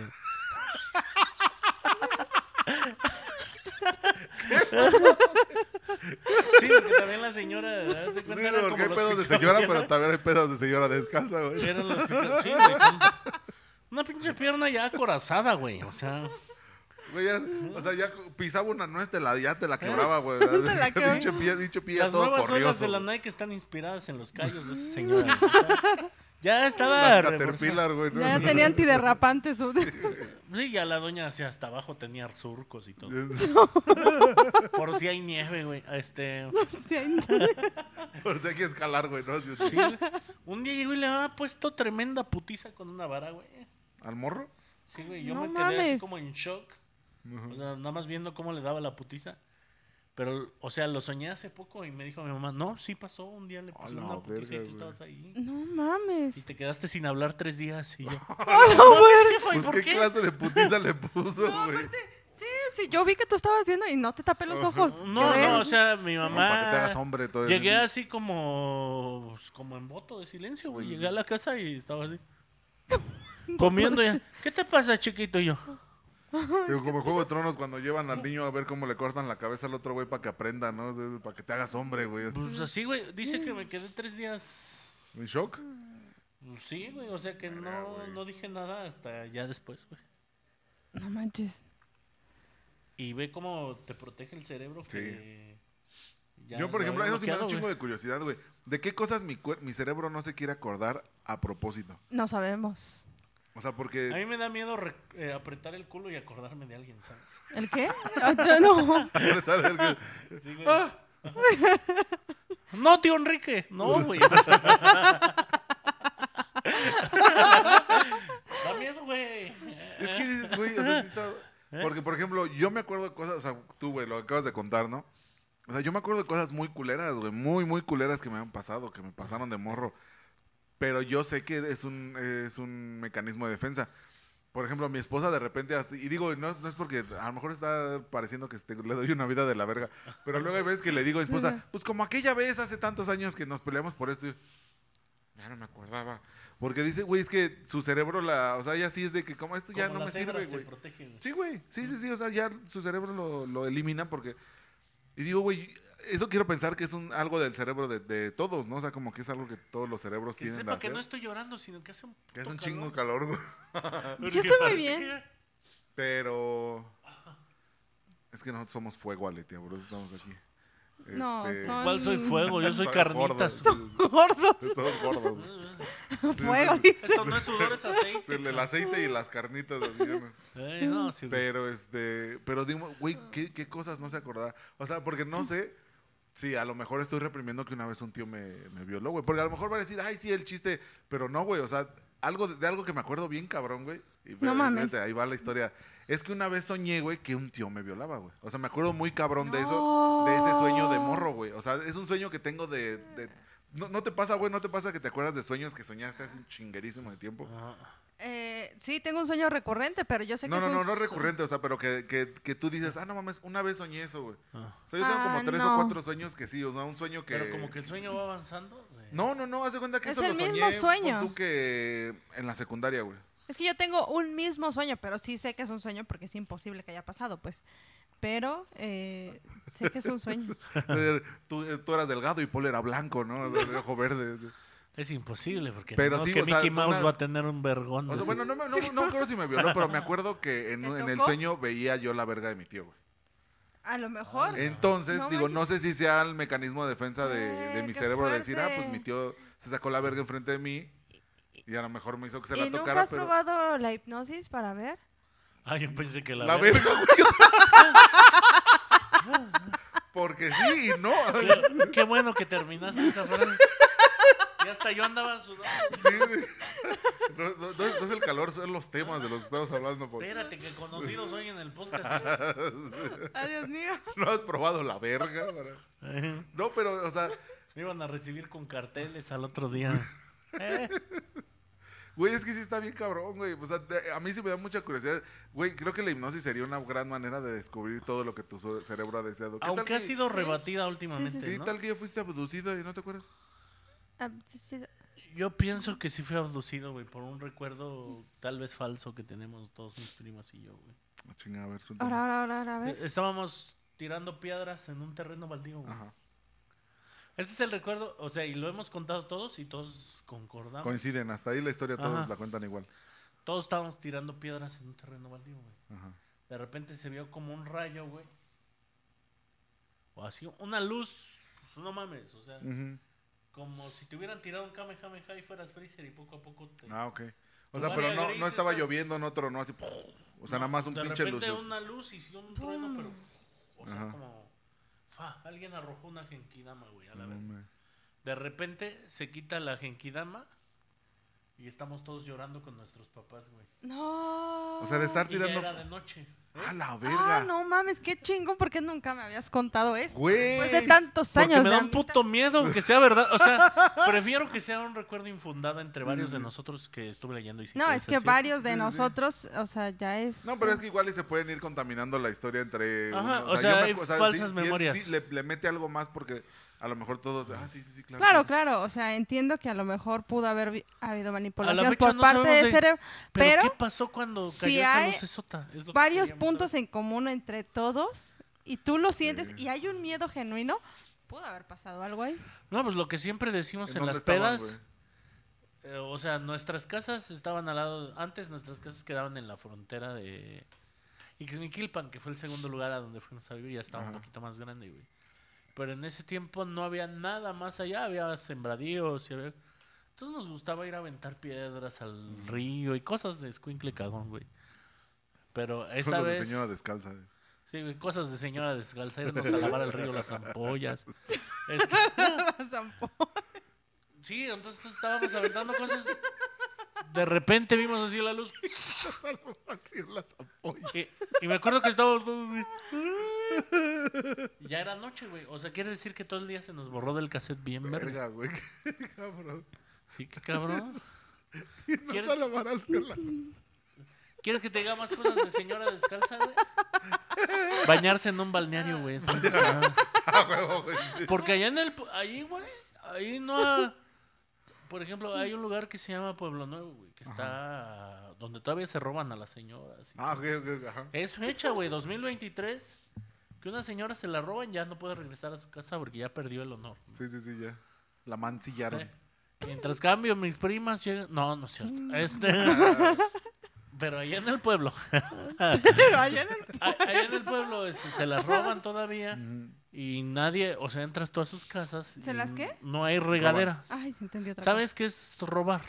[SPEAKER 1] Eh, sí, porque también la señora. haz de
[SPEAKER 2] Sí,
[SPEAKER 1] cuenta, era como
[SPEAKER 2] porque hay
[SPEAKER 1] los
[SPEAKER 2] pedos de señora,
[SPEAKER 1] picapiedra.
[SPEAKER 2] pero también hay pedos de señora descalza, güey.
[SPEAKER 1] Eran los
[SPEAKER 2] [laughs]
[SPEAKER 1] pica- sí, güey, con- Una pinche pierna ya acorazada, güey. O sea,
[SPEAKER 2] Güey, ya- o sea, ya pisaba una nuez, te la, ya te la quebraba,
[SPEAKER 3] [laughs]
[SPEAKER 2] güey. Te
[SPEAKER 3] la quebraba.
[SPEAKER 2] Pinche pie, [laughs] dicho pie ya
[SPEAKER 1] las
[SPEAKER 2] todo
[SPEAKER 1] nuevas olas
[SPEAKER 2] corrioso.
[SPEAKER 1] de la
[SPEAKER 2] güey.
[SPEAKER 1] Nike están inspiradas en los callos de esa señora. güey, o sea, ya estaba.
[SPEAKER 2] Las
[SPEAKER 1] reforzada.
[SPEAKER 2] Caterpillar, güey. ¿no? [laughs]
[SPEAKER 3] Ya tenía antiderrapantes. sus-
[SPEAKER 1] Sí, ya la doña hacia hasta abajo tenía surcos y todo. Por si hay nieve, güey. Este.
[SPEAKER 3] Sí, hay-
[SPEAKER 1] [laughs]
[SPEAKER 2] Por si hay que escalar, güey, ¿no? Si-
[SPEAKER 1] sí, güey. un día llegó y le había puesto tremenda putiza con una vara, güey.
[SPEAKER 2] ¿Al morro?
[SPEAKER 1] Sí, güey. Yo
[SPEAKER 3] No
[SPEAKER 1] me quedé así
[SPEAKER 3] mames.
[SPEAKER 1] como en shock.
[SPEAKER 2] Ujú.
[SPEAKER 1] O sea, nada más viendo cómo le daba la putiza. Pero, o sea, lo soñé hace poco y me dijo mi mamá, no, sí pasó, un día le
[SPEAKER 2] A
[SPEAKER 1] pasó
[SPEAKER 2] la
[SPEAKER 1] una putiza
[SPEAKER 2] verga,
[SPEAKER 1] y tú
[SPEAKER 2] güey.
[SPEAKER 1] estabas ahí.
[SPEAKER 3] No mames.
[SPEAKER 1] Y te quedaste sin hablar tres días y yo.
[SPEAKER 3] [laughs]
[SPEAKER 2] Pues,
[SPEAKER 1] ¿por
[SPEAKER 2] ¿qué,
[SPEAKER 1] qué?
[SPEAKER 2] clase de putiza le
[SPEAKER 3] [laughs]
[SPEAKER 2] puso, güey?
[SPEAKER 3] Sí, sí, yo vi que tú estabas viendo y no te tapé los ojos.
[SPEAKER 1] No,
[SPEAKER 3] ¿Qué
[SPEAKER 1] no, o
[SPEAKER 3] ves?
[SPEAKER 1] sea, mi
[SPEAKER 2] Como Para que te hagas
[SPEAKER 1] mamá.
[SPEAKER 2] hombre todo el-
[SPEAKER 1] Llegué así como. pues, como en voto de silencio, güey. Llegué a la casa y estaba así. comiendo ya. ¿Qué te pasa, chiquito? Y yo.
[SPEAKER 2] Digo, como Juego de Tronos, cuando llevan al niño a ver cómo le cortan la cabeza al otro güey para que aprenda, ¿no? O sea, Para que te hagas hombre, güey.
[SPEAKER 1] Pues así, güey. Dice que me quedé tres días. pues,
[SPEAKER 2] ¿En shock?
[SPEAKER 1] Sí, güey. O sea que
[SPEAKER 2] Verga,
[SPEAKER 1] no,
[SPEAKER 2] güey.
[SPEAKER 1] no dije nada hasta ya después, güey.
[SPEAKER 3] No manches.
[SPEAKER 1] Y ve cómo te protege el cerebro. Que ya
[SPEAKER 2] Yo, por
[SPEAKER 1] lo
[SPEAKER 2] ejemplo,
[SPEAKER 1] había
[SPEAKER 2] eso sí me da un
[SPEAKER 1] bloqueado,
[SPEAKER 2] chingo
[SPEAKER 1] güey.
[SPEAKER 2] de curiosidad, güey. ¿De qué cosas mi, cuer- mi cerebro no se quiere acordar a propósito?
[SPEAKER 3] No sabemos.
[SPEAKER 2] O sea, porque...
[SPEAKER 1] A mí me da miedo re- eh, apretar el culo y acordarme de alguien, ¿sabes?
[SPEAKER 3] ¿El
[SPEAKER 1] [laughs]
[SPEAKER 3] qué? Ah, yo no. [laughs]
[SPEAKER 1] Sí, güey.
[SPEAKER 2] Ah,
[SPEAKER 1] [laughs] No, tío Enrique. No, güey. da miedo, güey.
[SPEAKER 2] Es que dices, güey, o sea, sí está... Porque, por ejemplo, yo me acuerdo de cosas, o sea, tú, güey, lo acabas de contar, ¿no? O sea, yo me acuerdo de cosas muy culeras, güey, muy, muy culeras que me han pasado, que me pasaron de morro. Pero yo sé que es un, es un mecanismo de defensa. Por ejemplo, mi esposa de repente, hasta- y digo, no, no es porque a lo mejor está pareciendo que este- le doy una vida de la verga, pero luego hay veces que le digo a mi esposa, pues como aquella vez hace tantos años que nos peleamos por esto, y yo, ya no me acordaba. Porque dice, güey, es que su cerebro, la, o sea, ya sí es de que como esto ya
[SPEAKER 1] Como
[SPEAKER 2] no me
[SPEAKER 1] las hebras
[SPEAKER 2] sirve,
[SPEAKER 1] se
[SPEAKER 2] güey.
[SPEAKER 1] protegen.
[SPEAKER 2] Sí, güey. Sí, sí, sí. O sea, ya su cerebro lo, lo elimina porque. Y digo, güey, eso quiero pensar que es un, algo del cerebro de, de todos, ¿no? O sea, como que es algo que todos los cerebros
[SPEAKER 1] Que
[SPEAKER 2] tienen
[SPEAKER 1] sepa
[SPEAKER 2] de
[SPEAKER 1] que
[SPEAKER 2] hacer.
[SPEAKER 1] no estoy llorando, sino que hace un
[SPEAKER 2] Que es
[SPEAKER 1] puto
[SPEAKER 2] un chingo de
[SPEAKER 1] calor.
[SPEAKER 2] calor, güey.
[SPEAKER 1] Porque
[SPEAKER 3] Yo estoy muy
[SPEAKER 1] parece
[SPEAKER 3] bien.
[SPEAKER 1] que-
[SPEAKER 2] Pero. Es que nosotros somos fuego, Aletia, por eso estamos aquí.
[SPEAKER 3] No,
[SPEAKER 2] Este,
[SPEAKER 3] son-
[SPEAKER 1] ¿Cuál soy fuego? Yo soy
[SPEAKER 2] son
[SPEAKER 1] carnitas.
[SPEAKER 2] gordos, sí, sí,
[SPEAKER 3] Gordo.
[SPEAKER 1] [laughs]
[SPEAKER 2] sí, Son gordos. güey.
[SPEAKER 3] Fuego,
[SPEAKER 2] sí.
[SPEAKER 3] dice.
[SPEAKER 1] Esto no es sudor, es aceite.
[SPEAKER 2] Sí, El
[SPEAKER 1] cabrón.
[SPEAKER 2] aceite y las carnitas. así, ya no.
[SPEAKER 1] Eh, no, sí, güey.
[SPEAKER 2] Pero este, pero dimos, güey, ¿qué, qué cosas no se acordaba? O sea, porque no sé si a lo mejor estoy reprimiendo que una vez un tío me, me violó, güey. Porque a lo mejor va a decir, ay, sí, el chiste, pero no, güey. O sea, algo de, de algo que me acuerdo bien, cabrón, güey. Y fíjate,
[SPEAKER 3] mames.
[SPEAKER 2] fíjate, ahí va la historia. Es que una vez soñé, güey, que un tío me violaba, güey. O sea, me acuerdo muy cabrón de eso, de ese sueño de morro, güey. O sea, es un sueño que tengo de. de- no, no te pasa, güey, no te pasa que te acuerdas de sueños que soñaste hace un chinguerísimo de tiempo.
[SPEAKER 1] Ah,
[SPEAKER 3] Eh, sí, tengo un sueño recurrente, pero yo sé
[SPEAKER 2] No,
[SPEAKER 3] que
[SPEAKER 2] no,
[SPEAKER 3] es
[SPEAKER 2] no,
[SPEAKER 3] un
[SPEAKER 2] no
[SPEAKER 3] su-
[SPEAKER 2] recurrente, o sea, pero que, que, que tú dices, ah, no mames, una vez soñé eso, güey.
[SPEAKER 1] ah.
[SPEAKER 2] O sea, yo tengo
[SPEAKER 3] Ah,
[SPEAKER 2] como tres
[SPEAKER 3] no.
[SPEAKER 2] o cuatro sueños que sí, o sea, un sueño que...
[SPEAKER 1] Pero como que el sueño va avanzando. eh.
[SPEAKER 2] No, no, no, haz de cuenta que
[SPEAKER 3] Es
[SPEAKER 2] eso
[SPEAKER 3] el
[SPEAKER 2] lo soñé
[SPEAKER 3] mismo
[SPEAKER 2] pon
[SPEAKER 3] sueño.
[SPEAKER 2] tú que en la secundaria, güey. [laughs]
[SPEAKER 3] Es que yo tengo un mismo sueño, pero sí sé que es un sueño porque es imposible que haya pasado, pues. Pero eh, sé que es un sueño.
[SPEAKER 2] O sea, tú, eh, tú eras delgado y Paul era blanco, ¿no? O sea, de ojo verde. sí.
[SPEAKER 1] Es imposible, porque
[SPEAKER 2] Pero
[SPEAKER 1] no
[SPEAKER 2] sí,
[SPEAKER 1] que
[SPEAKER 2] o sea,
[SPEAKER 1] Mickey Mouse
[SPEAKER 2] una-
[SPEAKER 1] va a tener un vergón.
[SPEAKER 2] O
[SPEAKER 1] de-
[SPEAKER 2] sea, bueno, no me no, no me acuerdo si me violó, pero me acuerdo que en,
[SPEAKER 3] ¿Te
[SPEAKER 2] en el
[SPEAKER 3] tocó?
[SPEAKER 2] sueño veía yo la verga de mi tío, güey.
[SPEAKER 3] A lo mejor.
[SPEAKER 2] Entonces,
[SPEAKER 3] Ah. No
[SPEAKER 2] digo,
[SPEAKER 3] manches.
[SPEAKER 2] no sé si sea el mecanismo de defensa de, de
[SPEAKER 3] Eh,
[SPEAKER 2] mi
[SPEAKER 3] qué
[SPEAKER 2] cerebro de decir, ah, pues
[SPEAKER 3] fuerte.
[SPEAKER 2] mi tío se sacó la verga enfrente de mí y a lo mejor me hizo que se la
[SPEAKER 3] ¿Y nunca
[SPEAKER 2] tocara,
[SPEAKER 3] has
[SPEAKER 2] pero...
[SPEAKER 3] probado la hipnosis para ver?
[SPEAKER 1] Ah, yo pensé que la,
[SPEAKER 2] La
[SPEAKER 1] verga.
[SPEAKER 2] verga, güey. Porque sí y no.
[SPEAKER 1] Qué, qué bueno que terminaste esa frase. Y hasta yo andaba sudando.
[SPEAKER 2] Sí, sí. No, no- no es, no es el calor, son los temas de los que estamos hablando. por-
[SPEAKER 1] Espérate, que conocidos hoy en el podcast.
[SPEAKER 3] Ay, Dios mío.
[SPEAKER 2] [laughs] No has probado la verga. para-
[SPEAKER 1] Eh,
[SPEAKER 2] No, pero, o sea,
[SPEAKER 1] Me iban a recibir con carteles al otro día.
[SPEAKER 2] [laughs]
[SPEAKER 1] Eh,
[SPEAKER 2] güey, es que sí está bien cabrón, güey. O sea, te- a mí sí me da mucha curiosidad. Güey, creo que la hipnosis sería una gran manera de descubrir todo lo que tu so- cerebro ha deseado. ¿Qué
[SPEAKER 1] aunque
[SPEAKER 2] tal
[SPEAKER 1] ha
[SPEAKER 2] que-
[SPEAKER 1] sido rebatida últimamente,
[SPEAKER 2] Sí,
[SPEAKER 1] ¿no?
[SPEAKER 2] tal que ya fuiste abducido y no te acuerdas.
[SPEAKER 3] Ah, sí, sí.
[SPEAKER 1] Yo pienso que sí fui abducido, güey, por un recuerdo tal vez falso que tenemos todos mis primas y yo, güey.
[SPEAKER 2] Ah, chinga, a ver, suéltame.
[SPEAKER 3] Ahora, ahora, ahora, ahora, a ver.
[SPEAKER 1] Eh, Estábamos tirando piedras en un terreno baldío, güey.
[SPEAKER 2] Ajá.
[SPEAKER 1] Ese es el recuerdo, o sea, y lo hemos contado todos y todos concordamos.
[SPEAKER 2] Coinciden, hasta ahí la historia todos
[SPEAKER 1] Ajá.
[SPEAKER 2] la cuentan igual.
[SPEAKER 1] todos estábamos tirando piedras en un terreno baldío, güey.
[SPEAKER 2] Ajá.
[SPEAKER 1] De repente se vio como un rayo, güey. O así, una luz, no mames, o sea,
[SPEAKER 2] Ujú.
[SPEAKER 1] como si te hubieran tirado un Kamehameha y fueras Freezer y poco a poco te...
[SPEAKER 2] Ah, ok. O
[SPEAKER 1] Tu
[SPEAKER 2] sea, pero
[SPEAKER 1] área
[SPEAKER 2] no,
[SPEAKER 1] gris
[SPEAKER 2] no estaba
[SPEAKER 1] está-
[SPEAKER 2] lloviendo, no tronó así. ¡puf! O sea,
[SPEAKER 1] No,
[SPEAKER 2] nada más un
[SPEAKER 1] de
[SPEAKER 2] pinche
[SPEAKER 1] repente
[SPEAKER 2] luces.
[SPEAKER 1] una luz y sí un trueno, pero... O sea,
[SPEAKER 2] Ajá.
[SPEAKER 1] como... Fa, alguien arrojó una genkidama, güey, a la
[SPEAKER 2] No,
[SPEAKER 1] verga.
[SPEAKER 2] me-
[SPEAKER 1] De repente se quita la genkidama y estamos todos llorando con nuestros papás, güey.
[SPEAKER 3] No.
[SPEAKER 2] O sea, de estar
[SPEAKER 1] Y ya
[SPEAKER 2] tirando.
[SPEAKER 1] era de noche.
[SPEAKER 2] A la verga.
[SPEAKER 3] Ah, no mames, qué chingo, porque nunca me habías contado eso.
[SPEAKER 2] Güey.
[SPEAKER 3] Después de tantos
[SPEAKER 1] Porque
[SPEAKER 3] años.
[SPEAKER 1] me
[SPEAKER 3] de
[SPEAKER 1] da un
[SPEAKER 3] amistad.
[SPEAKER 1] puto miedo, aunque sea verdad. O
[SPEAKER 3] [laughs]
[SPEAKER 1] sea, prefiero que sea un recuerdo infundado entre varios
[SPEAKER 2] sí,
[SPEAKER 1] de
[SPEAKER 2] sí.
[SPEAKER 1] nosotros que estuve leyendo. Y sí
[SPEAKER 3] Mm. No,
[SPEAKER 1] que
[SPEAKER 3] es que
[SPEAKER 1] así.
[SPEAKER 3] varios de
[SPEAKER 2] Sí, sí.
[SPEAKER 3] nosotros, o sea, ya es.
[SPEAKER 2] No, pero es que igual y se pueden ir contaminando la historia entre.
[SPEAKER 1] Ajá,
[SPEAKER 2] uno.
[SPEAKER 1] o sea,
[SPEAKER 2] yo
[SPEAKER 1] hay
[SPEAKER 2] acu-
[SPEAKER 1] falsas
[SPEAKER 2] él
[SPEAKER 1] memorias.
[SPEAKER 2] di- le, le mete algo más porque a lo mejor todos. Ah, sí, sí, sí, claro.
[SPEAKER 3] Claro, claro, o sea, entiendo que a lo mejor pudo haber vi- habido manipulación
[SPEAKER 1] fecha
[SPEAKER 3] por
[SPEAKER 1] no
[SPEAKER 3] parte
[SPEAKER 1] sabemos
[SPEAKER 3] del
[SPEAKER 1] de-
[SPEAKER 3] cerebro.
[SPEAKER 1] ¿Pero,
[SPEAKER 3] pero
[SPEAKER 1] qué pasó cuando
[SPEAKER 3] si
[SPEAKER 1] cayó esa
[SPEAKER 3] hay
[SPEAKER 1] luz esota? Es lo que
[SPEAKER 3] varios
[SPEAKER 1] queríamos
[SPEAKER 3] puntos
[SPEAKER 1] saber.
[SPEAKER 3] en común entre todos y tú lo sientes
[SPEAKER 2] Sí.
[SPEAKER 3] y hay un miedo genuino. Pudo haber pasado algo
[SPEAKER 2] [laughs]
[SPEAKER 3] ahí. [laughs]
[SPEAKER 1] No, pues lo que siempre decimos en,
[SPEAKER 2] dónde
[SPEAKER 1] las
[SPEAKER 2] estaban,
[SPEAKER 1] pedas.
[SPEAKER 2] güey?
[SPEAKER 1] eh, o sea, nuestras casas estaban al lado. Antes nuestras casas quedaban en la frontera de Ixmiquilpan, que fue el segundo lugar a donde fuimos a vivir. Ya estaba
[SPEAKER 2] Ajá.
[SPEAKER 1] un poquito más grande, güey. Pero en ese tiempo no había nada más allá. Había sembradíos y había. Entonces nos gustaba ir a aventar piedras al río y cosas de escuincle cagón, güey. Pero esa
[SPEAKER 2] Cosas
[SPEAKER 1] vez.
[SPEAKER 2] de señora descalza. [laughs] güey.
[SPEAKER 1] Sí, güey, cosas de señora descalza, irnos a lavar al río las
[SPEAKER 2] [laughs]
[SPEAKER 1] ampollas. Este, sí, entonces pues, estábamos aventando cosas. De repente vimos así la luz.
[SPEAKER 2] Las algo a abrir las ampollas.
[SPEAKER 1] Y, y me acuerdo que estábamos todos así. Ya era noche, güey. O sea, quiere decir que todo el día se nos borró del cassette bien verga.
[SPEAKER 2] Verga, güey. [laughs] qué Cabrón.
[SPEAKER 1] Sí, qué cabrón.
[SPEAKER 2] Y no
[SPEAKER 1] ¿Quieres-
[SPEAKER 2] a lavar al río las [laughs]
[SPEAKER 1] ¿Quieres que te diga más cosas de señora descalza, güey? Bañarse en un balneario, güey. es muy pesado.
[SPEAKER 2] Ah, huevo, güey.
[SPEAKER 1] Porque allá en el... pu- Ahí, güey, ahí no... ha- Por ejemplo, hay un lugar que se llama Pueblo Nuevo, güey, que está... Donde todavía se roban a las señoras. y
[SPEAKER 2] Ah,
[SPEAKER 1] todo.
[SPEAKER 2] ok, ok, ok, ajá.
[SPEAKER 1] Es fecha, güey, 2023. Que una señora se la roban, ya no puede regresar a su casa porque ya perdió el honor.
[SPEAKER 2] Sí, sí, sí, ya. La mancillaron.
[SPEAKER 1] [laughs] Eh, Mientras cambio, mis primas llegan... No, no es cierto.
[SPEAKER 2] Mm. [laughs]
[SPEAKER 1] Este... Pero allá en el pueblo,
[SPEAKER 3] Pero allá
[SPEAKER 2] [laughs]
[SPEAKER 3] en el-
[SPEAKER 1] a- allá en el pueblo este, se las roban todavía.
[SPEAKER 2] Ujú.
[SPEAKER 1] Y nadie, o sea, entras tú a sus casas.
[SPEAKER 3] ¿Se
[SPEAKER 1] y
[SPEAKER 3] las qué?
[SPEAKER 1] No hay regaderas.
[SPEAKER 3] Ay, entendí otra
[SPEAKER 1] ¿Sabes qué es robar?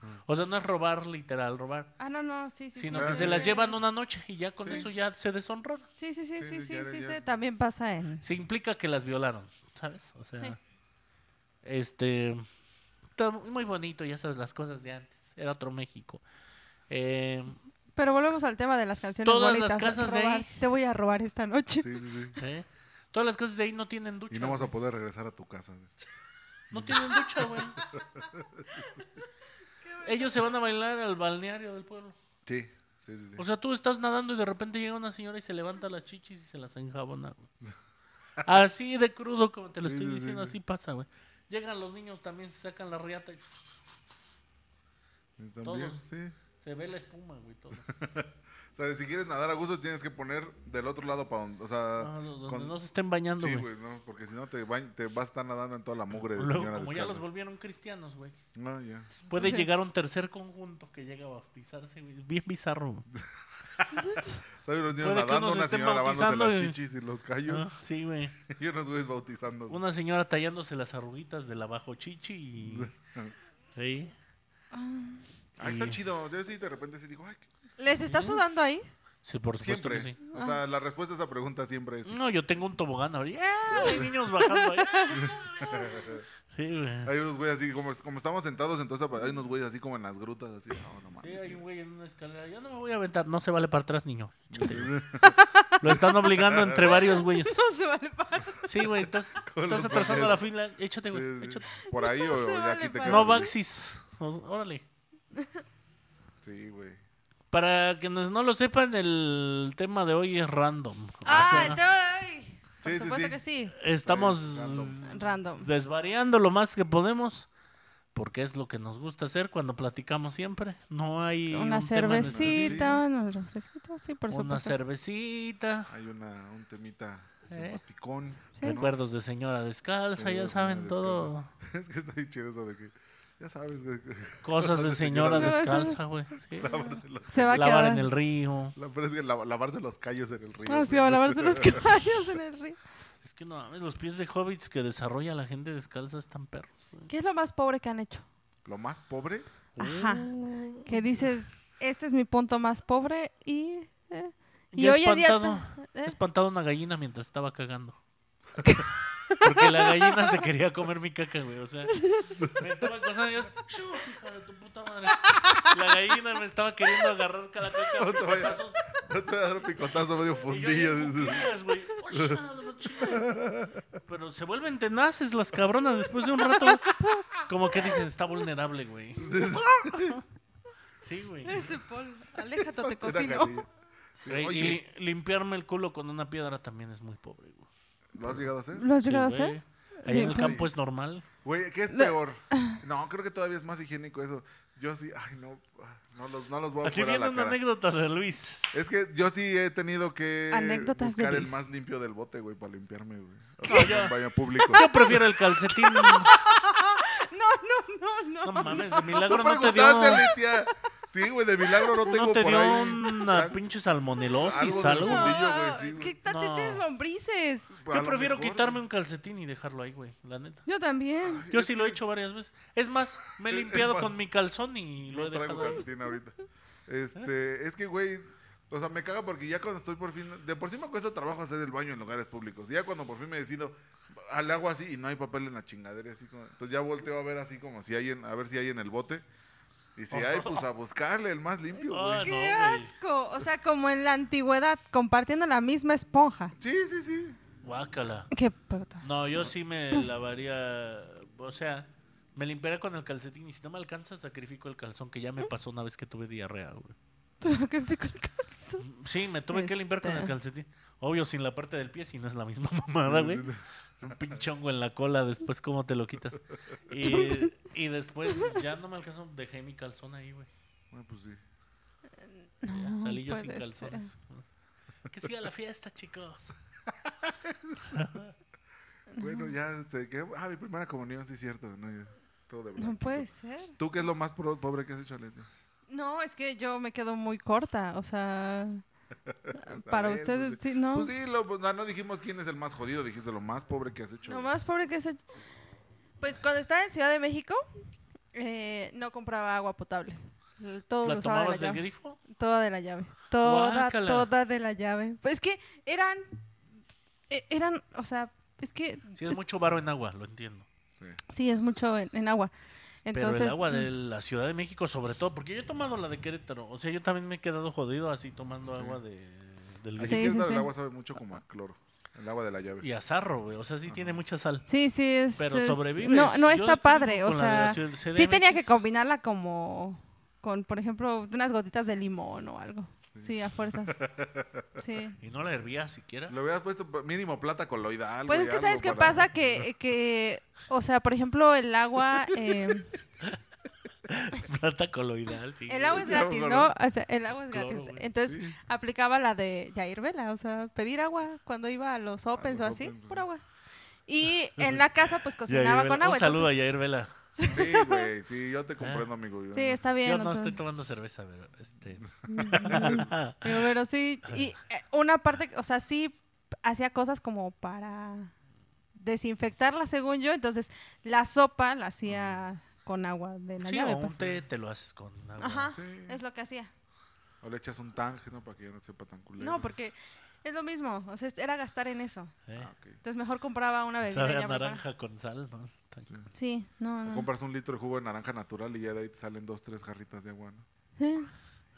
[SPEAKER 2] Mm.
[SPEAKER 1] O sea, no es robar literal, robar.
[SPEAKER 3] cosa. Ah, no, no, sí, sí.
[SPEAKER 1] sino
[SPEAKER 3] sí,
[SPEAKER 1] que
[SPEAKER 3] sí,
[SPEAKER 1] se las
[SPEAKER 3] sí.
[SPEAKER 1] llevan una noche y ya con
[SPEAKER 2] Sí.
[SPEAKER 1] eso ya se deshonran.
[SPEAKER 3] Sí, sí, sí,
[SPEAKER 2] Sí,
[SPEAKER 3] sí,
[SPEAKER 2] sí,
[SPEAKER 3] sí,
[SPEAKER 2] ya,
[SPEAKER 3] sí,
[SPEAKER 2] ya
[SPEAKER 3] sí,
[SPEAKER 2] es-
[SPEAKER 3] también pasa en...
[SPEAKER 1] Se implica que las violaron, ¿sabes? O sea,
[SPEAKER 3] Sí.
[SPEAKER 1] este. Está muy bonito, ya sabes, las cosas de antes. Era otro México. Eh,
[SPEAKER 3] Pero volvemos al tema de las canciones
[SPEAKER 1] Todas las
[SPEAKER 3] bonitas.
[SPEAKER 1] casas de ahí.
[SPEAKER 3] Robar. Te voy a robar esta noche.
[SPEAKER 2] Sí, sí, sí.
[SPEAKER 1] ¿eh? Todas las casas de ahí no tienen ducha.
[SPEAKER 2] Y no vas a
[SPEAKER 1] güey.
[SPEAKER 2] poder regresar a tu casa. güey.
[SPEAKER 1] No tienen ducha, güey. Ellos se van a bailar al balneario del pueblo.
[SPEAKER 2] Sí, sí, sí. sí.
[SPEAKER 1] O sea, tú estás nadando y de repente llega una señora y se levanta las chichis y se las enjabona, güey. Así de crudo, como te lo
[SPEAKER 2] Sí,
[SPEAKER 1] estoy
[SPEAKER 2] sí, sí,
[SPEAKER 1] diciendo,
[SPEAKER 2] sí.
[SPEAKER 1] así pasa, güey. Llegan los niños también, se sacan la riata y
[SPEAKER 2] También,
[SPEAKER 1] todos.
[SPEAKER 2] sí.
[SPEAKER 1] se ve la espuma, güey, todo.
[SPEAKER 2] O sea, si quieres nadar a gusto, tienes que poner del otro lado para donde. O sea,
[SPEAKER 1] No, no, donde
[SPEAKER 2] con-
[SPEAKER 1] no se estén bañando,
[SPEAKER 2] Sí,
[SPEAKER 1] güey.
[SPEAKER 2] güey, no, porque si no te, bañ- te vas a estar nadando en toda la mugre de
[SPEAKER 1] Luego,
[SPEAKER 2] señora
[SPEAKER 1] como ya los
[SPEAKER 2] descalza.
[SPEAKER 1] volvieron cristianos, güey.
[SPEAKER 2] No, ya.
[SPEAKER 1] Puede llegar un tercer conjunto que llega a bautizarse, güey. Es Bien bizarro. güey.
[SPEAKER 2] ¿Sabes? Los niños
[SPEAKER 1] Puede que
[SPEAKER 2] nadando,
[SPEAKER 1] unos
[SPEAKER 2] una
[SPEAKER 1] estén
[SPEAKER 2] señora lavándose
[SPEAKER 1] bautizando
[SPEAKER 2] las
[SPEAKER 1] y-
[SPEAKER 2] chichis y los callos.
[SPEAKER 1] Ah, sí, güey.
[SPEAKER 2] [laughs] Y unos güeyes bautizándose.
[SPEAKER 1] Una señora tallándose las arruguitas de la bajo chichi
[SPEAKER 2] [laughs]
[SPEAKER 1] y... Sí.
[SPEAKER 2] Ah, está
[SPEAKER 1] Y-
[SPEAKER 2] chido. Yo sí, de repente sí digo, ay, qué-
[SPEAKER 3] ¿Les está
[SPEAKER 2] [laughs]
[SPEAKER 3] sudando ahí?
[SPEAKER 1] Sí, por supuesto
[SPEAKER 2] siempre.
[SPEAKER 1] que sí. Ah. Mm.
[SPEAKER 2] O sea, la respuesta a esa pregunta siempre es. sí.
[SPEAKER 1] No, yo tengo un tobogán ahorita. ¡Ah! Hay niños bajando
[SPEAKER 2] [laughs]
[SPEAKER 1] ahí. Sí, güey.
[SPEAKER 2] Hay unos güeyes así, como, como estamos sentados, entonces hay unos güeyes así como en las grutas, así. No, no
[SPEAKER 1] Sí,
[SPEAKER 2] mames.
[SPEAKER 1] hay un güey en una escalera. Yo no me voy a aventar. No se vale para atrás, niño.
[SPEAKER 2] [laughs]
[SPEAKER 1] Échate. Lo están obligando entre varios güeyes.
[SPEAKER 3] No se vale para...
[SPEAKER 1] Sí, güey. Estás,
[SPEAKER 2] Con
[SPEAKER 1] estás
[SPEAKER 2] los
[SPEAKER 1] atrasando
[SPEAKER 2] pañales.
[SPEAKER 1] la fila. Échate, güey.
[SPEAKER 2] Sí, sí.
[SPEAKER 1] Échate.
[SPEAKER 2] Por
[SPEAKER 3] [laughs]
[SPEAKER 2] ahí o
[SPEAKER 3] No se
[SPEAKER 2] ya
[SPEAKER 3] vale
[SPEAKER 2] aquí te
[SPEAKER 3] para-
[SPEAKER 2] quedas.
[SPEAKER 1] No Baxis. O- Órale.
[SPEAKER 2] Sí, güey.
[SPEAKER 1] Para quienes no lo sepan, el tema de hoy es random. O
[SPEAKER 3] Ah,
[SPEAKER 1] sea,
[SPEAKER 3] te voy...
[SPEAKER 2] Sí,
[SPEAKER 3] Por
[SPEAKER 2] sí,
[SPEAKER 3] supuesto
[SPEAKER 2] sí.
[SPEAKER 3] que sí.
[SPEAKER 1] estamos
[SPEAKER 2] Eh, random.
[SPEAKER 3] Random.
[SPEAKER 1] desvariando lo más que podemos. Porque es lo que nos gusta hacer cuando platicamos siempre. No hay
[SPEAKER 3] Una
[SPEAKER 1] un tema en
[SPEAKER 3] cervecita, un refresquito, sí, por
[SPEAKER 1] Una
[SPEAKER 3] supuesto.
[SPEAKER 1] cervecita,
[SPEAKER 2] Hay una, un temita
[SPEAKER 1] ¿Eh?
[SPEAKER 2] simpaticón.
[SPEAKER 3] Sí.
[SPEAKER 2] ¿no?
[SPEAKER 1] recuerdos de señora descalza, ya
[SPEAKER 2] Recuerdos de
[SPEAKER 1] saben
[SPEAKER 2] señora
[SPEAKER 1] todo.
[SPEAKER 2] [laughs] Es que está bien chido eso de que. Ya sabes, güey.
[SPEAKER 3] [laughs]
[SPEAKER 2] que
[SPEAKER 1] [laughs] Cosas de señora
[SPEAKER 3] descalza.
[SPEAKER 1] descalza, güey. sí.
[SPEAKER 2] Lavarse los
[SPEAKER 3] Se va
[SPEAKER 1] [laughs]
[SPEAKER 3] a
[SPEAKER 1] Lavar
[SPEAKER 3] quedar.
[SPEAKER 1] en el río.
[SPEAKER 2] [laughs] La verdad es que la- lavarse los callos en el río.
[SPEAKER 3] No, Ah, sí,
[SPEAKER 2] güey.
[SPEAKER 3] a lavarse
[SPEAKER 2] [laughs]
[SPEAKER 3] los caballos en el río.
[SPEAKER 1] Es que no mames, los pies de hobbits que desarrolla la gente descalza están perros. güey.
[SPEAKER 3] ¿Qué es lo más pobre que han hecho?
[SPEAKER 2] Lo más pobre. [laughs]
[SPEAKER 3] Ajá.
[SPEAKER 1] Uh,
[SPEAKER 3] Que dices, este es mi punto más pobre y... eh,
[SPEAKER 1] Yo he
[SPEAKER 3] hoy en día-
[SPEAKER 1] espantado,
[SPEAKER 3] ¿eh?
[SPEAKER 1] he espantado una gallina mientras estaba cagando. [laughs] Porque la gallina se quería comer mi caca, güey. O sea, me estaba cosando y yo, "Chu, hija de tu puta madre. La gallina me estaba queriendo agarrar cada
[SPEAKER 2] [laughs]
[SPEAKER 1] caca.
[SPEAKER 2] No te
[SPEAKER 1] a
[SPEAKER 2] vayas.
[SPEAKER 1] putazos.
[SPEAKER 2] No te voy a dar un picotazo
[SPEAKER 1] Y yo,
[SPEAKER 2] medio
[SPEAKER 1] "Ya,
[SPEAKER 2] fundillo.
[SPEAKER 1] ¿por qué eres, güey? Ocha, la chingada".
[SPEAKER 2] [laughs]
[SPEAKER 1] Pero se vuelven tenaces las cabronas después de un rato. Como que dicen, está vulnerable, güey.
[SPEAKER 3] [laughs]
[SPEAKER 1] Sí, güey.
[SPEAKER 3] Eh, Ese Paul, aléjate,
[SPEAKER 2] [laughs]
[SPEAKER 3] te
[SPEAKER 2] Era
[SPEAKER 3] cocino.
[SPEAKER 2] gallina. Sí,
[SPEAKER 1] Güey, Y
[SPEAKER 2] Oye,
[SPEAKER 1] li- limpiarme el culo con una piedra también es muy pobre, güey.
[SPEAKER 2] ¿lo has llegado a hacer?
[SPEAKER 3] ¿Lo has
[SPEAKER 1] Sí,
[SPEAKER 3] llegado a
[SPEAKER 1] güey.
[SPEAKER 3] hacer?
[SPEAKER 1] Ahí en el
[SPEAKER 2] Ay.
[SPEAKER 1] campo es normal.
[SPEAKER 2] Güey, ¿qué es
[SPEAKER 3] Lo-
[SPEAKER 2] peor? No, creo que todavía es más higiénico eso. Yo sí, ay, no, ah, no los, no los voy a
[SPEAKER 1] Aquí
[SPEAKER 2] poner a
[SPEAKER 1] viene
[SPEAKER 2] la
[SPEAKER 1] una
[SPEAKER 2] cara.
[SPEAKER 1] anécdota de Luis.
[SPEAKER 2] Es que yo sí he tenido que
[SPEAKER 3] Anécdotas de
[SPEAKER 2] buscar el
[SPEAKER 3] Luis.
[SPEAKER 2] más limpio del bote, güey, para limpiarme, güey. O
[SPEAKER 1] No,
[SPEAKER 2] sea,
[SPEAKER 1] yo-
[SPEAKER 2] en baño público.
[SPEAKER 1] [laughs] Yo prefiero el calcetín.
[SPEAKER 2] [laughs]
[SPEAKER 3] No, Oh, no, no,
[SPEAKER 1] No
[SPEAKER 3] no.
[SPEAKER 1] mames, de milagro
[SPEAKER 2] Tú
[SPEAKER 1] no te
[SPEAKER 2] preguntaste,
[SPEAKER 1] dio.
[SPEAKER 2] Litia. Sí, güey, de milagro no tengo
[SPEAKER 1] No te
[SPEAKER 2] por
[SPEAKER 1] dio
[SPEAKER 2] ahí.
[SPEAKER 1] una
[SPEAKER 2] Sa-
[SPEAKER 1] pinche salmonelosis,
[SPEAKER 2] Algo del
[SPEAKER 1] algo.
[SPEAKER 2] fundillo, güey, sí,
[SPEAKER 3] No,
[SPEAKER 2] güey.
[SPEAKER 3] ¿Qué tal
[SPEAKER 1] No.
[SPEAKER 3] tienes lombrices?
[SPEAKER 2] a
[SPEAKER 1] Yo
[SPEAKER 2] lo
[SPEAKER 1] prefiero
[SPEAKER 2] mejor,
[SPEAKER 1] quitarme
[SPEAKER 2] güey.
[SPEAKER 1] un calcetín y dejarlo ahí, güey, la neta.
[SPEAKER 3] Yo también.
[SPEAKER 1] Yo sí lo he hecho varias veces. Es más, me he
[SPEAKER 2] Es- es
[SPEAKER 1] limpiado
[SPEAKER 2] más,
[SPEAKER 1] con mi calzón y lo he
[SPEAKER 2] No traigo
[SPEAKER 1] dejado ahí. [laughs]
[SPEAKER 2] calcetín ahorita. Este, es que, güey, o sea, me caga porque ya cuando estoy por fin, de por sí me cuesta trabajo hacer el baño en lugares públicos. Y ya cuando por fin me decido, al agua así y no hay papel en la chingadera, así como, entonces ya volteo a ver así como si hay en, a ver si hay en el bote. Y si hay, pues a buscarle el más limpio,
[SPEAKER 1] Ay,
[SPEAKER 2] güey.
[SPEAKER 1] no,
[SPEAKER 3] ¡Qué
[SPEAKER 1] güey.
[SPEAKER 3] asco! O sea, como en la antigüedad, compartiendo la misma esponja.
[SPEAKER 2] Sí, sí, sí.
[SPEAKER 1] Guácala.
[SPEAKER 3] ¡Qué puta!
[SPEAKER 1] No, yo sí me lavaría. O sea, me limpiaré con el calcetín y si no me alcanza, sacrifico el calzón, que ya me pasó una vez que tuve diarrea, güey.
[SPEAKER 3] [laughs] Sacrifico el calzón.
[SPEAKER 1] Sí, me tuve que limpiar con el
[SPEAKER 3] Este.
[SPEAKER 1] calcetín. Obvio, sin la parte del pie, si no es la misma [laughs] mamada,
[SPEAKER 2] [laughs]
[SPEAKER 1] güey. Un pinchongo en la cola, después cómo te lo
[SPEAKER 3] [laughs]
[SPEAKER 1] quitas. Y, y después ya no me alcanzó, dejé mi calzón ahí, güey.
[SPEAKER 2] Bueno, pues sí.
[SPEAKER 1] Ya,
[SPEAKER 3] No
[SPEAKER 1] salí yo sin
[SPEAKER 3] puede
[SPEAKER 1] calzones. Que siga la fiesta,
[SPEAKER 3] [laughs]
[SPEAKER 1] chicos.
[SPEAKER 2] Bueno, ya, este, que, ah, mi primera comunión, sí, cierto. No, ya, todo de blanco.
[SPEAKER 3] No pues. puede ser.
[SPEAKER 2] ¿Tú qué es lo más pro- pobre que has hecho, Leti?
[SPEAKER 3] No, es que yo me quedo muy corta. O sea,
[SPEAKER 2] [laughs]
[SPEAKER 3] para
[SPEAKER 2] ver,
[SPEAKER 3] ustedes,
[SPEAKER 2] pues,
[SPEAKER 3] sí, ¿no?
[SPEAKER 2] Pues sí, lo- pues, no, no dijimos quién es el más jodido, dijiste lo más pobre que has hecho.
[SPEAKER 3] Lo
[SPEAKER 2] güey.
[SPEAKER 3] más pobre que es... Pues cuando estaba en Ciudad de México, eh, no compraba agua potable. Todo lo
[SPEAKER 1] ¿La
[SPEAKER 3] usaba de la
[SPEAKER 1] tomabas del
[SPEAKER 3] llave.
[SPEAKER 1] grifo?
[SPEAKER 3] Toda de la llave. Toda,
[SPEAKER 1] Guácala.
[SPEAKER 3] toda de la llave. Pues es que eran... e- Eran, o sea, es que...
[SPEAKER 1] Si es mucho varo en agua, lo entiendo.
[SPEAKER 3] Sí, es mucho en, en agua. Entonces,
[SPEAKER 1] Pero
[SPEAKER 3] mm.
[SPEAKER 1] el agua de la Ciudad de México, sobre todo, porque yo he tomado la de Querétaro. O sea, yo también me he quedado jodido así tomando
[SPEAKER 2] Sí.
[SPEAKER 1] agua de, del grifo.
[SPEAKER 2] Así que
[SPEAKER 3] Sí, sí,
[SPEAKER 2] esta
[SPEAKER 3] sí.
[SPEAKER 2] del agua sabe mucho como a cloro. El agua de la llave.
[SPEAKER 1] Y a zarro, güey. O sea, sí tiene mucha sal.
[SPEAKER 3] Sí, sí, es...
[SPEAKER 1] Pero
[SPEAKER 3] es-
[SPEAKER 1] sobrevives.
[SPEAKER 3] No, no
[SPEAKER 1] Yo
[SPEAKER 3] está
[SPEAKER 1] tengo
[SPEAKER 3] padre, o
[SPEAKER 1] con la de la
[SPEAKER 3] sea...
[SPEAKER 1] Ciudad-
[SPEAKER 3] Sí tenía que
[SPEAKER 1] CDMX.
[SPEAKER 3] combinarla como... Con, por ejemplo, unas gotitas de limón o algo. Sí, a fuerzas.
[SPEAKER 2] [laughs]
[SPEAKER 3] Sí.
[SPEAKER 1] Y no la hervía siquiera. [laughs]
[SPEAKER 2] Lo hubieras puesto pa- mínimo plata coloidal.
[SPEAKER 3] Pues
[SPEAKER 2] güey,
[SPEAKER 3] es que
[SPEAKER 2] algo
[SPEAKER 3] sabes qué
[SPEAKER 2] para- [laughs]
[SPEAKER 3] pasa que, que, o sea, por ejemplo, el agua,
[SPEAKER 2] [laughs]
[SPEAKER 3] eh,
[SPEAKER 1] Plata coloidal, sí.
[SPEAKER 3] el agua es
[SPEAKER 2] Sí, algo
[SPEAKER 3] gratis,
[SPEAKER 2] con
[SPEAKER 3] ¿no? O sea, el agua es
[SPEAKER 1] Cloro,
[SPEAKER 3] gratis.
[SPEAKER 1] güey.
[SPEAKER 3] Entonces
[SPEAKER 2] Sí.
[SPEAKER 3] aplicaba la de Jair Vela, o sea, pedir agua cuando iba a los opens
[SPEAKER 2] los
[SPEAKER 3] o así,
[SPEAKER 2] opens,
[SPEAKER 3] por
[SPEAKER 2] sí.
[SPEAKER 3] agua.
[SPEAKER 2] [laughs]
[SPEAKER 3] Y en la casa pues cocinaba con agua.
[SPEAKER 1] Un saludo
[SPEAKER 3] entonces-
[SPEAKER 1] a Yair Vela.
[SPEAKER 3] [laughs]
[SPEAKER 2] Sí, güey, sí, yo te
[SPEAKER 1] Ah.
[SPEAKER 2] comprendo, amigo. yo
[SPEAKER 3] Sí,
[SPEAKER 2] no.
[SPEAKER 3] está bien.
[SPEAKER 1] Yo no
[SPEAKER 3] entonces-
[SPEAKER 1] estoy tomando cerveza, pero
[SPEAKER 3] [laughs]
[SPEAKER 1] este. [laughs]
[SPEAKER 3] Pero, pero sí, y eh, una parte, o sea, sí hacía cosas como para desinfectarla, según yo. Entonces, la sopa la hacía con agua de la
[SPEAKER 1] Sí,
[SPEAKER 3] llave.
[SPEAKER 1] o un
[SPEAKER 3] pues.
[SPEAKER 1] té te lo haces con agua.
[SPEAKER 3] Ajá,
[SPEAKER 2] Sí.
[SPEAKER 3] es lo que hacía.
[SPEAKER 2] O le echas un tange, ¿no? Para que ya no sepa tan culero.
[SPEAKER 3] No, porque es lo mismo, o sea, es- era gastar en eso.
[SPEAKER 1] ¿eh?
[SPEAKER 2] Ah, ok.
[SPEAKER 3] Entonces, mejor compraba una bebida.
[SPEAKER 1] Sabe
[SPEAKER 3] ya
[SPEAKER 1] a
[SPEAKER 3] preparada.
[SPEAKER 1] naranja con sal, ¿no? Tan-
[SPEAKER 3] Sí, no,
[SPEAKER 2] O
[SPEAKER 3] no.
[SPEAKER 2] compras un litro de jugo de naranja natural y ya de ahí te salen dos, tres jarritas de agua, ¿no?
[SPEAKER 3] Eh,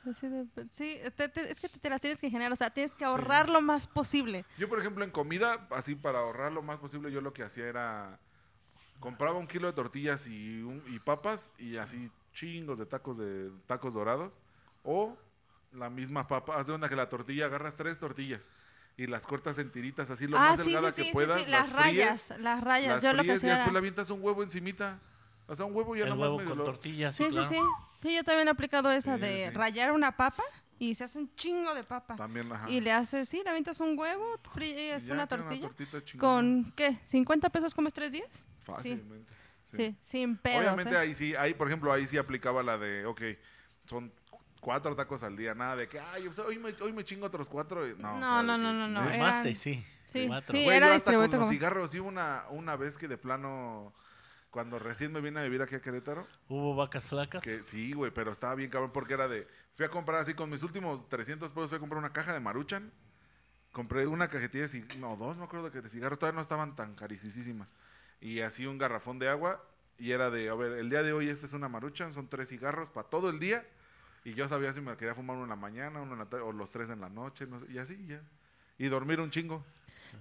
[SPEAKER 3] así de- sí, te- te- es que te, te las tienes que generar, o sea, tienes que ahorrar lo más posible.
[SPEAKER 2] Yo, por ejemplo, en comida, así para ahorrar lo más posible, yo lo que hacía era... Compraba un kilo de tortillas y, un- y papas y así chingos de tacos de tacos dorados. O la misma papa. Haz de onda que la tortilla, agarras tres tortillas y las cortas en tiritas así lo
[SPEAKER 3] ah,
[SPEAKER 2] más
[SPEAKER 3] sí,
[SPEAKER 2] delgada
[SPEAKER 3] sí,
[SPEAKER 2] que
[SPEAKER 3] sí,
[SPEAKER 2] puedas.
[SPEAKER 3] sí, sí, las, rayas,
[SPEAKER 2] fríes,
[SPEAKER 3] las rayas,
[SPEAKER 2] las
[SPEAKER 3] yo lo que
[SPEAKER 2] fríes y
[SPEAKER 3] hacía
[SPEAKER 2] después le
[SPEAKER 3] era-
[SPEAKER 2] avientas un huevo encimita. O sea, un huevo ya
[SPEAKER 1] El
[SPEAKER 2] nomás
[SPEAKER 1] huevo
[SPEAKER 2] medio
[SPEAKER 1] con
[SPEAKER 2] lo-
[SPEAKER 1] tortilla, sí,
[SPEAKER 3] Sí, sí,
[SPEAKER 1] claro.
[SPEAKER 3] sí, sí, yo también he aplicado esa
[SPEAKER 2] Sí,
[SPEAKER 3] de
[SPEAKER 2] sí.
[SPEAKER 3] rayar una papa y se hace un chingo de papa.
[SPEAKER 2] También, ajá.
[SPEAKER 3] Y le haces, sí, le avientas un huevo,
[SPEAKER 2] Y
[SPEAKER 3] fríes
[SPEAKER 2] ya
[SPEAKER 3] una
[SPEAKER 2] queda
[SPEAKER 3] tortilla.
[SPEAKER 2] tortita chingona.
[SPEAKER 3] ¿Con qué? ¿50 pesos comes tres días?
[SPEAKER 2] Fácilmente.
[SPEAKER 3] Sí, sin pedos.
[SPEAKER 2] Obviamente
[SPEAKER 3] ¿eh?
[SPEAKER 2] ahí sí, ahí por ejemplo ahí sí aplicaba la de, ok, son cuatro tacos al día, nada de que, ay, o sea, hoy, me, hoy me chingo otros cuatro. y- No, o
[SPEAKER 3] No,
[SPEAKER 2] sea,
[SPEAKER 3] no,
[SPEAKER 2] de
[SPEAKER 3] no,
[SPEAKER 2] que-
[SPEAKER 3] no, no,
[SPEAKER 1] Te
[SPEAKER 3] eran-
[SPEAKER 1] Fumaste, sí.
[SPEAKER 3] Sí,
[SPEAKER 1] Cuatro.
[SPEAKER 3] sí.
[SPEAKER 2] Güey,
[SPEAKER 3] era
[SPEAKER 2] yo hasta con
[SPEAKER 3] distribuidor
[SPEAKER 2] los
[SPEAKER 3] como-
[SPEAKER 2] cigarros, sí, una, una vez que de plano, cuando recién me vine a vivir aquí a Querétaro,
[SPEAKER 1] Hubo vacas flacas.
[SPEAKER 2] que sí, güey, pero estaba bien cabrón porque era de, fui a comprar así con mis últimos 300 pesos, fui a comprar una caja de maruchan Compré una cajetilla de cigarros, no, dos, no creo que de cigarros, todavía no estaban tan carísimas. Y así un garrafón de agua, y era de, a ver, el día de hoy esta es una marucha, son tres cigarros para todo el día, y yo sabía si me quería fumar uno en la mañana, uno en la tarde, o los tres en la noche, no sé, y así ya. Y dormir un chingo.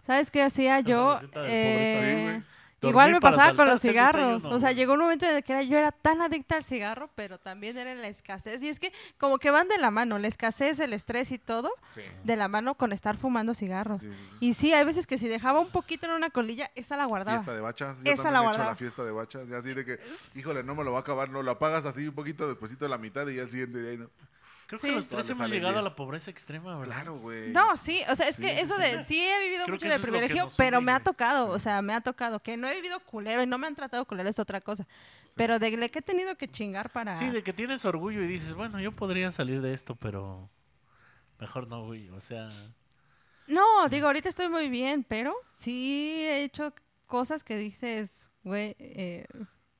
[SPEAKER 3] ¿Sabes qué hacía yo?
[SPEAKER 1] receta del pobre
[SPEAKER 3] Eh,
[SPEAKER 2] salir, güey.
[SPEAKER 1] Dormir
[SPEAKER 3] igual me
[SPEAKER 1] para
[SPEAKER 3] pasaba con los
[SPEAKER 1] saltarse el
[SPEAKER 3] cigarros.
[SPEAKER 1] desayuno,
[SPEAKER 3] O sea,
[SPEAKER 1] güey.
[SPEAKER 3] llegó un momento en el que era- yo era tan adicta al cigarro, pero también era la escasez. Y es que como que van de la mano, la escasez, el estrés y todo,
[SPEAKER 2] Sí.
[SPEAKER 3] de la mano con estar fumando cigarros.
[SPEAKER 2] Sí, sí, sí.
[SPEAKER 3] Y sí, hay veces que si dejaba un poquito en una colilla, esa la guardaba.
[SPEAKER 2] Fiesta de bachas. Yo
[SPEAKER 3] Ah.
[SPEAKER 2] también
[SPEAKER 3] Esa la
[SPEAKER 2] he hecho
[SPEAKER 3] guardaba.
[SPEAKER 2] la fiesta de bachas. Y así de que, híjole, no me lo va a acabar. No, lo apagas así un poquito despuesito de la mitad y ya el siguiente día. y no.
[SPEAKER 1] Creo
[SPEAKER 3] Sí.
[SPEAKER 1] que los
[SPEAKER 2] Todas
[SPEAKER 1] tres
[SPEAKER 2] les
[SPEAKER 1] hemos
[SPEAKER 2] salen
[SPEAKER 1] llegado a
[SPEAKER 2] diez.
[SPEAKER 1] la pobreza extrema, ¿verdad?
[SPEAKER 2] Claro, güey.
[SPEAKER 3] No, sí, o sea, es
[SPEAKER 2] Sí,
[SPEAKER 3] que
[SPEAKER 2] sí,
[SPEAKER 3] eso
[SPEAKER 2] sí.
[SPEAKER 3] de sí he vivido
[SPEAKER 1] Creo
[SPEAKER 3] mucho
[SPEAKER 1] que eso
[SPEAKER 3] de
[SPEAKER 1] es lo que
[SPEAKER 3] privilegio,
[SPEAKER 1] nos
[SPEAKER 3] pero
[SPEAKER 1] une,
[SPEAKER 3] me ha
[SPEAKER 1] güey.
[SPEAKER 3] tocado, o sea, me ha tocado que no he vivido culero y no me han tratado culero es otra cosa, pero de le que he tenido que chingar para
[SPEAKER 1] Sí, de que tienes orgullo y dices, bueno, yo podría salir de esto, pero mejor no, güey. O sea,
[SPEAKER 3] No, digo, ahorita estoy muy bien, pero sí he hecho cosas que dices, güey, eh,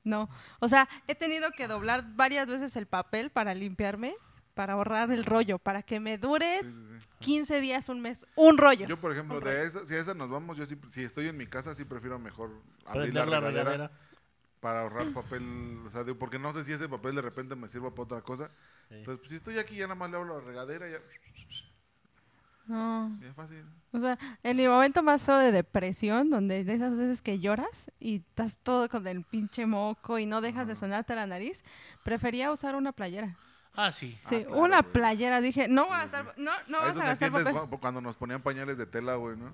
[SPEAKER 3] no. O sea, he tenido que doblar varias veces el papel para limpiarme, para ahorrar el rollo, para que me dure
[SPEAKER 2] Sí, sí, sí.
[SPEAKER 3] 15 días, un mes, un rollo.
[SPEAKER 2] Yo, por ejemplo,
[SPEAKER 3] Ok.
[SPEAKER 2] de esa, si a esa nos vamos, yo sí, si estoy en mi casa, sí prefiero mejor abrir
[SPEAKER 1] prender la
[SPEAKER 2] regadera
[SPEAKER 1] regadera.
[SPEAKER 2] para ahorrar papel. O sea, digo, porque no sé si ese papel de repente me sirva para otra cosa.
[SPEAKER 1] Sí.
[SPEAKER 2] Entonces, pues, si estoy aquí, ya nada más le hablo a la regadera. Ya,
[SPEAKER 3] No.
[SPEAKER 2] ya fácil.
[SPEAKER 3] O sea, en mi momento más feo de depresión, donde de esas veces que lloras y estás todo con el pinche moco y no dejas de sonarte la nariz, prefería usar una playera.
[SPEAKER 1] Ah, sí.
[SPEAKER 2] Ah,
[SPEAKER 3] Sí,
[SPEAKER 2] claro,
[SPEAKER 3] una
[SPEAKER 2] güey.
[SPEAKER 3] playera. Dije, no voy a
[SPEAKER 2] Sí, sí.
[SPEAKER 3] gastar, no, no
[SPEAKER 2] Ahí
[SPEAKER 3] vas
[SPEAKER 2] es
[SPEAKER 3] a
[SPEAKER 2] donde
[SPEAKER 3] gastar
[SPEAKER 2] entiendes
[SPEAKER 3] papel.
[SPEAKER 2] Juan, cuando nos ponían pañales de tela, güey, ¿no?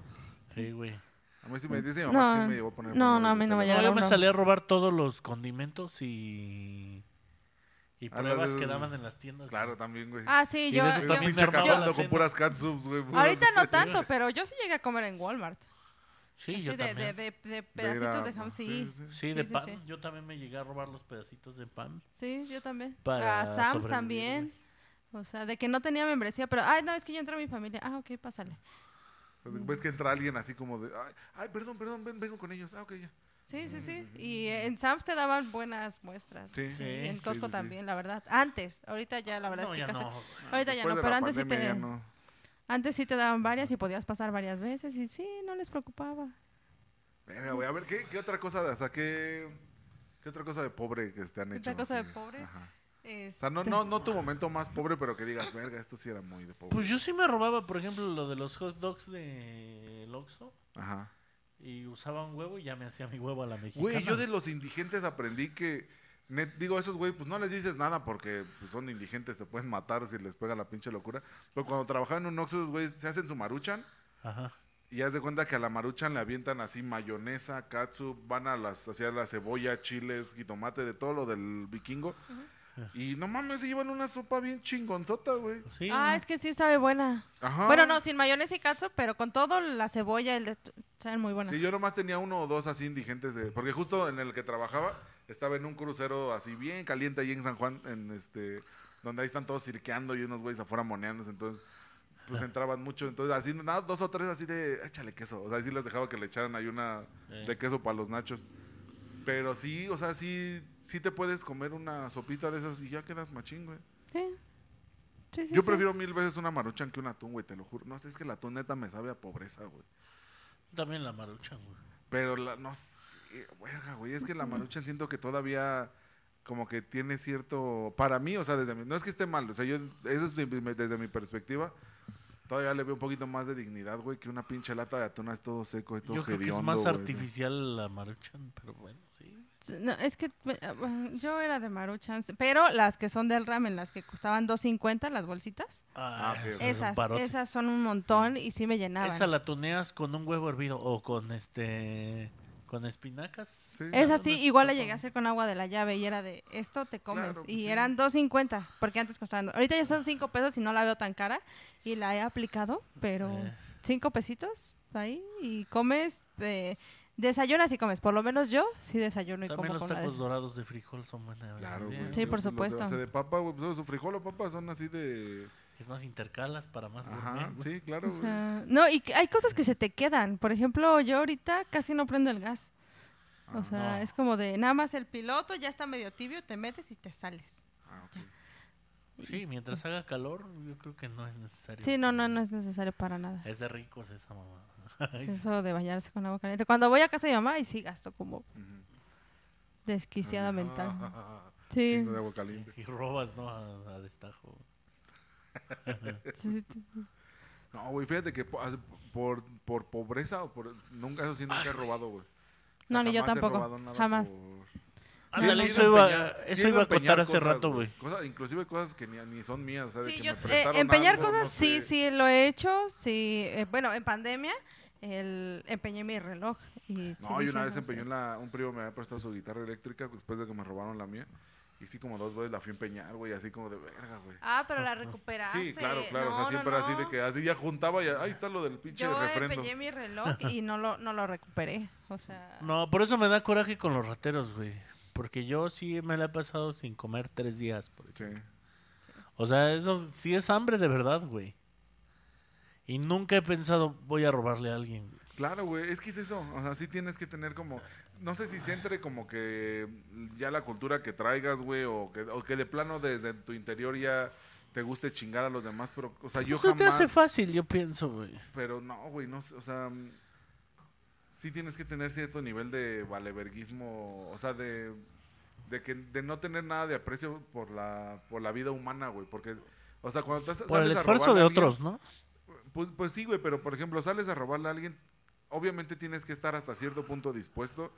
[SPEAKER 1] Sí, güey.
[SPEAKER 2] A mí sí me dice mi mamá que sí me llevó a poner
[SPEAKER 3] No, no,
[SPEAKER 2] pañales
[SPEAKER 3] a
[SPEAKER 2] de
[SPEAKER 3] mí no me
[SPEAKER 2] tela.
[SPEAKER 1] No,
[SPEAKER 3] llevaron
[SPEAKER 1] yo me
[SPEAKER 3] uno.
[SPEAKER 1] salí a robar todos los condimentos y, y
[SPEAKER 2] Ah, la-
[SPEAKER 1] pruebas
[SPEAKER 2] la-
[SPEAKER 1] que
[SPEAKER 2] la-
[SPEAKER 1] daban en las tiendas.
[SPEAKER 2] Claro, también, güey.
[SPEAKER 3] Ah, sí,
[SPEAKER 1] Y
[SPEAKER 3] yo,
[SPEAKER 1] de eso
[SPEAKER 3] yo-
[SPEAKER 1] también
[SPEAKER 2] pinche
[SPEAKER 1] me armaba
[SPEAKER 2] cagando
[SPEAKER 1] la
[SPEAKER 2] con
[SPEAKER 1] cena.
[SPEAKER 2] puras catsups, güey. puras-
[SPEAKER 3] Ahorita
[SPEAKER 2] [laughs]
[SPEAKER 3] no tanto, pero yo sí llegué a comer en Walmart.
[SPEAKER 1] Sí,
[SPEAKER 3] Así
[SPEAKER 1] yo
[SPEAKER 3] de, de-
[SPEAKER 1] también.
[SPEAKER 3] de- de
[SPEAKER 2] De ir a-
[SPEAKER 3] pedacitos de ham, sí.
[SPEAKER 2] sí, sí, sí.
[SPEAKER 1] Sí, de
[SPEAKER 3] sí, sí,
[SPEAKER 1] pan.
[SPEAKER 3] sí.
[SPEAKER 1] Yo también me llegué a robar los pedacitos de pan.
[SPEAKER 3] Sí, yo también.
[SPEAKER 1] Para
[SPEAKER 3] a Sam's
[SPEAKER 1] sobrevivir,
[SPEAKER 3] también. O sea, de que no tenía membresía, pero, ay, no, es que ya entró mi familia. Ah, ok, pásale.
[SPEAKER 2] Ves que entra alguien así como de, ay, ay, perdón, perdón, ven, vengo con ellos. Ah, ok, ya.
[SPEAKER 3] Sí, sí, sí. Y eh, en Sam's te daban buenas muestras.
[SPEAKER 2] Sí.
[SPEAKER 3] Y
[SPEAKER 1] Sí,
[SPEAKER 3] en
[SPEAKER 2] sí,
[SPEAKER 3] Costco
[SPEAKER 2] sí, sí.
[SPEAKER 3] también, la verdad. Antes, ahorita ya la verdad
[SPEAKER 1] no,
[SPEAKER 3] es que
[SPEAKER 1] ya
[SPEAKER 3] casi-
[SPEAKER 1] no. güey.
[SPEAKER 3] Ahorita
[SPEAKER 2] Después
[SPEAKER 3] ya no,
[SPEAKER 2] de
[SPEAKER 3] pero
[SPEAKER 2] la
[SPEAKER 3] antes sí,
[SPEAKER 2] pandemia
[SPEAKER 3] te,
[SPEAKER 2] ya no.
[SPEAKER 3] antes sí te daban varias y podías pasar varias veces y sí, no les preocupaba.
[SPEAKER 2] Verga, güey, a ver, ¿qué, qué otra cosa, de- o sea, qué, qué otra cosa de pobre que te han
[SPEAKER 3] ¿Otra
[SPEAKER 2] hecho?
[SPEAKER 3] cosa
[SPEAKER 2] así?
[SPEAKER 3] de pobre?
[SPEAKER 2] Ajá. O
[SPEAKER 3] Este,
[SPEAKER 2] sea, no, no, no tu momento más pobre, pero que digas, verga, esto sí era muy de pobre.
[SPEAKER 1] Pues yo sí me robaba, por ejemplo, lo de los hot dogs de Oxxo
[SPEAKER 2] Ajá.
[SPEAKER 1] y usaba un huevo y ya me hacía mi huevo a la mexicana.
[SPEAKER 2] Güey, yo de los indigentes aprendí que, net- digo, a esos güey, pues no les dices nada porque pues, son indigentes, te pueden matar si les pega la pinche locura. Pero cuando trabajaban en un Oxxo, esos güeyes se hacen su maruchan
[SPEAKER 1] Ajá.
[SPEAKER 2] y ya se cuenta que a la maruchan le avientan así mayonesa, katsu, van a las, hacia la cebolla, chiles, jitomate, de todo lo del vikingo. Y no mames, se llevan una sopa bien chingonzota, güey.
[SPEAKER 1] Sí,
[SPEAKER 3] Ah,
[SPEAKER 1] no.
[SPEAKER 3] es que sí sabe buena.
[SPEAKER 2] Ajá.
[SPEAKER 3] Bueno, no, sin mayonesa y catsup, pero con todo la cebolla, el de... saben muy buena.
[SPEAKER 2] Sí, yo nomás tenía uno o dos así indigentes, de- porque justo en el que trabajaba estaba en un crucero así bien caliente ahí en San Juan, en este, donde ahí están todos cirqueando y unos güeyes afuera moneándose, entonces pues entraban mucho, entonces así nada, dos o tres así de échale queso, o sea, sí les dejaba que le echaran ahí una
[SPEAKER 1] Eh.
[SPEAKER 2] de queso para los nachos. Pero sí, o sea, sí, sí te puedes comer una sopita de esas y ya quedas machín, güey.
[SPEAKER 3] Sí. Sí, sí,
[SPEAKER 2] Yo
[SPEAKER 3] sí.
[SPEAKER 2] prefiero mil veces una maruchan que un atún, güey, te lo juro. No sé, es que el atún neta me sabe a pobreza, güey.
[SPEAKER 1] También la marucha, güey.
[SPEAKER 2] Pero la, no sé, verga, güey, es que la maruchan siento que todavía como que tiene cierto, para mí, o sea, desde mi, no es que esté mal, o sea, yo, eso es mi- mi- desde mi perspectiva, todavía le veo un poquito más de dignidad, güey, que una pinche lata de atún es todo seco y todo
[SPEAKER 1] Yo creo que es
[SPEAKER 2] hediondo,
[SPEAKER 1] más
[SPEAKER 2] güey.
[SPEAKER 1] artificial la maruchan, pero bueno, sí.
[SPEAKER 3] No, es que eh, bueno, yo era de Maruchan, pero las que son del ramen, las que costaban 2.50 las bolsitas,
[SPEAKER 1] Ah,
[SPEAKER 2] Ah, ok, ok.
[SPEAKER 1] es un
[SPEAKER 3] esas,
[SPEAKER 1] parote.
[SPEAKER 3] esas son un montón y sí me llenaban.
[SPEAKER 1] Esa la tuneas con un huevo hervido o con este con espinacas.
[SPEAKER 2] Sí.
[SPEAKER 3] Esa sí, igual la llegué a hacer con agua de la llave y era de esto te comes.
[SPEAKER 2] Claro, pues
[SPEAKER 3] y
[SPEAKER 2] sí.
[SPEAKER 3] eran 2.50, porque antes costaban. Ahorita ya son 5 pesos y no la veo tan cara. Y la he aplicado, pero
[SPEAKER 1] Eh.
[SPEAKER 3] 5 pesitos ahí y comes. eh, desayunas y comes. Por lo menos yo sí desayuno y
[SPEAKER 1] También
[SPEAKER 3] como
[SPEAKER 1] los
[SPEAKER 3] con la
[SPEAKER 1] tacos
[SPEAKER 3] de-
[SPEAKER 1] dorados de frijol son ¿eh? buenas.
[SPEAKER 2] Claro,
[SPEAKER 1] también.
[SPEAKER 2] güey.
[SPEAKER 3] Sí,
[SPEAKER 2] Yo,
[SPEAKER 3] por
[SPEAKER 2] pues, los de-
[SPEAKER 3] supuesto.
[SPEAKER 2] o sea, de papa, güey, pues, su frijol o papa son así de...
[SPEAKER 1] Es más, intercalas para más
[SPEAKER 2] Ajá,
[SPEAKER 1] gourmet, güey.
[SPEAKER 2] sí, claro,
[SPEAKER 3] O
[SPEAKER 2] güey.
[SPEAKER 3] sea, no, y que hay cosas que se te quedan. Por ejemplo, yo ahorita casi no prendo el gas. O
[SPEAKER 2] Ah,
[SPEAKER 3] sea,
[SPEAKER 1] no.
[SPEAKER 3] es como de nada más el piloto ya está medio tibio, te metes y te sales.
[SPEAKER 2] Ah, ok.
[SPEAKER 1] Sí, mientras haga calor, yo creo que no es necesario.
[SPEAKER 3] Sí, no, no, no es necesario para nada.
[SPEAKER 1] Es de ricos esa mamá.
[SPEAKER 3] Es eso de bañarse con agua caliente. Cuando voy a casa de mi mamá, ahí sí gasto como
[SPEAKER 2] Ujú.
[SPEAKER 3] desquiciada mental.
[SPEAKER 2] [laughs] Ah,
[SPEAKER 3] Sí.
[SPEAKER 2] Chingo de agua caliente.
[SPEAKER 1] Y robas, ¿no? A, a destajo.
[SPEAKER 3] sí,
[SPEAKER 2] [laughs]
[SPEAKER 3] sí, sí.
[SPEAKER 2] No, güey, fíjate que po- hace- por, por pobreza o por... Nunca, eso sí, nunca he robado, güey. O sea,
[SPEAKER 3] No, ni yo
[SPEAKER 2] jamás he
[SPEAKER 3] tampoco,
[SPEAKER 2] robado nada
[SPEAKER 3] jamás.
[SPEAKER 2] por-
[SPEAKER 1] Ándale,
[SPEAKER 2] Sí, he
[SPEAKER 1] eso
[SPEAKER 2] ido
[SPEAKER 1] iba,
[SPEAKER 2] empeñar- sí
[SPEAKER 1] eso
[SPEAKER 2] he ido
[SPEAKER 1] iba a
[SPEAKER 2] empeñar
[SPEAKER 1] contar hace
[SPEAKER 2] cosas,
[SPEAKER 1] rato, güey.
[SPEAKER 2] Cosas, inclusive cosas que ni, ni son mías, o sea, de
[SPEAKER 3] Sí,
[SPEAKER 2] que
[SPEAKER 3] yo-
[SPEAKER 2] me
[SPEAKER 3] eh,
[SPEAKER 2] prestaron
[SPEAKER 3] empeñar
[SPEAKER 2] algo,
[SPEAKER 3] cosas,
[SPEAKER 2] no
[SPEAKER 3] sí,
[SPEAKER 2] sé.
[SPEAKER 3] sí, lo he hecho. Sí, eh, bueno, en pandemia el, empeñé mi reloj. Y sí
[SPEAKER 2] No, yo
[SPEAKER 3] dije,
[SPEAKER 2] una vez
[SPEAKER 3] sé.
[SPEAKER 2] empeñé la... Un primo me había prestado su guitarra eléctrica después de que me robaron la mía. Y sí, como dos veces la fui a empeñar, güey, así como de verga, güey.
[SPEAKER 3] Ah, pero la recuperaste.
[SPEAKER 2] Sí, claro, claro. o
[SPEAKER 3] No,
[SPEAKER 2] sea,
[SPEAKER 3] no,
[SPEAKER 2] siempre así de
[SPEAKER 3] no.
[SPEAKER 2] que así ya juntaba y ahí está lo del pinche
[SPEAKER 3] Yo
[SPEAKER 2] refrendo.
[SPEAKER 3] empeñé mi reloj y no lo, no lo recuperé. O sea, [laughs]
[SPEAKER 1] No, por eso me da coraje con los rateros, güey. Porque yo sí me la he pasado sin comer tres días, por ejemplo.
[SPEAKER 2] Sí.
[SPEAKER 1] O sea, eso sí es hambre de verdad, güey. Y nunca he pensado, voy a robarle a alguien. güey.
[SPEAKER 2] Claro, güey, es que es eso. O sea, sí tienes que tener como. No sé si se entre como que ya la cultura que traigas, güey, o que, o que de plano desde tu interior ya te guste chingar a los demás, pero, o sea, yo
[SPEAKER 1] Eso te hace
[SPEAKER 2] jamás.
[SPEAKER 1] fácil, yo pienso, güey.
[SPEAKER 2] Pero no, güey, no, sé, o sea. mm, Sí tienes que tener cierto nivel de valeverguismo, o sea, de. De, que, de no tener nada de aprecio por la, por la vida humana, güey, porque. O sea, cuando te sa-
[SPEAKER 1] Por el
[SPEAKER 2] sales a
[SPEAKER 1] esfuerzo
[SPEAKER 2] robarle
[SPEAKER 1] de
[SPEAKER 2] a alguien,
[SPEAKER 1] otros, ¿no?
[SPEAKER 2] Pues, pues sí, güey, pero por ejemplo, sales a robarle a alguien, obviamente tienes que estar hasta cierto punto dispuesto.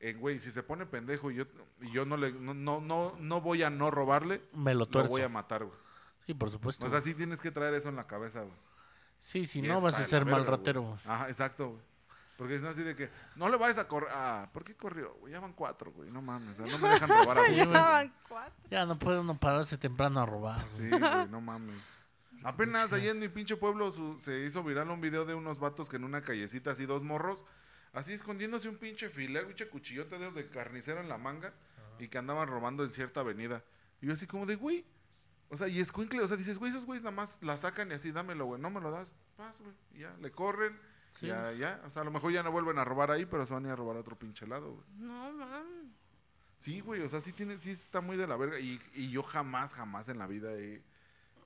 [SPEAKER 2] En, güey, si se pone pendejo y yo, y yo no, le, no, no, no, no voy a no robarle,
[SPEAKER 1] Me lo
[SPEAKER 2] lo
[SPEAKER 1] tuerzo.
[SPEAKER 2] voy a matar, güey.
[SPEAKER 1] Sí, por supuesto.
[SPEAKER 2] O sea, sí tienes que traer eso en la cabeza, güey.
[SPEAKER 1] sí, si
[SPEAKER 2] Y
[SPEAKER 1] no
[SPEAKER 2] está
[SPEAKER 1] vas
[SPEAKER 2] de
[SPEAKER 1] a
[SPEAKER 2] la
[SPEAKER 1] ser mal
[SPEAKER 2] verga, güey.
[SPEAKER 1] ratero. güey.
[SPEAKER 2] Ajá, exacto, güey. Porque es así de que, no le vayas a correr. Ah, ¿por qué corrió? güey? Ya van cuatro, güey, no mames. O sea, no me dejan robar
[SPEAKER 1] [laughs]
[SPEAKER 2] a mí,
[SPEAKER 1] Ya
[SPEAKER 2] güey.
[SPEAKER 3] Estaban cuatro.
[SPEAKER 1] Ya no puede uno pararse temprano a robar. güey.
[SPEAKER 2] Sí, güey, no mames. Apenas allá en mi pinche pueblo su- se hizo viral un video de unos vatos que en una callecita así dos morros, así escondiéndose un pinche filero, pinche cuchillote de, esos de carnicero en la manga y que andaban robando en cierta avenida. Y yo así como de, güey. O sea, y escuincle, o sea, dices, güey, esos güeyes nada más la sacan y así, dámelo, güey, no me lo das, paz, güey. Y ya, le corren,
[SPEAKER 1] Sí.
[SPEAKER 2] ya, ya. O sea, a lo mejor ya no vuelven a robar ahí, pero se van a ir a robar a otro pinche lado, güey.
[SPEAKER 3] No, man.
[SPEAKER 2] Sí, güey, o sea, sí tiene, sí está muy de la verga. Y, y yo jamás, jamás en la vida he,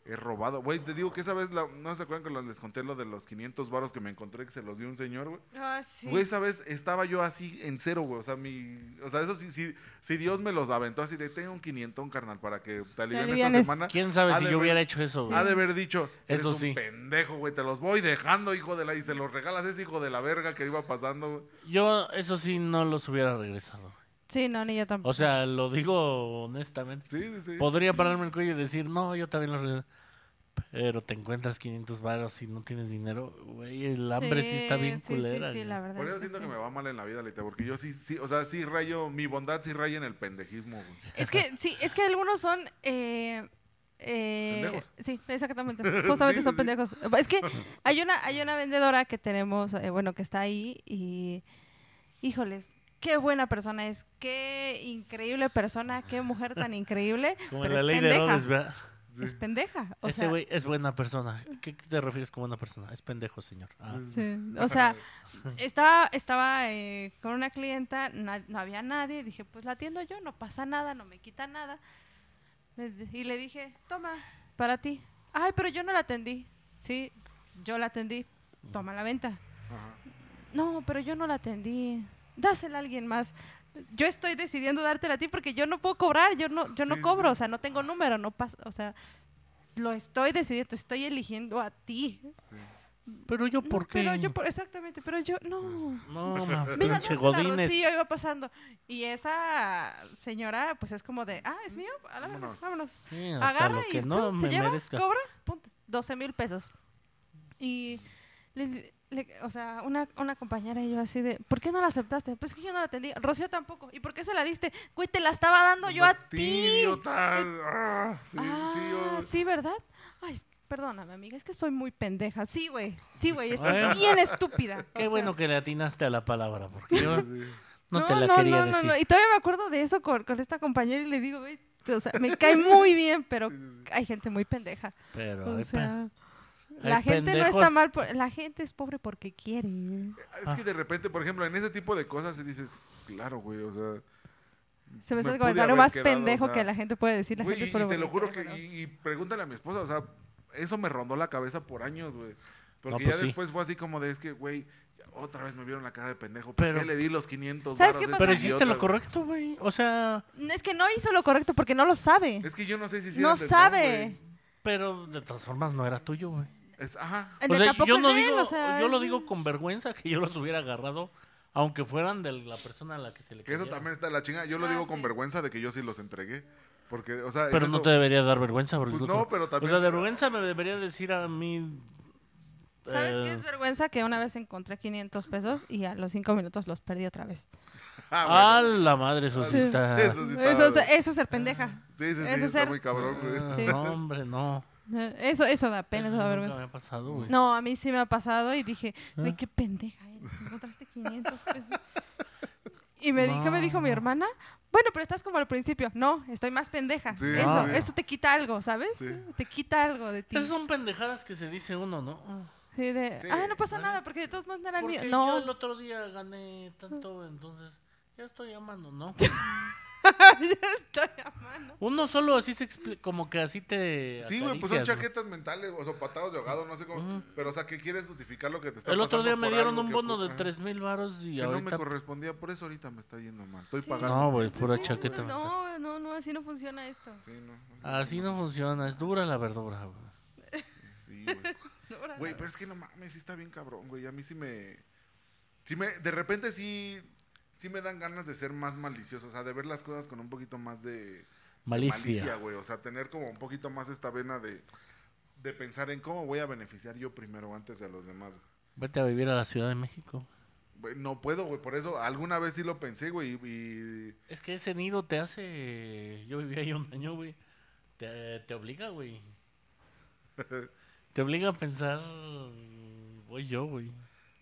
[SPEAKER 2] he robado. Güey, te digo que esa vez, la- no se acuerdan que los- les conté lo de los 500 varos que me encontré que se los dio un señor, güey.
[SPEAKER 3] Ah, sí.
[SPEAKER 2] Güey, esa vez estaba yo así en cero, güey. O sea, mi, o sea, eso sí, sí, si Dios me los aventó así de, tengo un quinientón, carnal, para que te alivien esta
[SPEAKER 3] alivianes.
[SPEAKER 2] semana.
[SPEAKER 1] ¿Quién sabe
[SPEAKER 2] Ah, Ha
[SPEAKER 1] si
[SPEAKER 2] de
[SPEAKER 1] yo
[SPEAKER 2] ver-
[SPEAKER 1] hubiera hecho eso, güey?
[SPEAKER 2] Ha de haber dicho, eres
[SPEAKER 1] Eso
[SPEAKER 2] un
[SPEAKER 1] sí.
[SPEAKER 2] pendejo, güey, te los voy dejando, hijo de la... Y se los regalas a ese hijo de la verga que iba pasando, güey.
[SPEAKER 1] Yo eso sí no los hubiera regresado.
[SPEAKER 3] Sí, no, ni yo tampoco.
[SPEAKER 1] O sea, lo digo honestamente.
[SPEAKER 2] Sí, sí, sí.
[SPEAKER 1] Podría pararme el cuello y decir, no, yo también los regresé. Pero te encuentras 500 varos y no tienes dinero, güey, el hambre sí, está bien
[SPEAKER 3] sí,
[SPEAKER 1] culera.
[SPEAKER 3] Sí, sí,
[SPEAKER 1] güey.
[SPEAKER 3] la verdad.
[SPEAKER 2] Por eso
[SPEAKER 3] es que
[SPEAKER 2] siento que
[SPEAKER 3] sí.
[SPEAKER 2] me va mal en la vida, Lita, porque yo sí, sí, o sea, sí rayo, mi bondad sí raya en el pendejismo, güey.
[SPEAKER 3] Es que sí, es que algunos son. Eh, eh,
[SPEAKER 2] Pendejos.
[SPEAKER 3] Sí, exactamente. Justamente
[SPEAKER 2] [laughs] Sí,
[SPEAKER 3] son
[SPEAKER 2] sí, sí.
[SPEAKER 3] pendejos.
[SPEAKER 2] [laughs]
[SPEAKER 3] Es que hay una, hay una vendedora que tenemos, eh, bueno, que está ahí y. Híjoles, qué buena persona es. Qué increíble persona. Qué mujer tan increíble.
[SPEAKER 1] Como
[SPEAKER 3] pero
[SPEAKER 1] la
[SPEAKER 3] es
[SPEAKER 1] ley de
[SPEAKER 3] pendeja.
[SPEAKER 1] Herodes, ¿verdad?
[SPEAKER 2] Sí.
[SPEAKER 3] Es pendeja. O
[SPEAKER 1] Ese
[SPEAKER 3] sea,
[SPEAKER 1] güey es buena persona. ¿Qué te refieres con buena persona? Es pendejo, señor. Ah.
[SPEAKER 2] [laughs]
[SPEAKER 3] Sí, O sea, estaba, estaba eh, con una clienta, na- no había nadie, dije, pues la atiendo yo, no pasa nada, no me quita nada. Le d- Y le dije, toma, para ti. Ay, pero yo no la atendí. Sí, yo la atendí, toma la venta.
[SPEAKER 2] Ajá.
[SPEAKER 3] No, pero yo no la atendí, dásela a alguien más. Yo estoy decidiendo dártela a ti porque yo no puedo cobrar, yo no,
[SPEAKER 2] Sí,
[SPEAKER 3] yo
[SPEAKER 2] sí,
[SPEAKER 3] no cobro,
[SPEAKER 2] sí.
[SPEAKER 3] o sea, no tengo número, no pasa, o sea, lo estoy decidiendo, te estoy eligiendo a ti.
[SPEAKER 2] Sí.
[SPEAKER 1] Pero yo,
[SPEAKER 3] No,
[SPEAKER 1] ¿por qué?
[SPEAKER 3] Pero yo, por- exactamente, pero yo, no.
[SPEAKER 1] [laughs] No, ma,
[SPEAKER 3] Mira,
[SPEAKER 1] pinche
[SPEAKER 3] Godínez.
[SPEAKER 1] Godínez.
[SPEAKER 3] Rocío iba pasando. Y esa señora, pues es como de, ah, es mío, a la verga,
[SPEAKER 2] Vámonos.
[SPEAKER 3] vámonos.
[SPEAKER 1] Sí, hasta
[SPEAKER 3] Agarra
[SPEAKER 1] lo
[SPEAKER 3] y
[SPEAKER 1] que no
[SPEAKER 3] ¡zum!
[SPEAKER 1] me
[SPEAKER 3] se lleva,
[SPEAKER 1] merezca.
[SPEAKER 3] cobra, punto, 12 mil pesos. Y, le- le- o sea, una, una compañera y yo así de, ¿por qué no la aceptaste? Pues que yo no la atendí. Rocío tampoco. ¿Y por qué se la diste? Güey, te la estaba dando yo a
[SPEAKER 2] Martín,
[SPEAKER 3] ti. Eh,
[SPEAKER 2] idiota. Ah, sí, sí,
[SPEAKER 3] ah,
[SPEAKER 2] yo-
[SPEAKER 3] sí, ¿verdad? Ay, perdóname, amiga, es que soy muy pendeja. Sí, güey, sí, güey,
[SPEAKER 1] Bueno.
[SPEAKER 3] estás bien estúpida. O
[SPEAKER 1] Qué
[SPEAKER 3] sea,
[SPEAKER 1] bueno que le atinaste a la palabra, porque
[SPEAKER 2] [laughs]
[SPEAKER 1] yo no,
[SPEAKER 2] Sí.
[SPEAKER 1] te la quería
[SPEAKER 3] no, no,
[SPEAKER 1] decir.
[SPEAKER 3] no. Y todavía me acuerdo de eso con, con esta compañera y le digo, "Güey, o sea, me cae muy bien, pero
[SPEAKER 2] Sí, sí, sí.
[SPEAKER 3] hay gente muy pendeja.
[SPEAKER 1] Pero
[SPEAKER 3] O
[SPEAKER 1] de
[SPEAKER 3] sea,
[SPEAKER 1] hay
[SPEAKER 3] la gente no está
[SPEAKER 1] pendejos.
[SPEAKER 3] mal, por- la gente es pobre porque quiere.
[SPEAKER 2] Es que de repente, por ejemplo, en ese tipo de cosas sí dices, claro, güey, o sea,
[SPEAKER 3] Se me hace
[SPEAKER 2] me pude
[SPEAKER 3] el comentario
[SPEAKER 2] haber
[SPEAKER 3] más
[SPEAKER 2] quedado, o
[SPEAKER 3] pendejo
[SPEAKER 2] sea,
[SPEAKER 3] que la gente puede decir. La
[SPEAKER 2] Güey,
[SPEAKER 3] gente
[SPEAKER 2] y-
[SPEAKER 3] es
[SPEAKER 2] y te lo juro que.
[SPEAKER 3] voluntaria, pero-
[SPEAKER 2] Y, y pregúntale a mi esposa, o sea, eso me rondó la cabeza por años, güey. Porque
[SPEAKER 1] pues
[SPEAKER 2] ya
[SPEAKER 1] sí.
[SPEAKER 2] después fue así como de, es que, güey, ya otra vez me vieron la cara de pendejo. ¿Por
[SPEAKER 1] Pero-
[SPEAKER 2] qué le di los 500
[SPEAKER 3] ¿Sabes
[SPEAKER 2] varos
[SPEAKER 3] qué
[SPEAKER 2] a este
[SPEAKER 3] pasa?
[SPEAKER 1] Pero hiciste
[SPEAKER 2] idiota,
[SPEAKER 1] lo
[SPEAKER 2] güey?
[SPEAKER 1] correcto, güey. O sea,
[SPEAKER 3] Es que no hizo lo correcto porque no lo sabe.
[SPEAKER 2] Es que yo no sé si
[SPEAKER 3] No
[SPEAKER 2] hicieron del
[SPEAKER 3] sabe.
[SPEAKER 2] güey.
[SPEAKER 1] pero de todas formas no era tuyo, güey.
[SPEAKER 2] Es, ajá.
[SPEAKER 1] O
[SPEAKER 3] Ni
[SPEAKER 1] sea,
[SPEAKER 3] tampoco
[SPEAKER 1] Pues, eh, yo,
[SPEAKER 3] el
[SPEAKER 1] no
[SPEAKER 3] de él,
[SPEAKER 1] digo,
[SPEAKER 3] o sea,
[SPEAKER 1] yo lo
[SPEAKER 3] es-
[SPEAKER 1] digo con vergüenza que yo los hubiera agarrado, aunque fueran de la persona a la que se le
[SPEAKER 2] Que eso
[SPEAKER 1] cayera.
[SPEAKER 2] también está de la chingada. Yo lo
[SPEAKER 3] Ah,
[SPEAKER 2] digo
[SPEAKER 3] sí.
[SPEAKER 2] con vergüenza de que yo sí los entregué. Porque, o sea, es
[SPEAKER 1] Pero no
[SPEAKER 2] eso.
[SPEAKER 1] te debería dar vergüenza. Porque
[SPEAKER 2] Pues
[SPEAKER 1] es lo
[SPEAKER 2] no,
[SPEAKER 1] que-
[SPEAKER 2] pero
[SPEAKER 1] O
[SPEAKER 2] también.
[SPEAKER 1] sea, de vergüenza me debería decir a mí...
[SPEAKER 3] ¿Sabes qué
[SPEAKER 1] eh,
[SPEAKER 3] es vergüenza? Que una vez encontré 500 pesos y a los 5 minutos los perdí otra vez.
[SPEAKER 2] [laughs] Ah,
[SPEAKER 1] A
[SPEAKER 2] bueno.
[SPEAKER 1] la madre, eso sí
[SPEAKER 3] Sí.
[SPEAKER 1] está...
[SPEAKER 2] [laughs] Eso sí está-
[SPEAKER 3] Eso, es- eso es ser pendeja.
[SPEAKER 2] Sí, sí, sí,
[SPEAKER 3] eso
[SPEAKER 2] está
[SPEAKER 3] ser-
[SPEAKER 2] muy cabrón, güey.
[SPEAKER 1] Ah,
[SPEAKER 3] Sí.
[SPEAKER 1] No, hombre, no.
[SPEAKER 3] Eh, Eso, eso da pena,
[SPEAKER 1] Eso
[SPEAKER 3] eso da
[SPEAKER 1] nunca
[SPEAKER 3] vergüenza.
[SPEAKER 1] me ha pasado, güey.
[SPEAKER 3] No, a mí sí me ha pasado y dije, güey,
[SPEAKER 1] ¿Ah?
[SPEAKER 3] qué pendeja eres, encontraste 500 pesos. Y me, di- ¿qué me dijo mi
[SPEAKER 1] No.
[SPEAKER 3] hermana? Bueno, pero estás como al principio. No, estoy más pendeja.
[SPEAKER 2] Sí,
[SPEAKER 3] eso,
[SPEAKER 1] sí.
[SPEAKER 3] eso te quita algo, ¿sabes?
[SPEAKER 2] Sí.
[SPEAKER 3] Te quita algo de ti.
[SPEAKER 1] Esas son pendejadas que se dice uno, ¿no?
[SPEAKER 3] Sí, de,
[SPEAKER 2] Sí.
[SPEAKER 3] ah, no pasa
[SPEAKER 1] Vale.
[SPEAKER 3] nada, porque de todos modos no eran
[SPEAKER 1] Porque yo
[SPEAKER 3] míos. No,
[SPEAKER 1] el otro día gané tanto, entonces ya estoy amando, ¿no?
[SPEAKER 3] [laughs] ya estoy a mano.
[SPEAKER 1] Uno solo así se expli- como que así te
[SPEAKER 2] Sí, güey, pues son
[SPEAKER 1] acaricias, ¿no?
[SPEAKER 2] chaquetas mentales, o sea, patados de ahogado, no sé cómo.
[SPEAKER 1] Ujú.
[SPEAKER 2] Pero, o sea, que quieres justificar lo que te está
[SPEAKER 1] El otro
[SPEAKER 2] pasando
[SPEAKER 1] día me
[SPEAKER 2] por
[SPEAKER 1] dieron
[SPEAKER 2] algo
[SPEAKER 1] un
[SPEAKER 2] que
[SPEAKER 1] bono
[SPEAKER 2] ocu-
[SPEAKER 1] de
[SPEAKER 2] ajá,
[SPEAKER 1] 3 mil varos y
[SPEAKER 2] Que no me
[SPEAKER 1] ahorita...
[SPEAKER 2] correspondía, por eso ahorita me está yendo mal. Estoy
[SPEAKER 3] Sí.
[SPEAKER 2] pagando.
[SPEAKER 1] No, güey,
[SPEAKER 3] Sí,
[SPEAKER 1] pura
[SPEAKER 3] sí, sí,
[SPEAKER 1] chaqueta. mental.
[SPEAKER 3] No, no, no, así no funciona esto.
[SPEAKER 2] Sí, no.
[SPEAKER 1] Así Ah, no funciona, es dura la verdura, güey.
[SPEAKER 2] Sí, güey.
[SPEAKER 3] No, ahora
[SPEAKER 2] Güey,
[SPEAKER 3] no.
[SPEAKER 2] pero es que no mames, sí está bien cabrón, güey. A mí sí me. Sí me. De repente sí. Sí me dan ganas de ser más malicioso. O sea, de ver las cosas con un poquito más de.
[SPEAKER 1] Malicia.
[SPEAKER 2] malicia, güey. O sea, tener como un poquito más esta vena de. De pensar en cómo voy a beneficiar yo primero antes de los demás. güey.
[SPEAKER 1] Vete a vivir a la Ciudad de México.
[SPEAKER 2] Güey, no puedo, güey. Por eso alguna vez sí lo pensé, güey. Y. y-
[SPEAKER 1] Es que ese nido te hace... Yo viví ahí un año, güey. Te, te obliga,
[SPEAKER 2] [laughs]
[SPEAKER 1] güey. Te obliga a pensar... Voy yo, güey.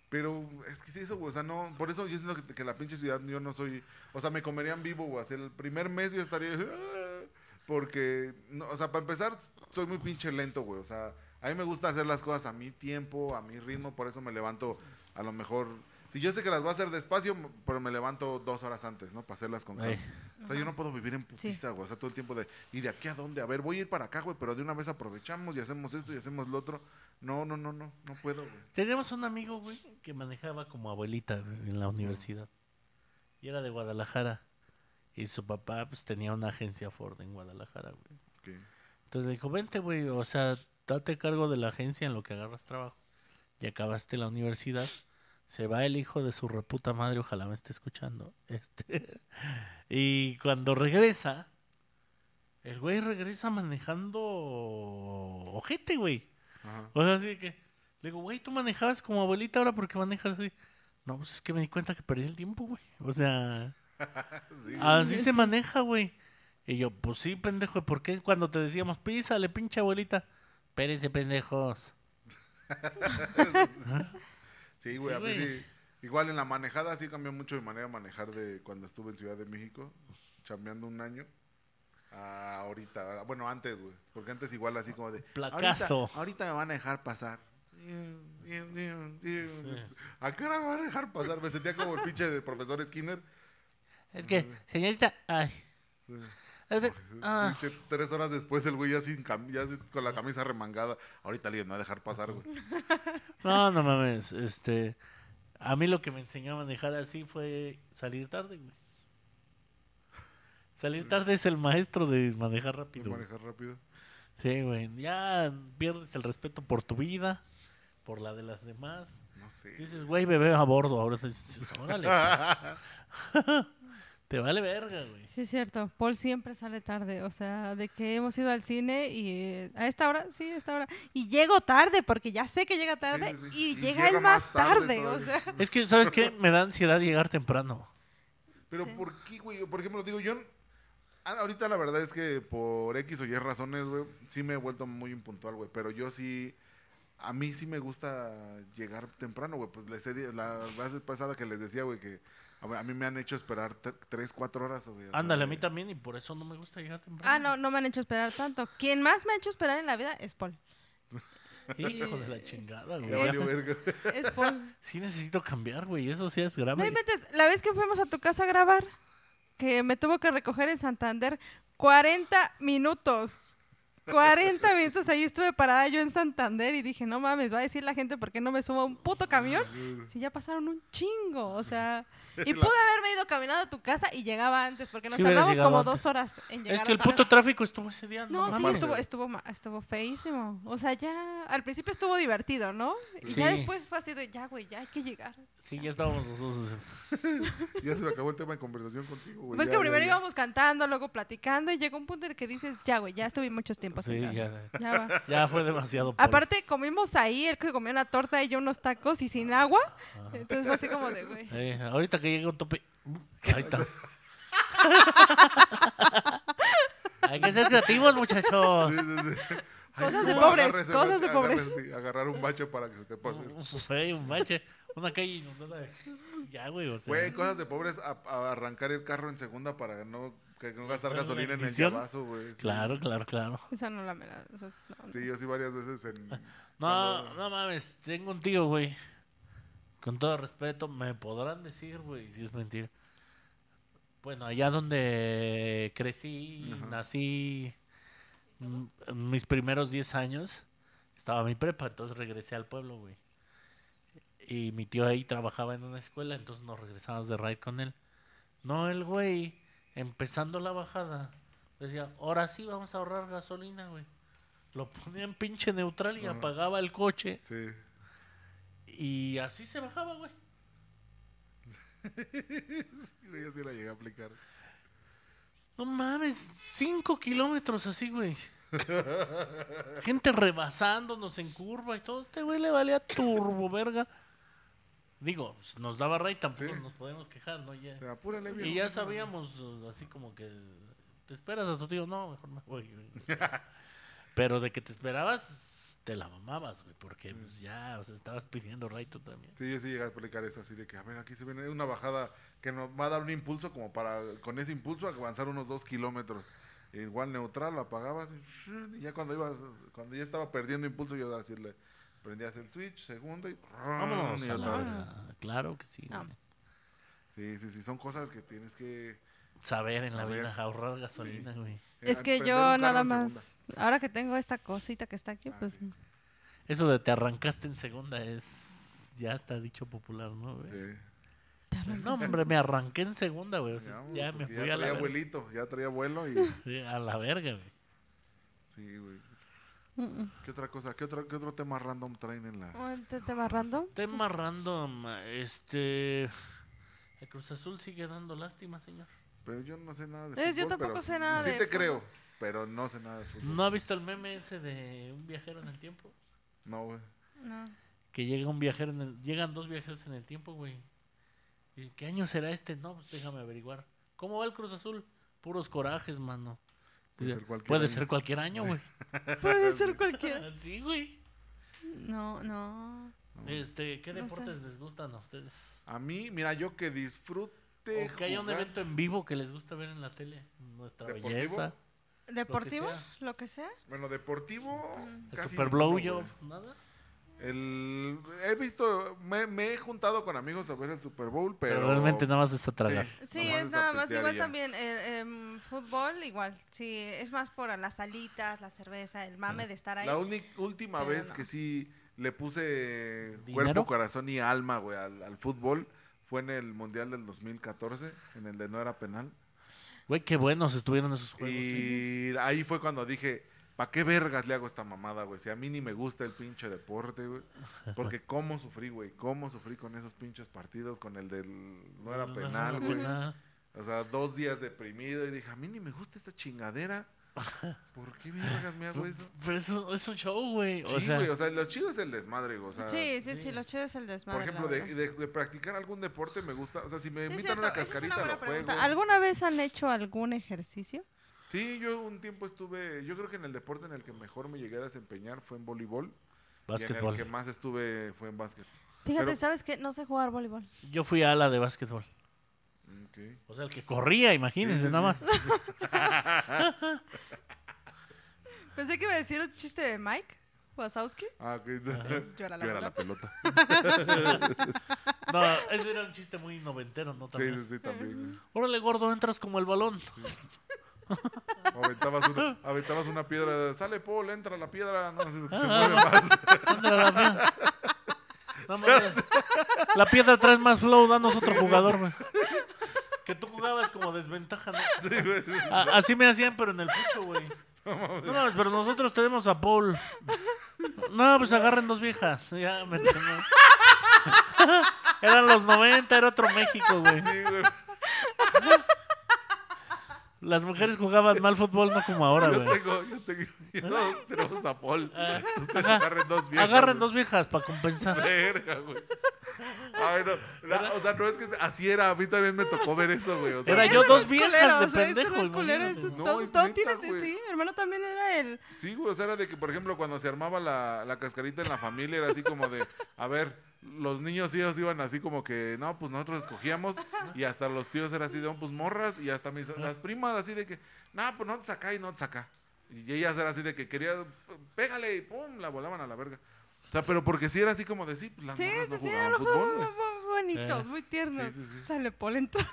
[SPEAKER 2] Pero es que sí, eso, güey. O sea, no. Por eso yo siento que, que la pinche ciudad yo no soy. O sea, me comerían vivo, güey. Hasta el primer mes yo estaría. "Ah", Porque. no, o sea, para empezar, soy muy pinche lento, güey. O sea, a mí me gusta hacer las cosas a mi tiempo, a mi ritmo. Por eso me levanto a lo mejor. Si yo sé que las voy a hacer despacio, m- pero me levanto dos horas antes, ¿no? Para hacerlas con calma.
[SPEAKER 1] Ey.
[SPEAKER 2] O sea, yo no puedo vivir en putiza, güey. O sea, todo el tiempo de, ¿y de aquí a dónde? A ver, voy a ir para acá, güey, pero de una vez aprovechamos y hacemos esto y hacemos lo otro. No, no, no, no, no puedo, güey.
[SPEAKER 1] Teníamos un amigo, güey, que manejaba como abuelita güey, en la universidad. Y era de Guadalajara. Y su papá, pues, tenía una agencia Ford en Guadalajara, güey.
[SPEAKER 2] Ok.
[SPEAKER 1] Entonces le dijo, vente, güey, o sea, date cargo de la agencia en lo que agarras trabajo. Y acabaste la universidad. Se va el hijo de su reputa madre, ojalá me esté escuchando. [laughs] Este. y cuando regresa, el güey regresa manejando ojete, güey.
[SPEAKER 2] Ajá.
[SPEAKER 1] O sea, así de que. Le digo, güey, tú manejabas como abuelita ahora porque manejas así. No, pues es que me di cuenta que perdí el tiempo, güey. O sea,
[SPEAKER 2] Sí,
[SPEAKER 1] así se maneja, güey. Y yo, pues sí, pendejo, ¿por qué cuando te decíamos, písale, pinche abuelita? Espérense, pendejos.
[SPEAKER 2] Sí, güey,
[SPEAKER 1] Sí,
[SPEAKER 2] a mí
[SPEAKER 1] güey.
[SPEAKER 2] sí. Igual en la manejada sí cambió mucho mi manera de manejar de cuando estuve en Ciudad de México, pues, chambeando un año, a ahorita. a- Bueno, antes, güey. Porque antes igual así como de...
[SPEAKER 1] Placazo.
[SPEAKER 2] Ahorita, ahorita me van a dejar pasar. ¿A qué hora me van a dejar pasar? Me sentía como el pinche de profesor Skinner.
[SPEAKER 1] Es que, señorita, ay. es de- ah,
[SPEAKER 2] Pinche, tres horas después el güey ya, sin cam- ya sin- con la camisa remangada. Ahorita alguien me va a dejar pasar, güey.
[SPEAKER 1] No, no mames. Este, a mí lo que me enseñó a manejar así fue salir tarde, güey. Salir tarde es el maestro de manejar rápido.
[SPEAKER 2] De
[SPEAKER 1] güey.
[SPEAKER 2] manejar rápido.
[SPEAKER 1] Sí, güey. Ya pierdes el respeto por tu vida, por la de las demás.
[SPEAKER 2] No [laughs] sé.
[SPEAKER 1] Dices, güey, bebé a bordo. Ahora dices, órale. Te vale verga, güey.
[SPEAKER 3] Sí, es cierto. Paul siempre sale tarde. O sea, de que hemos ido al cine y eh, a esta hora, sí, a esta hora. Y llego tarde, porque ya sé que llega tarde
[SPEAKER 2] sí, sí.
[SPEAKER 3] Y, llega el más tarde. o
[SPEAKER 2] todavía.
[SPEAKER 3] sea,
[SPEAKER 1] Es que, ¿sabes qué? Me da ansiedad llegar temprano.
[SPEAKER 2] Pero
[SPEAKER 3] Sí.
[SPEAKER 2] ¿por qué, güey? Por ejemplo, digo, yo... ah, Ahorita la verdad es que por X o Y razones, güey, sí me he vuelto muy impuntual, güey. Pero yo sí... A mí sí me gusta llegar temprano, güey. Pues les he di- la vez pasada que les decía, güey, que a mí- a mí me han hecho esperar te- tres, cuatro horas, güey. o sea,
[SPEAKER 1] Ándale, a
[SPEAKER 2] de-
[SPEAKER 1] mí también y por eso no me gusta llegar temprano.
[SPEAKER 3] ah, no, no me han hecho esperar tanto. Quien más me ha hecho esperar en la vida es Paul.
[SPEAKER 1] Hijo de la chingada,
[SPEAKER 2] Ya valió
[SPEAKER 1] güey.
[SPEAKER 2] verga. [laughs]
[SPEAKER 3] Es Paul.
[SPEAKER 1] Sí necesito cambiar, güey. Eso sí es
[SPEAKER 3] No
[SPEAKER 1] grave.
[SPEAKER 3] inventes, la vez que fuimos a tu casa a grabar, que me tuvo que recoger en Santander 40 minutos. 40 minutos ahí estuve parada yo en Santander y dije, no mames, va a decir la gente por qué no me subo a un puto camión. Si ya pasaron un chingo,
[SPEAKER 2] [laughs]
[SPEAKER 3] o sea, y
[SPEAKER 2] La-
[SPEAKER 3] pude haberme ido caminando a tu casa y llegaba antes, porque nos
[SPEAKER 1] Sí hubieras
[SPEAKER 3] tardamos
[SPEAKER 1] llegado
[SPEAKER 3] como
[SPEAKER 1] antes.
[SPEAKER 3] dos horas en llegar.
[SPEAKER 1] Es
[SPEAKER 3] a
[SPEAKER 1] que el
[SPEAKER 3] tu
[SPEAKER 1] puto tráfico estuvo ese día.
[SPEAKER 3] no, sí,
[SPEAKER 2] mames.
[SPEAKER 3] estuvo, estuvo, ma- estuvo feísimo. O sea, ya al principio estuvo divertido, ¿no? Y ya
[SPEAKER 1] Sí.
[SPEAKER 3] después fue así de, ya, güey, ya hay que llegar.
[SPEAKER 2] Pues
[SPEAKER 1] Sí, ya estábamos los dos.
[SPEAKER 2] Ya se me acabó el tema de conversación contigo, güey.
[SPEAKER 3] Pues
[SPEAKER 2] Ya,
[SPEAKER 3] que
[SPEAKER 2] ya,
[SPEAKER 3] primero
[SPEAKER 2] ya.
[SPEAKER 3] íbamos cantando, luego platicando, y llegó un punto en el que dices, ya, güey, ya estuve muchos tiempos.
[SPEAKER 1] Sí, [laughs]
[SPEAKER 3] sentado.
[SPEAKER 1] ya,
[SPEAKER 3] Ya va.
[SPEAKER 1] ya fue demasiado. Paul.
[SPEAKER 3] Aparte, comimos ahí, él que comió una torta y yo unos tacos y sin agua. Entonces fue así como de, güey.
[SPEAKER 1] Eh, ahorita que llegue un tope. Ahí está. Hay que ser creativos, muchachos.
[SPEAKER 2] Sí, sí, sí. Ay,
[SPEAKER 3] [laughs] Cosas de
[SPEAKER 2] no,
[SPEAKER 3] pobres,
[SPEAKER 2] agárrese,
[SPEAKER 3] cosas de
[SPEAKER 2] agárrese,
[SPEAKER 3] pobres.
[SPEAKER 2] sí, agarrar un bache para que se te pase.
[SPEAKER 1] Güey, un bache. Una calle inundada. de- Ya, güey, o sea.
[SPEAKER 2] Güey, cosas de pobres a, a arrancar el carro en segunda para no, que no gastar
[SPEAKER 1] Para la
[SPEAKER 2] gasolina en el
[SPEAKER 1] ignición.
[SPEAKER 2] llavazo, güey. Sí.
[SPEAKER 1] Claro, claro, claro.
[SPEAKER 3] Esa no la me la... esa no,
[SPEAKER 2] Sí, yo sí varias veces en...
[SPEAKER 1] [laughs] No,
[SPEAKER 2] cuando-
[SPEAKER 1] no mames, tengo un tío, güey. Con todo respeto, me podrán decir, güey, si es mentira. Bueno, allá donde crecí,
[SPEAKER 2] Ajá.
[SPEAKER 1] nací, mm, en mis primeros 10 años, estaba mi prepa, entonces regresé al pueblo, güey. Y mi tío ahí trabajaba en una escuela, entonces nos regresábamos de raid con él. No, el güey, empezando la bajada, decía, ahora sí vamos a ahorrar gasolina, güey. Lo ponía en pinche neutral y
[SPEAKER 2] Ajá.
[SPEAKER 1] apagaba el coche.
[SPEAKER 2] Sí. [laughs]
[SPEAKER 1] Y así se bajaba, güey.
[SPEAKER 2] Sí, güey, yo sí la llegué a aplicar.
[SPEAKER 1] No mames, cinco kilómetros así,
[SPEAKER 2] [laughs]
[SPEAKER 1] güey. Gente rebasándonos en curva y todo. Este güey le valía turbo, verga. Digo, pues, nos daba rey, tampoco
[SPEAKER 2] Sí.
[SPEAKER 1] nos podemos quejar, ¿no? Ya.
[SPEAKER 2] O sea, apúrale,
[SPEAKER 1] Y
[SPEAKER 2] viejo,
[SPEAKER 1] ya
[SPEAKER 2] no,
[SPEAKER 1] sabíamos, eh, así como que te esperas a tu tío, no, mejor me voy. güey. Pero de que te esperabas, te la mamabas, güey, porque pues, ya, o sea, estabas pidiendo rey tú también.
[SPEAKER 2] Sí, yo sí llegué a aplicar esa así de que, a ver, aquí se viene una bajada que nos va a dar un impulso como para, con ese impulso, avanzar unos dos kilómetros. Igual neutral, lo apagabas y, y ya cuando ibas, cuando ya estaba perdiendo impulso, yo decirle, prendías el switch, segunda y...
[SPEAKER 1] Vámonos
[SPEAKER 2] y
[SPEAKER 1] a
[SPEAKER 2] Ah, otra
[SPEAKER 1] la
[SPEAKER 2] vez.
[SPEAKER 1] verga. Claro que sí.
[SPEAKER 3] No.
[SPEAKER 1] güey.
[SPEAKER 2] Sí, sí, sí, son cosas que tienes que... eh,
[SPEAKER 1] Saber en la
[SPEAKER 2] Saber.
[SPEAKER 1] vida, ahorrar gasolina, güey.
[SPEAKER 3] Es
[SPEAKER 2] eh,
[SPEAKER 3] que
[SPEAKER 2] prender un
[SPEAKER 3] yo
[SPEAKER 2] carro
[SPEAKER 3] nada
[SPEAKER 2] en segunda.
[SPEAKER 3] más, ahora que tengo esta cosita que está aquí,
[SPEAKER 2] Ah,
[SPEAKER 3] pues...
[SPEAKER 2] sí.
[SPEAKER 1] Eso de te arrancaste en segunda es. Ya está dicho popular, ¿no, güey?
[SPEAKER 2] Sí.
[SPEAKER 1] No, hombre, me arranqué en segunda, güey. o sea,
[SPEAKER 2] Ya,
[SPEAKER 1] ya me
[SPEAKER 2] porque
[SPEAKER 1] fui
[SPEAKER 2] ya
[SPEAKER 1] a la
[SPEAKER 2] traía
[SPEAKER 1] verga.
[SPEAKER 2] abuelito, ya traía abuelo y...
[SPEAKER 1] [laughs] Sí, a la verga, güey.
[SPEAKER 2] Sí, güey.
[SPEAKER 3] Mm, mm.
[SPEAKER 2] ¿Qué otra cosa? ¿Qué, otra, ¿Qué otro tema random traen en la...?
[SPEAKER 3] Ah, ¿Te, te va random?
[SPEAKER 1] Tema random. Este. El Cruz Azul sigue dando lástima, señor.
[SPEAKER 2] Pero yo no sé nada de
[SPEAKER 3] Es- yo
[SPEAKER 2] fútbol, pero
[SPEAKER 3] tampoco sé
[SPEAKER 2] sí-
[SPEAKER 3] nada
[SPEAKER 2] sí
[SPEAKER 3] de
[SPEAKER 2] te
[SPEAKER 3] fútbol.
[SPEAKER 2] creo, pero no sé nada de fútbol.
[SPEAKER 1] ¿No ha visto el meme ese de un viajero en el tiempo?
[SPEAKER 2] No, güey.
[SPEAKER 3] No.
[SPEAKER 1] Que llega un viajero en el- Llegan dos viajeros en el tiempo, güey. ¿Y ¿Qué año será este? No, pues déjame averiguar. ¿Cómo va el Cruz Azul? Puros corajes, mano.
[SPEAKER 2] Puede
[SPEAKER 1] Dice,
[SPEAKER 2] ser cualquier
[SPEAKER 1] Puede
[SPEAKER 2] año".
[SPEAKER 1] ser cualquier año, güey.
[SPEAKER 2] [laughs]
[SPEAKER 3] Puede ser cualquiera.
[SPEAKER 1] [laughs] Sí, güey.
[SPEAKER 3] No, no.
[SPEAKER 2] No.
[SPEAKER 1] Este, ¿qué
[SPEAKER 3] No sé.
[SPEAKER 1] deportes les gustan a ustedes?
[SPEAKER 2] A mí, mira, yo que disfrute
[SPEAKER 1] O que haya un
[SPEAKER 2] jugar
[SPEAKER 1] evento en vivo que les gusta ver en la tele. Nuestra
[SPEAKER 2] ¿Deportivo?
[SPEAKER 1] belleza.
[SPEAKER 3] ¿Deportivo?
[SPEAKER 1] sea.
[SPEAKER 3] Lo que sea.
[SPEAKER 2] Bueno, deportivo.
[SPEAKER 1] El
[SPEAKER 3] Mm.
[SPEAKER 2] casi
[SPEAKER 1] Super
[SPEAKER 2] ninguno,
[SPEAKER 1] Blow
[SPEAKER 2] güey.
[SPEAKER 1] Job. Nada.
[SPEAKER 2] El, he visto, me, me he juntado con amigos a ver el Super Bowl,
[SPEAKER 1] Pero,
[SPEAKER 2] pero.
[SPEAKER 1] realmente nada más es a tragar.
[SPEAKER 3] Sí,
[SPEAKER 2] nomás
[SPEAKER 3] es nada más
[SPEAKER 2] apreciar y
[SPEAKER 3] igual
[SPEAKER 2] ya.
[SPEAKER 3] también eh, em, fútbol igual. Sí, es más por las alitas, la cerveza, el mame de estar ahí.
[SPEAKER 2] Ah. La uni- última
[SPEAKER 3] Pero
[SPEAKER 2] vez
[SPEAKER 3] no.
[SPEAKER 2] que sí le puse
[SPEAKER 1] ¿Dinero?
[SPEAKER 2] cuerpo, corazón y alma, güey, al, al fútbol fue en el Mundial del 2014, en el de no era penal.
[SPEAKER 1] Güey, qué buenos estuvieron esos juegos. ¿eh?
[SPEAKER 2] Y ahí fue cuando dije, ¿para qué vergas le hago esta mamada, güey? Si a mí ni me gusta el pinche deporte, güey. [laughs] Porque cómo sufrí, güey. Cómo sufrí con esos pinches partidos, con el del... No era
[SPEAKER 1] Ajá,
[SPEAKER 2] penal,
[SPEAKER 1] no
[SPEAKER 2] güey.
[SPEAKER 1] penal.
[SPEAKER 2] O sea, dos días deprimido y dije, a mí ni me gusta esta chingadera. ¿Por qué vergas me hago eso?
[SPEAKER 1] Pero eso es un show, güey. [laughs] O
[SPEAKER 2] sí,
[SPEAKER 1] sea,
[SPEAKER 2] güey. O sea, lo chido es el desmadre, güey. O sea,
[SPEAKER 3] sí, sí, sí,
[SPEAKER 1] sí.
[SPEAKER 3] lo chido es el desmadre.
[SPEAKER 2] por
[SPEAKER 3] la
[SPEAKER 2] ejemplo, de,
[SPEAKER 3] verdad.
[SPEAKER 2] de- de practicar algún deporte me gusta. O sea, si me
[SPEAKER 3] Sí, es
[SPEAKER 2] invitan a
[SPEAKER 3] cierto,
[SPEAKER 2] una
[SPEAKER 3] esa es una
[SPEAKER 2] cascarita,
[SPEAKER 3] buena
[SPEAKER 2] lo
[SPEAKER 3] pregunta.
[SPEAKER 2] juego.
[SPEAKER 3] ¿Alguna vez han hecho algún ejercicio?
[SPEAKER 2] Sí, yo un tiempo estuve... Yo creo que en el deporte en el que mejor me llegué a desempeñar fue en voleibol. Y
[SPEAKER 1] básquetbol.
[SPEAKER 2] en el que más estuve fue en básquet.
[SPEAKER 3] Fíjate,
[SPEAKER 2] Pero-
[SPEAKER 3] ¿sabes qué? No sé jugar voleibol.
[SPEAKER 1] Yo fui a la de básquetbol.
[SPEAKER 2] Ok.
[SPEAKER 1] O sea, el que corría, imagínense,
[SPEAKER 2] Sí, sí,
[SPEAKER 1] nada más.
[SPEAKER 2] sí.
[SPEAKER 1] [laughs]
[SPEAKER 3] Pensé que iba a decir un chiste de Mike Wazowski.
[SPEAKER 2] [laughs] Ah, ok.
[SPEAKER 3] ¿Eh? Yo era la
[SPEAKER 2] Yo era la
[SPEAKER 3] bola.
[SPEAKER 2] pelota.
[SPEAKER 1] No, ese era un chiste muy noventero, [laughs] ¿no?
[SPEAKER 2] Sí,
[SPEAKER 1] También.
[SPEAKER 2] sí, sí, también.
[SPEAKER 1] Órale, gordo, entras como el balón.
[SPEAKER 2] O aventabas una, aventabas una piedra, sale Paul, entra la piedra, no, se,
[SPEAKER 1] Ah,
[SPEAKER 2] se mueve más.
[SPEAKER 1] Entra la piedra. No mames. La piedra traes más flow, danos otro jugador, güey. Que tú jugabas como desventaja, ¿no? A- así me hacían, pero en el pucho, güey. No mames, pero nosotros tenemos a Paul. No, pues agarren dos viejas. Ya, me [laughs] tengo. Eran los 90, era otro México, güey.
[SPEAKER 2] Sí, güey.
[SPEAKER 1] Las mujeres jugaban mal fútbol, no como ahora,
[SPEAKER 2] Yo
[SPEAKER 1] Ah, güey.
[SPEAKER 2] tengo, yo tengo, yo no, tenemos a Paul.
[SPEAKER 1] Ah,
[SPEAKER 2] Ustedes
[SPEAKER 1] ajá.
[SPEAKER 2] agarren dos viejas.
[SPEAKER 1] Agarren
[SPEAKER 2] güey.
[SPEAKER 1] dos viejas para compensar.
[SPEAKER 2] Verga, güey. Ay, no, no, o sea, no es que así era, a mí también me tocó ver eso, güey. o sea,
[SPEAKER 1] Era yo
[SPEAKER 3] Eso no
[SPEAKER 1] dos
[SPEAKER 3] es
[SPEAKER 1] viejas de
[SPEAKER 3] culero, o sea, eso
[SPEAKER 1] pendejo,
[SPEAKER 3] No es culero,
[SPEAKER 1] imagínate,
[SPEAKER 3] eso
[SPEAKER 1] güey.
[SPEAKER 3] es
[SPEAKER 2] No,
[SPEAKER 3] todo-
[SPEAKER 2] es
[SPEAKER 3] todo
[SPEAKER 2] neta,
[SPEAKER 3] tiene-
[SPEAKER 2] güey.
[SPEAKER 3] sí, mi hermano también era el...
[SPEAKER 2] Sí, güey, o sea, era de que, por ejemplo, cuando se armaba la, la cascarita en la familia, era así como de, a ver, los niños y ellos iban así como que, no, pues nosotros escogíamos, y hasta los tíos era así de, "No, pues morras, y hasta mis, las primas así de que, no, pues no te saca y no te saca. Y ellas era así de que quería, pégale, y pum, la volaban a la verga. O sea, pero porque sí era así como de, sí, pues las
[SPEAKER 3] Sí,
[SPEAKER 2] morras no
[SPEAKER 3] sí, sí,
[SPEAKER 2] jugaban
[SPEAKER 3] era un
[SPEAKER 2] fútbol,
[SPEAKER 3] juego
[SPEAKER 2] güey".
[SPEAKER 3] muy, muy bonito,
[SPEAKER 1] Eh.
[SPEAKER 3] muy tierno.
[SPEAKER 2] Sí, sí, sí.
[SPEAKER 3] Sale Paul entra.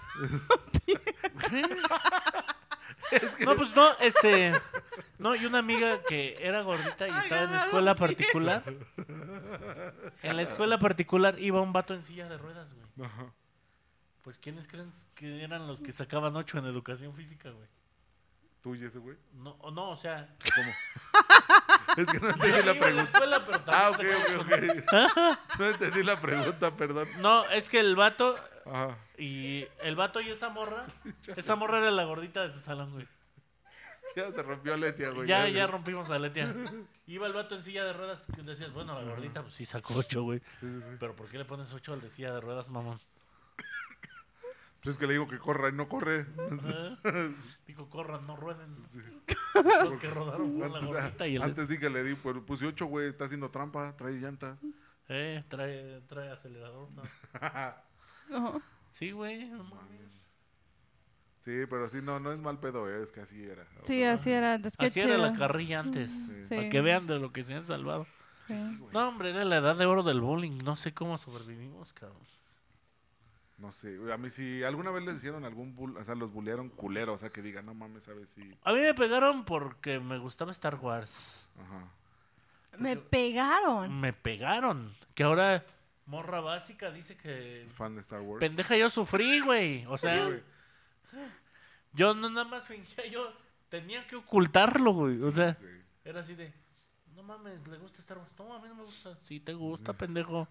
[SPEAKER 1] No, pues no, este. No, y una amiga que era gordita y estaba en
[SPEAKER 3] Agarrado
[SPEAKER 1] escuela
[SPEAKER 3] así.
[SPEAKER 1] particular. En la escuela particular iba un vato en silla de ruedas, güey.
[SPEAKER 2] Ajá.
[SPEAKER 1] Pues, ¿quiénes creen que eran los que sacaban ocho en educación física, güey?
[SPEAKER 2] ¿Tú y ese güey?
[SPEAKER 1] No, o no, o
[SPEAKER 2] [laughs]
[SPEAKER 1] sea.
[SPEAKER 2] ¿Cómo? es que no entendí
[SPEAKER 1] iba
[SPEAKER 2] la
[SPEAKER 1] a la
[SPEAKER 2] pregunta.
[SPEAKER 1] escuela, pero también
[SPEAKER 2] Ah, ok,
[SPEAKER 1] sacaba
[SPEAKER 2] ok,
[SPEAKER 1] ocho,
[SPEAKER 2] ok. No entendí la pregunta, perdón.
[SPEAKER 1] ¿no? No, es que el vato.
[SPEAKER 2] Ajá.
[SPEAKER 1] Y el vato y esa morra. Esa morra era la gordita de su salón, güey.
[SPEAKER 2] Ya se rompió Letia, güey.
[SPEAKER 1] Ya, ya rompimos a
[SPEAKER 2] [laughs]
[SPEAKER 1] Letia. Iba el vato en silla de ruedas que decías, bueno, la gordita pues sí sacó ocho, güey.
[SPEAKER 2] Sí, sí, sí.
[SPEAKER 1] Pero ¿por qué le pones ocho al de silla de ruedas,
[SPEAKER 2] [laughs]
[SPEAKER 1] mamón?
[SPEAKER 2] Pues es que le digo que corra y no corre.
[SPEAKER 1] ¿Eh? Dijo, corran, no
[SPEAKER 2] [laughs]
[SPEAKER 1] rueden. Los que rodaron fueron la
[SPEAKER 2] Antes,
[SPEAKER 1] gordita y el...
[SPEAKER 2] antes sí que le di, pues puse ocho, güey. Está haciendo trampa, trae llantas. [laughs]
[SPEAKER 1] Eh, trae, trae acelerador. ¿no?
[SPEAKER 3] No.
[SPEAKER 1] Sí, güey, no mames.
[SPEAKER 2] Sí, pero sí, no, no es mal pedo, eh, es que así era.
[SPEAKER 3] Sí, así era. Es que
[SPEAKER 1] Así era la
[SPEAKER 3] chido.
[SPEAKER 1] carrilla antes.
[SPEAKER 2] Sí.
[SPEAKER 1] Para que vean de lo que se han salvado.
[SPEAKER 3] sí.
[SPEAKER 1] No, hombre, era la edad de oro del bowling. No sé cómo sobrevivimos, cabrón.
[SPEAKER 2] No sé, güey, a mí sí, alguna vez les hicieron algún bull, o sea, los bullearon culero, o sea, que digan, no mames, ¿sabes? Sí.
[SPEAKER 1] A mí me pegaron porque me gustaba Star Wars.
[SPEAKER 2] Ajá.
[SPEAKER 3] Me pegaron.
[SPEAKER 1] Me pegaron. Que ahora morra básica dice que...
[SPEAKER 2] Fan de Star Wars.
[SPEAKER 1] Pendeja, yo sufrí, güey. O
[SPEAKER 2] Sí,
[SPEAKER 1] sea...
[SPEAKER 2] güey.
[SPEAKER 1] Yo no nada más fingía, yo tenía que ocultarlo, güey. O sea,
[SPEAKER 2] Sí.
[SPEAKER 1] era así de, no mames, le gusta Star Wars. No, a mí no me gusta. Sí, te gusta,
[SPEAKER 2] [laughs]
[SPEAKER 1] pendejo.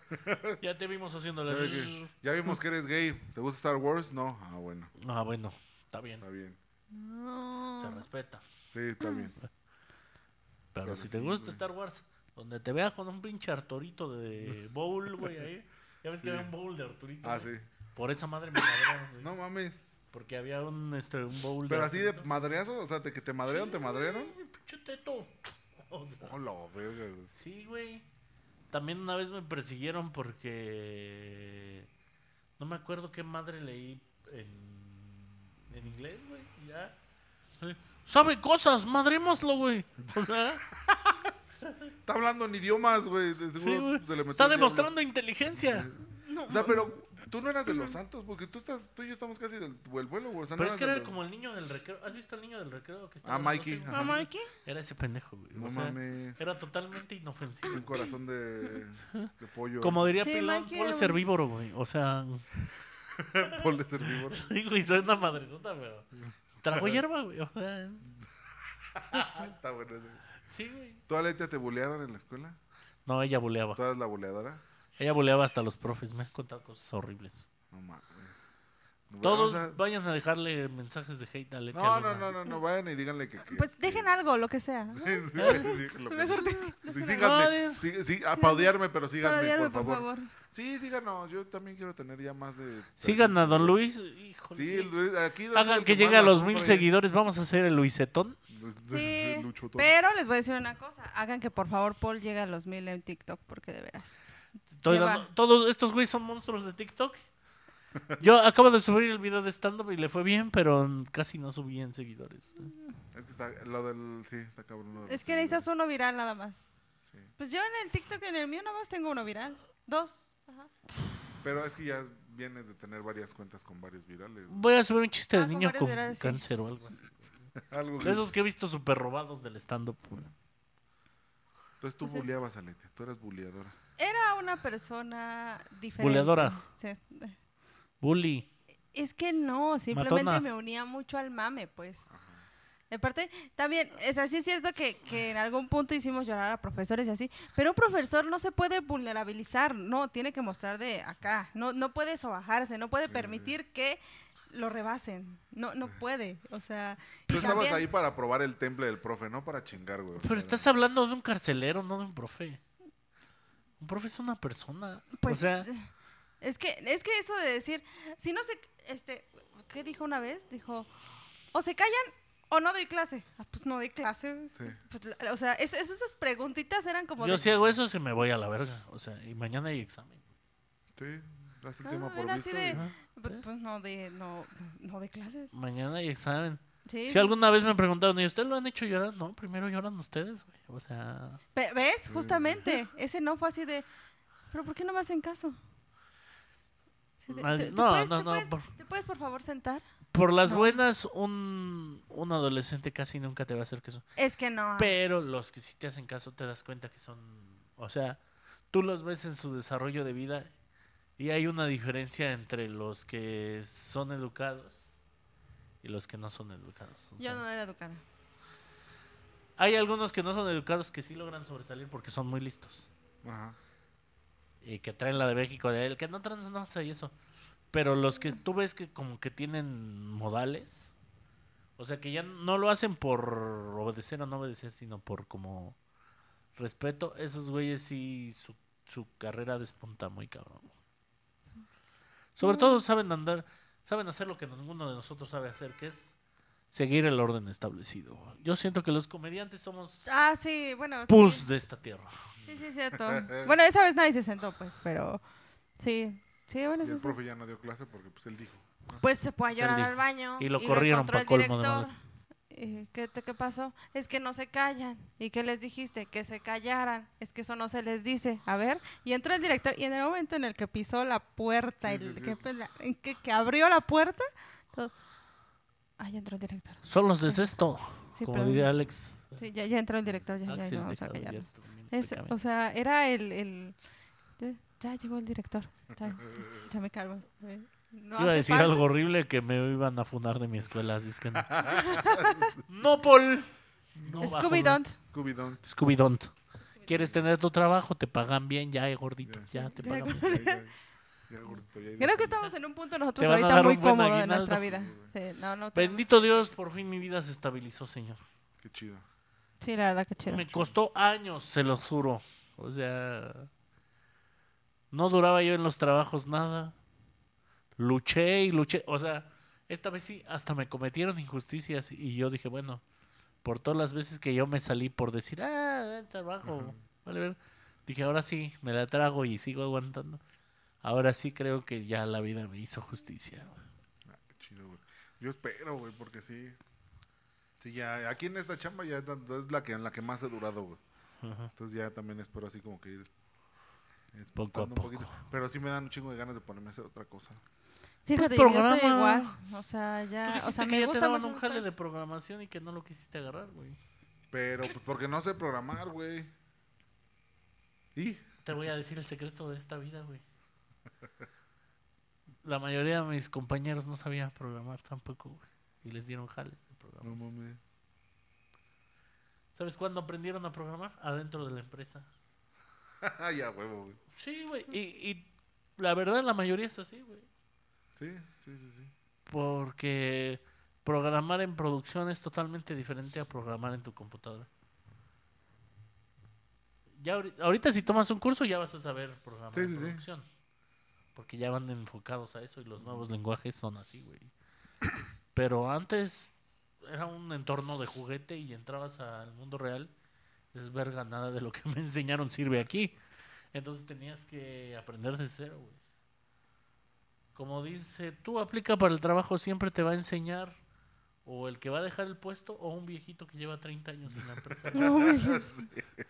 [SPEAKER 1] Ya te vimos haciéndole.
[SPEAKER 2] ¿Sabes qué? Ya vimos que eres gay. ¿Te gusta Star Wars? No. Ah, bueno,
[SPEAKER 1] Ah, bueno, está bien.
[SPEAKER 2] está bien.
[SPEAKER 3] No.
[SPEAKER 1] Se respeta.
[SPEAKER 2] Sí, está bien.
[SPEAKER 1] Pero,
[SPEAKER 2] Pero
[SPEAKER 1] si
[SPEAKER 2] sí,
[SPEAKER 1] te gusta
[SPEAKER 2] güey.
[SPEAKER 1] Star Wars, donde te vea con un pinche Arturito
[SPEAKER 2] [laughs]
[SPEAKER 1] de bowl, güey, ahí. Ya ves que
[SPEAKER 2] Sí.
[SPEAKER 1] había un bowl de Arturito.
[SPEAKER 2] Ah, sí.
[SPEAKER 1] güey. Por esa madre me madrearon, güey.
[SPEAKER 2] No mames.
[SPEAKER 1] Porque había un, este, un bowl
[SPEAKER 2] Pero
[SPEAKER 1] de
[SPEAKER 2] así de
[SPEAKER 1] Arturito.
[SPEAKER 2] madreazo, o sea, de que te madrearon, te madrearon.
[SPEAKER 1] Ay, pinche teto. [laughs] O sea,
[SPEAKER 2] Oh, la verga, güey.
[SPEAKER 1] Sí, güey. También una vez me persiguieron porque no me acuerdo qué madre leí en, en inglés, güey. y Ya. Eh, Sabe cosas, madrémoslo, güey. O
[SPEAKER 2] [laughs]
[SPEAKER 1] sea,
[SPEAKER 2] Está hablando en idiomas, güey. De
[SPEAKER 1] sí,
[SPEAKER 2] seguro
[SPEAKER 1] güey.
[SPEAKER 2] se le metió
[SPEAKER 1] Está
[SPEAKER 2] el diablo.
[SPEAKER 1] demostrando inteligencia.
[SPEAKER 2] O sea, pero tú no eras de los santos, porque tú estás, tú y yo estamos casi del o el vuelo, güey. O sea, no
[SPEAKER 1] Pero es que
[SPEAKER 2] eras de
[SPEAKER 1] era
[SPEAKER 2] los-
[SPEAKER 1] como el niño del recreo. ¿Has visto al niño del recreo que
[SPEAKER 2] Ah,
[SPEAKER 1] hablando
[SPEAKER 2] Mikey,
[SPEAKER 1] contigo?
[SPEAKER 2] ajá.
[SPEAKER 3] ¿Mamá qué?
[SPEAKER 1] Era ese pendejo, güey.
[SPEAKER 2] No
[SPEAKER 1] o sea,
[SPEAKER 2] mames.
[SPEAKER 1] Era totalmente inofensivo.
[SPEAKER 2] Un corazón de, de pollo.
[SPEAKER 1] Como diría
[SPEAKER 3] Sí,
[SPEAKER 1] Pilón,
[SPEAKER 3] Mikey
[SPEAKER 1] Paul
[SPEAKER 3] era
[SPEAKER 1] es
[SPEAKER 3] un-
[SPEAKER 1] herbívoro, güey. O sea, [laughs]
[SPEAKER 2] Pole herbívoro.
[SPEAKER 1] sí, güey, soy una madresota, pero.
[SPEAKER 2] [laughs]
[SPEAKER 1] Trajo hierba, güey. O sea,
[SPEAKER 2] Ah, Está bueno eso.
[SPEAKER 1] sí, güey.
[SPEAKER 2] ¿Tú a Letia te bulearon en la escuela?
[SPEAKER 1] No, ella boleaba.
[SPEAKER 2] ¿Tú eras la buleadora?
[SPEAKER 1] Ella boleaba hasta los profes. Me ha contado cosas horribles.
[SPEAKER 2] No mames. Bueno,
[SPEAKER 1] Todos
[SPEAKER 2] o sea,
[SPEAKER 1] vayan a dejarle mensajes de hate a Leti
[SPEAKER 2] No, no,
[SPEAKER 1] Alona.
[SPEAKER 2] no, no, no, vayan y díganle que. que-
[SPEAKER 3] Pues dejen algo, lo que sea.
[SPEAKER 2] [laughs] Sí, sí, sí, lo que-
[SPEAKER 3] Mejor de-
[SPEAKER 2] Sí,
[SPEAKER 1] No,
[SPEAKER 2] síganme.
[SPEAKER 1] de-
[SPEAKER 2] Sí, sí, a paudearme, pero
[SPEAKER 3] Para
[SPEAKER 2] síganme,
[SPEAKER 3] odiarme,
[SPEAKER 2] por
[SPEAKER 3] por
[SPEAKER 2] favor.
[SPEAKER 3] favor.
[SPEAKER 2] Sí, síganos. Yo también quiero tener ya más de.
[SPEAKER 1] Sigan a Don Luis. Híjole,
[SPEAKER 2] Sí,
[SPEAKER 1] sí.
[SPEAKER 2] Luis, aquí va a ser
[SPEAKER 1] Hagan
[SPEAKER 2] el
[SPEAKER 1] que llegue
[SPEAKER 2] más
[SPEAKER 1] a
[SPEAKER 2] la
[SPEAKER 1] los mil
[SPEAKER 2] sufre.
[SPEAKER 1] seguidores. Vamos a hacer el Luisetón.
[SPEAKER 2] [laughs] Luis-
[SPEAKER 3] Sí,
[SPEAKER 2] Lucho todo.
[SPEAKER 3] pero les voy a decir una cosa. Hagan que por favor Paul llegue a los mil en TikTok, porque de veras.
[SPEAKER 1] Estoy
[SPEAKER 3] Ya
[SPEAKER 1] dando-
[SPEAKER 3] va.
[SPEAKER 1] todos estos güeyes son monstruos de TikTok. Yo acabo de subir el video de stand-up y le fue bien, pero casi no subí en seguidores.
[SPEAKER 2] Es que está lo del. Pues Sí, está cabrón. lo de
[SPEAKER 3] Es
[SPEAKER 2] los
[SPEAKER 3] que necesitas
[SPEAKER 2] seguidores.
[SPEAKER 3] uno viral nada más.
[SPEAKER 2] Sí.
[SPEAKER 3] Pues yo en el TikTok, en el mío, nada más tengo uno viral. Dos. Ajá.
[SPEAKER 2] Pero es que ya vienes de tener varias cuentas con varios virales. güey.
[SPEAKER 1] Voy a subir un chiste de
[SPEAKER 3] Ah, con
[SPEAKER 1] niño
[SPEAKER 3] varios
[SPEAKER 1] con
[SPEAKER 3] virales, sí.
[SPEAKER 1] cáncer o algo así.
[SPEAKER 2] Algo que-
[SPEAKER 1] De esos que he visto súper robados del stand-up. güey.
[SPEAKER 2] Entonces tú
[SPEAKER 3] Pues, eh.
[SPEAKER 2] buleabas a Leti, tú eras buleadora.
[SPEAKER 3] Era una persona diferente.
[SPEAKER 1] Buleadora.
[SPEAKER 3] O sea,
[SPEAKER 1] Bully.
[SPEAKER 3] es que no, simplemente
[SPEAKER 1] Matona.
[SPEAKER 3] me unía mucho al mame, pues. De parte, también, es así es cierto que, que en algún punto hicimos llorar a profesores y así, pero un profesor no se puede vulnerabilizar, no, tiene que mostrar de acá, no, no puede sobajarse, no puede
[SPEAKER 2] Sí.
[SPEAKER 3] permitir que lo rebasen, no, no puede, o sea... y
[SPEAKER 2] Tú estabas
[SPEAKER 3] también-
[SPEAKER 2] ahí para probar el temple del profe, no para chingar, güey.
[SPEAKER 1] Pero
[SPEAKER 2] Era-
[SPEAKER 1] estás hablando de un carcelero, no de un profe. Un profe es una persona.
[SPEAKER 3] Pues
[SPEAKER 1] o sea,
[SPEAKER 3] es que es que eso de decir, si no se este, ¿qué dijo una vez? Dijo, "O se callan o no doy clase." Ah, pues no doy clase.
[SPEAKER 2] Sí.
[SPEAKER 3] Pues, la- o sea, es- es- esas preguntitas eran como
[SPEAKER 1] yo
[SPEAKER 3] de,
[SPEAKER 1] si hago eso, se me voy a la verga. O sea, y mañana hay examen.
[SPEAKER 2] Sí, das el
[SPEAKER 3] Ah,
[SPEAKER 2] tema por
[SPEAKER 3] era
[SPEAKER 2] visto.
[SPEAKER 3] así de-
[SPEAKER 2] y-
[SPEAKER 1] Ajá.
[SPEAKER 3] pues, pues, no de no no de clases.
[SPEAKER 1] Mañana hay examen.
[SPEAKER 3] Sí.
[SPEAKER 1] Si alguna vez me preguntaron, ¿y ustedes lo han hecho llorar? No, primero lloran ustedes, güey. O sea,
[SPEAKER 3] Pe-
[SPEAKER 1] Mm.
[SPEAKER 3] ¿Ves? Justamente, ese no fue así de, "¿Pero por qué no me hacen caso?" Sí, de,
[SPEAKER 1] Mal-
[SPEAKER 3] "¿Te- te
[SPEAKER 1] no,
[SPEAKER 3] puedes-
[SPEAKER 1] no,
[SPEAKER 3] te
[SPEAKER 1] no,
[SPEAKER 3] puedes-
[SPEAKER 1] por-
[SPEAKER 3] ¿Te puedes por favor sentar?
[SPEAKER 1] por las
[SPEAKER 3] No.
[SPEAKER 1] buenas, un, un adolescente casi nunca te va a hacer caso.
[SPEAKER 3] Es que no.
[SPEAKER 1] Pero los que sí te hacen caso te das cuenta que son, o sea, tú los ves en su desarrollo de vida y hay una diferencia entre los que son educados y los que no son educados. O
[SPEAKER 3] Yo
[SPEAKER 1] sea,
[SPEAKER 3] no era educada.
[SPEAKER 1] Pues Hay algunos que no son educados que sí logran sobresalir porque son muy listos
[SPEAKER 2] Ajá.
[SPEAKER 1] y que traen la de México de él, que no transan, no, o sea, y eso. Pero los que tú ves que como que tienen modales, o sea, que ya no lo hacen por obedecer o no obedecer, sino por como respeto, esos güeyes sí su, su carrera despunta muy cabrón. Sobre
[SPEAKER 3] Mm.
[SPEAKER 1] todo saben andar, saben hacer lo que ninguno de nosotros sabe hacer, que es seguir el orden establecido. Yo siento que los comediantes somos
[SPEAKER 3] Ah, sí, bueno. sí.
[SPEAKER 1] pus de esta tierra.
[SPEAKER 3] Sí, sí,
[SPEAKER 2] [laughs]
[SPEAKER 3] cierto. bueno, esa vez nadie se sentó, pues, pero sí. Sí, bueno,
[SPEAKER 2] Y
[SPEAKER 3] sí,
[SPEAKER 2] el
[SPEAKER 3] sí.
[SPEAKER 2] profe ya no dio clase porque pues él dijo.
[SPEAKER 3] Pues se fue a llorar
[SPEAKER 1] Él
[SPEAKER 3] al
[SPEAKER 1] dijo.
[SPEAKER 3] baño.
[SPEAKER 1] Y lo corrieron
[SPEAKER 3] Ah, encontró
[SPEAKER 1] pa'
[SPEAKER 3] el
[SPEAKER 1] colmo de
[SPEAKER 3] director.
[SPEAKER 1] males.
[SPEAKER 3] Eh, ¿Qué, te- ¿Qué pasó? Es que no se callan. ¿Y qué les dijiste? Que se callaran. Es que eso no se les dice. A ver. Y entró el director y en el momento en el que pisó la puerta,
[SPEAKER 2] Sí,
[SPEAKER 3] el
[SPEAKER 2] sí, sí.
[SPEAKER 3] Que, pues, la- en que, que abrió la puerta, todo... ahí entró el director.
[SPEAKER 1] Son los de sexto,
[SPEAKER 3] Sí,
[SPEAKER 1] como
[SPEAKER 3] perdón.
[SPEAKER 1] diría Alex.
[SPEAKER 3] Sí, ya, ya entró el director, ya, ya,
[SPEAKER 1] Axel
[SPEAKER 3] ya vamos a
[SPEAKER 1] Tejada
[SPEAKER 3] callarnos.
[SPEAKER 1] Villar también
[SPEAKER 3] Es-
[SPEAKER 1] se cambia.
[SPEAKER 3] o sea, era el, el- Ya, ya llegó el director. está bien, ya, ya me calmas. eh,
[SPEAKER 1] Iba
[SPEAKER 3] No
[SPEAKER 1] a
[SPEAKER 3] hace
[SPEAKER 1] decir
[SPEAKER 3] falta.
[SPEAKER 1] algo horrible que me iban a funar de mi escuela, así es que
[SPEAKER 3] [laughs]
[SPEAKER 1] no. no, Paul. No bajo,
[SPEAKER 3] Scooby
[SPEAKER 1] no.
[SPEAKER 3] Don't.
[SPEAKER 2] Scooby Don.
[SPEAKER 1] Scooby Don't. ¿Quieres tener tu trabajo? Te pagan bien, ya, eh, gordito. Ya, te
[SPEAKER 3] Ya,
[SPEAKER 1] pagan bien.
[SPEAKER 2] Ya, ya, ya, gordito, ya, ya.
[SPEAKER 3] Creo que estamos en un punto nosotros
[SPEAKER 1] Te van a
[SPEAKER 3] ahorita
[SPEAKER 1] dar
[SPEAKER 3] muy
[SPEAKER 1] un buen
[SPEAKER 3] cómodo en nuestra vida.
[SPEAKER 1] aguinaldo.
[SPEAKER 3] Sí, no, no tenemos-
[SPEAKER 1] Bendito Dios, por fin mi vida se estabilizó, señor.
[SPEAKER 2] Qué chido.
[SPEAKER 3] Sí, la verdad que chido.
[SPEAKER 1] Me costó años, se lo juro. O sea, no duraba yo en los trabajos nada. Luché y luché. O sea, esta vez sí, hasta me cometieron injusticias y yo dije, bueno, por todas las veces que yo me salí por decir, ah, el trabajo, vale, ver. Dije, ahora sí, me la trago y sigo aguantando. Ahora sí creo que ya la vida me hizo justicia.
[SPEAKER 2] Ah, qué chido, güey. Yo espero, güey, porque sí. Sí, ya. Aquí en esta chamba ya es la- es la que, en la que más he durado, güey.
[SPEAKER 3] Ah,
[SPEAKER 1] Ajá.
[SPEAKER 2] Entonces ya también espero así como que ir. explotando
[SPEAKER 1] Poco a
[SPEAKER 2] un
[SPEAKER 1] poco.
[SPEAKER 2] poquito. Pero sí me dan un chingo de ganas de ponerme a hacer otra cosa.
[SPEAKER 3] Fíjate, yo
[SPEAKER 1] Programa.
[SPEAKER 3] estoy igual. O sea,
[SPEAKER 1] Tú
[SPEAKER 3] ya. O
[SPEAKER 1] dijiste
[SPEAKER 3] sea,
[SPEAKER 1] que
[SPEAKER 3] me
[SPEAKER 1] ya te
[SPEAKER 3] gusta
[SPEAKER 1] daban
[SPEAKER 3] mucho
[SPEAKER 1] un jale
[SPEAKER 3] [laughs] estar-
[SPEAKER 1] de programación y que no lo quisiste agarrar, güey.
[SPEAKER 2] Pero pues porque no sé programar, güey. Y
[SPEAKER 1] Te voy a decir el secreto de esta vida, güey. La mayoría de mis compañeros no sabían programar tampoco, güey. Y les dieron jales de
[SPEAKER 2] no
[SPEAKER 1] programación.
[SPEAKER 2] mames. [laughs]
[SPEAKER 1] ¿Sabes cuándo aprendieron a programar? Adentro de la empresa.
[SPEAKER 2] Ah, ya huevo, güey.
[SPEAKER 1] Sí, güey. Y, y la verdad, la mayoría es así, güey.
[SPEAKER 2] Sí, sí, sí,
[SPEAKER 3] [laughs]
[SPEAKER 2] sí.
[SPEAKER 1] Porque programar en producción es totalmente diferente a programar en tu computadora. Ya ahori- ahorita si tomas un curso ya vas a saber programar
[SPEAKER 2] Sí,
[SPEAKER 1] en
[SPEAKER 2] sí, sí.
[SPEAKER 1] producción. Porque ya van enfocados a eso y los nuevos lenguajes son así, güey. [coughs] Pero antes era un entorno de juguete y entrabas al mundo real. Es verga, nada de lo que [laughs] me enseñaron sirve aquí. Entonces tenías que aprender de cero, güey. Como dice, tú aplica para el trabajo, siempre te va a enseñar o el que va a dejar el
[SPEAKER 2] [laughs]
[SPEAKER 1] puesto o un viejito que lleva 30 años en la empresa.
[SPEAKER 3] No, güey.
[SPEAKER 2] Sí.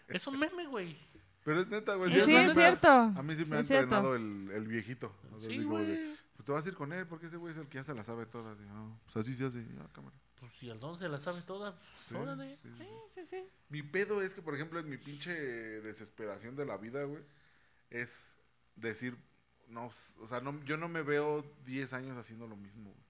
[SPEAKER 1] es un meme, güey.
[SPEAKER 2] Pero es neta, güey.
[SPEAKER 3] Sí,
[SPEAKER 2] es
[SPEAKER 1] sí,
[SPEAKER 2] neta.
[SPEAKER 1] es
[SPEAKER 3] cierto.
[SPEAKER 2] A mí sí me ha
[SPEAKER 3] Es cierto.
[SPEAKER 2] entrenado el, el viejito. O sea,
[SPEAKER 1] Sí,
[SPEAKER 2] digo, de,
[SPEAKER 1] güey.
[SPEAKER 2] pues te vas a ir con él, porque ese güey es el que ya se la sabe todas. Y, "Ah, pues así se hace. Y, "Ah, cámara".
[SPEAKER 1] Pues si al don se la sabe toda,
[SPEAKER 2] Sí,
[SPEAKER 1] pues, órale.
[SPEAKER 2] sí, sí, sí.
[SPEAKER 3] Sí, sí.
[SPEAKER 2] Mi pedo es que, por ejemplo, en mi pinche desesperación de la vida, güey, es decir, no, s- o sea, no, yo no me veo 10 años haciendo lo mismo. güey.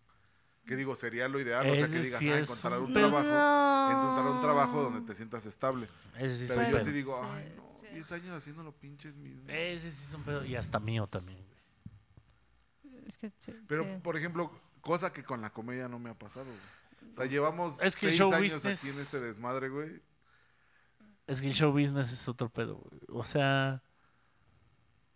[SPEAKER 2] Que digo, sería lo ideal, o sea, que
[SPEAKER 1] Ese
[SPEAKER 2] digas,
[SPEAKER 1] sí
[SPEAKER 2] ah,
[SPEAKER 1] es
[SPEAKER 2] encontrar un
[SPEAKER 1] un
[SPEAKER 2] trabajo, encontrar
[SPEAKER 3] No.
[SPEAKER 2] un trabajo donde te sientas estable.
[SPEAKER 1] Ese sí es
[SPEAKER 2] Pero
[SPEAKER 1] un
[SPEAKER 2] yo
[SPEAKER 1] pedo.
[SPEAKER 2] así digo,
[SPEAKER 3] Sí,
[SPEAKER 2] ay, no,
[SPEAKER 3] sí.
[SPEAKER 2] 10 años haciendo lo pinches mismo.
[SPEAKER 1] Ese sí es un pedo. Y hasta mío también, güey.
[SPEAKER 3] Es que, sí,
[SPEAKER 2] Pero,
[SPEAKER 3] sí.
[SPEAKER 2] por ejemplo, cosa que con la comedia no me ha pasado, güey. O sea, llevamos
[SPEAKER 1] Es que el
[SPEAKER 2] 6
[SPEAKER 1] show
[SPEAKER 2] años
[SPEAKER 1] business-
[SPEAKER 2] aquí en este desmadre, güey.
[SPEAKER 1] Es que el show business es otro pedo, güey. O sea,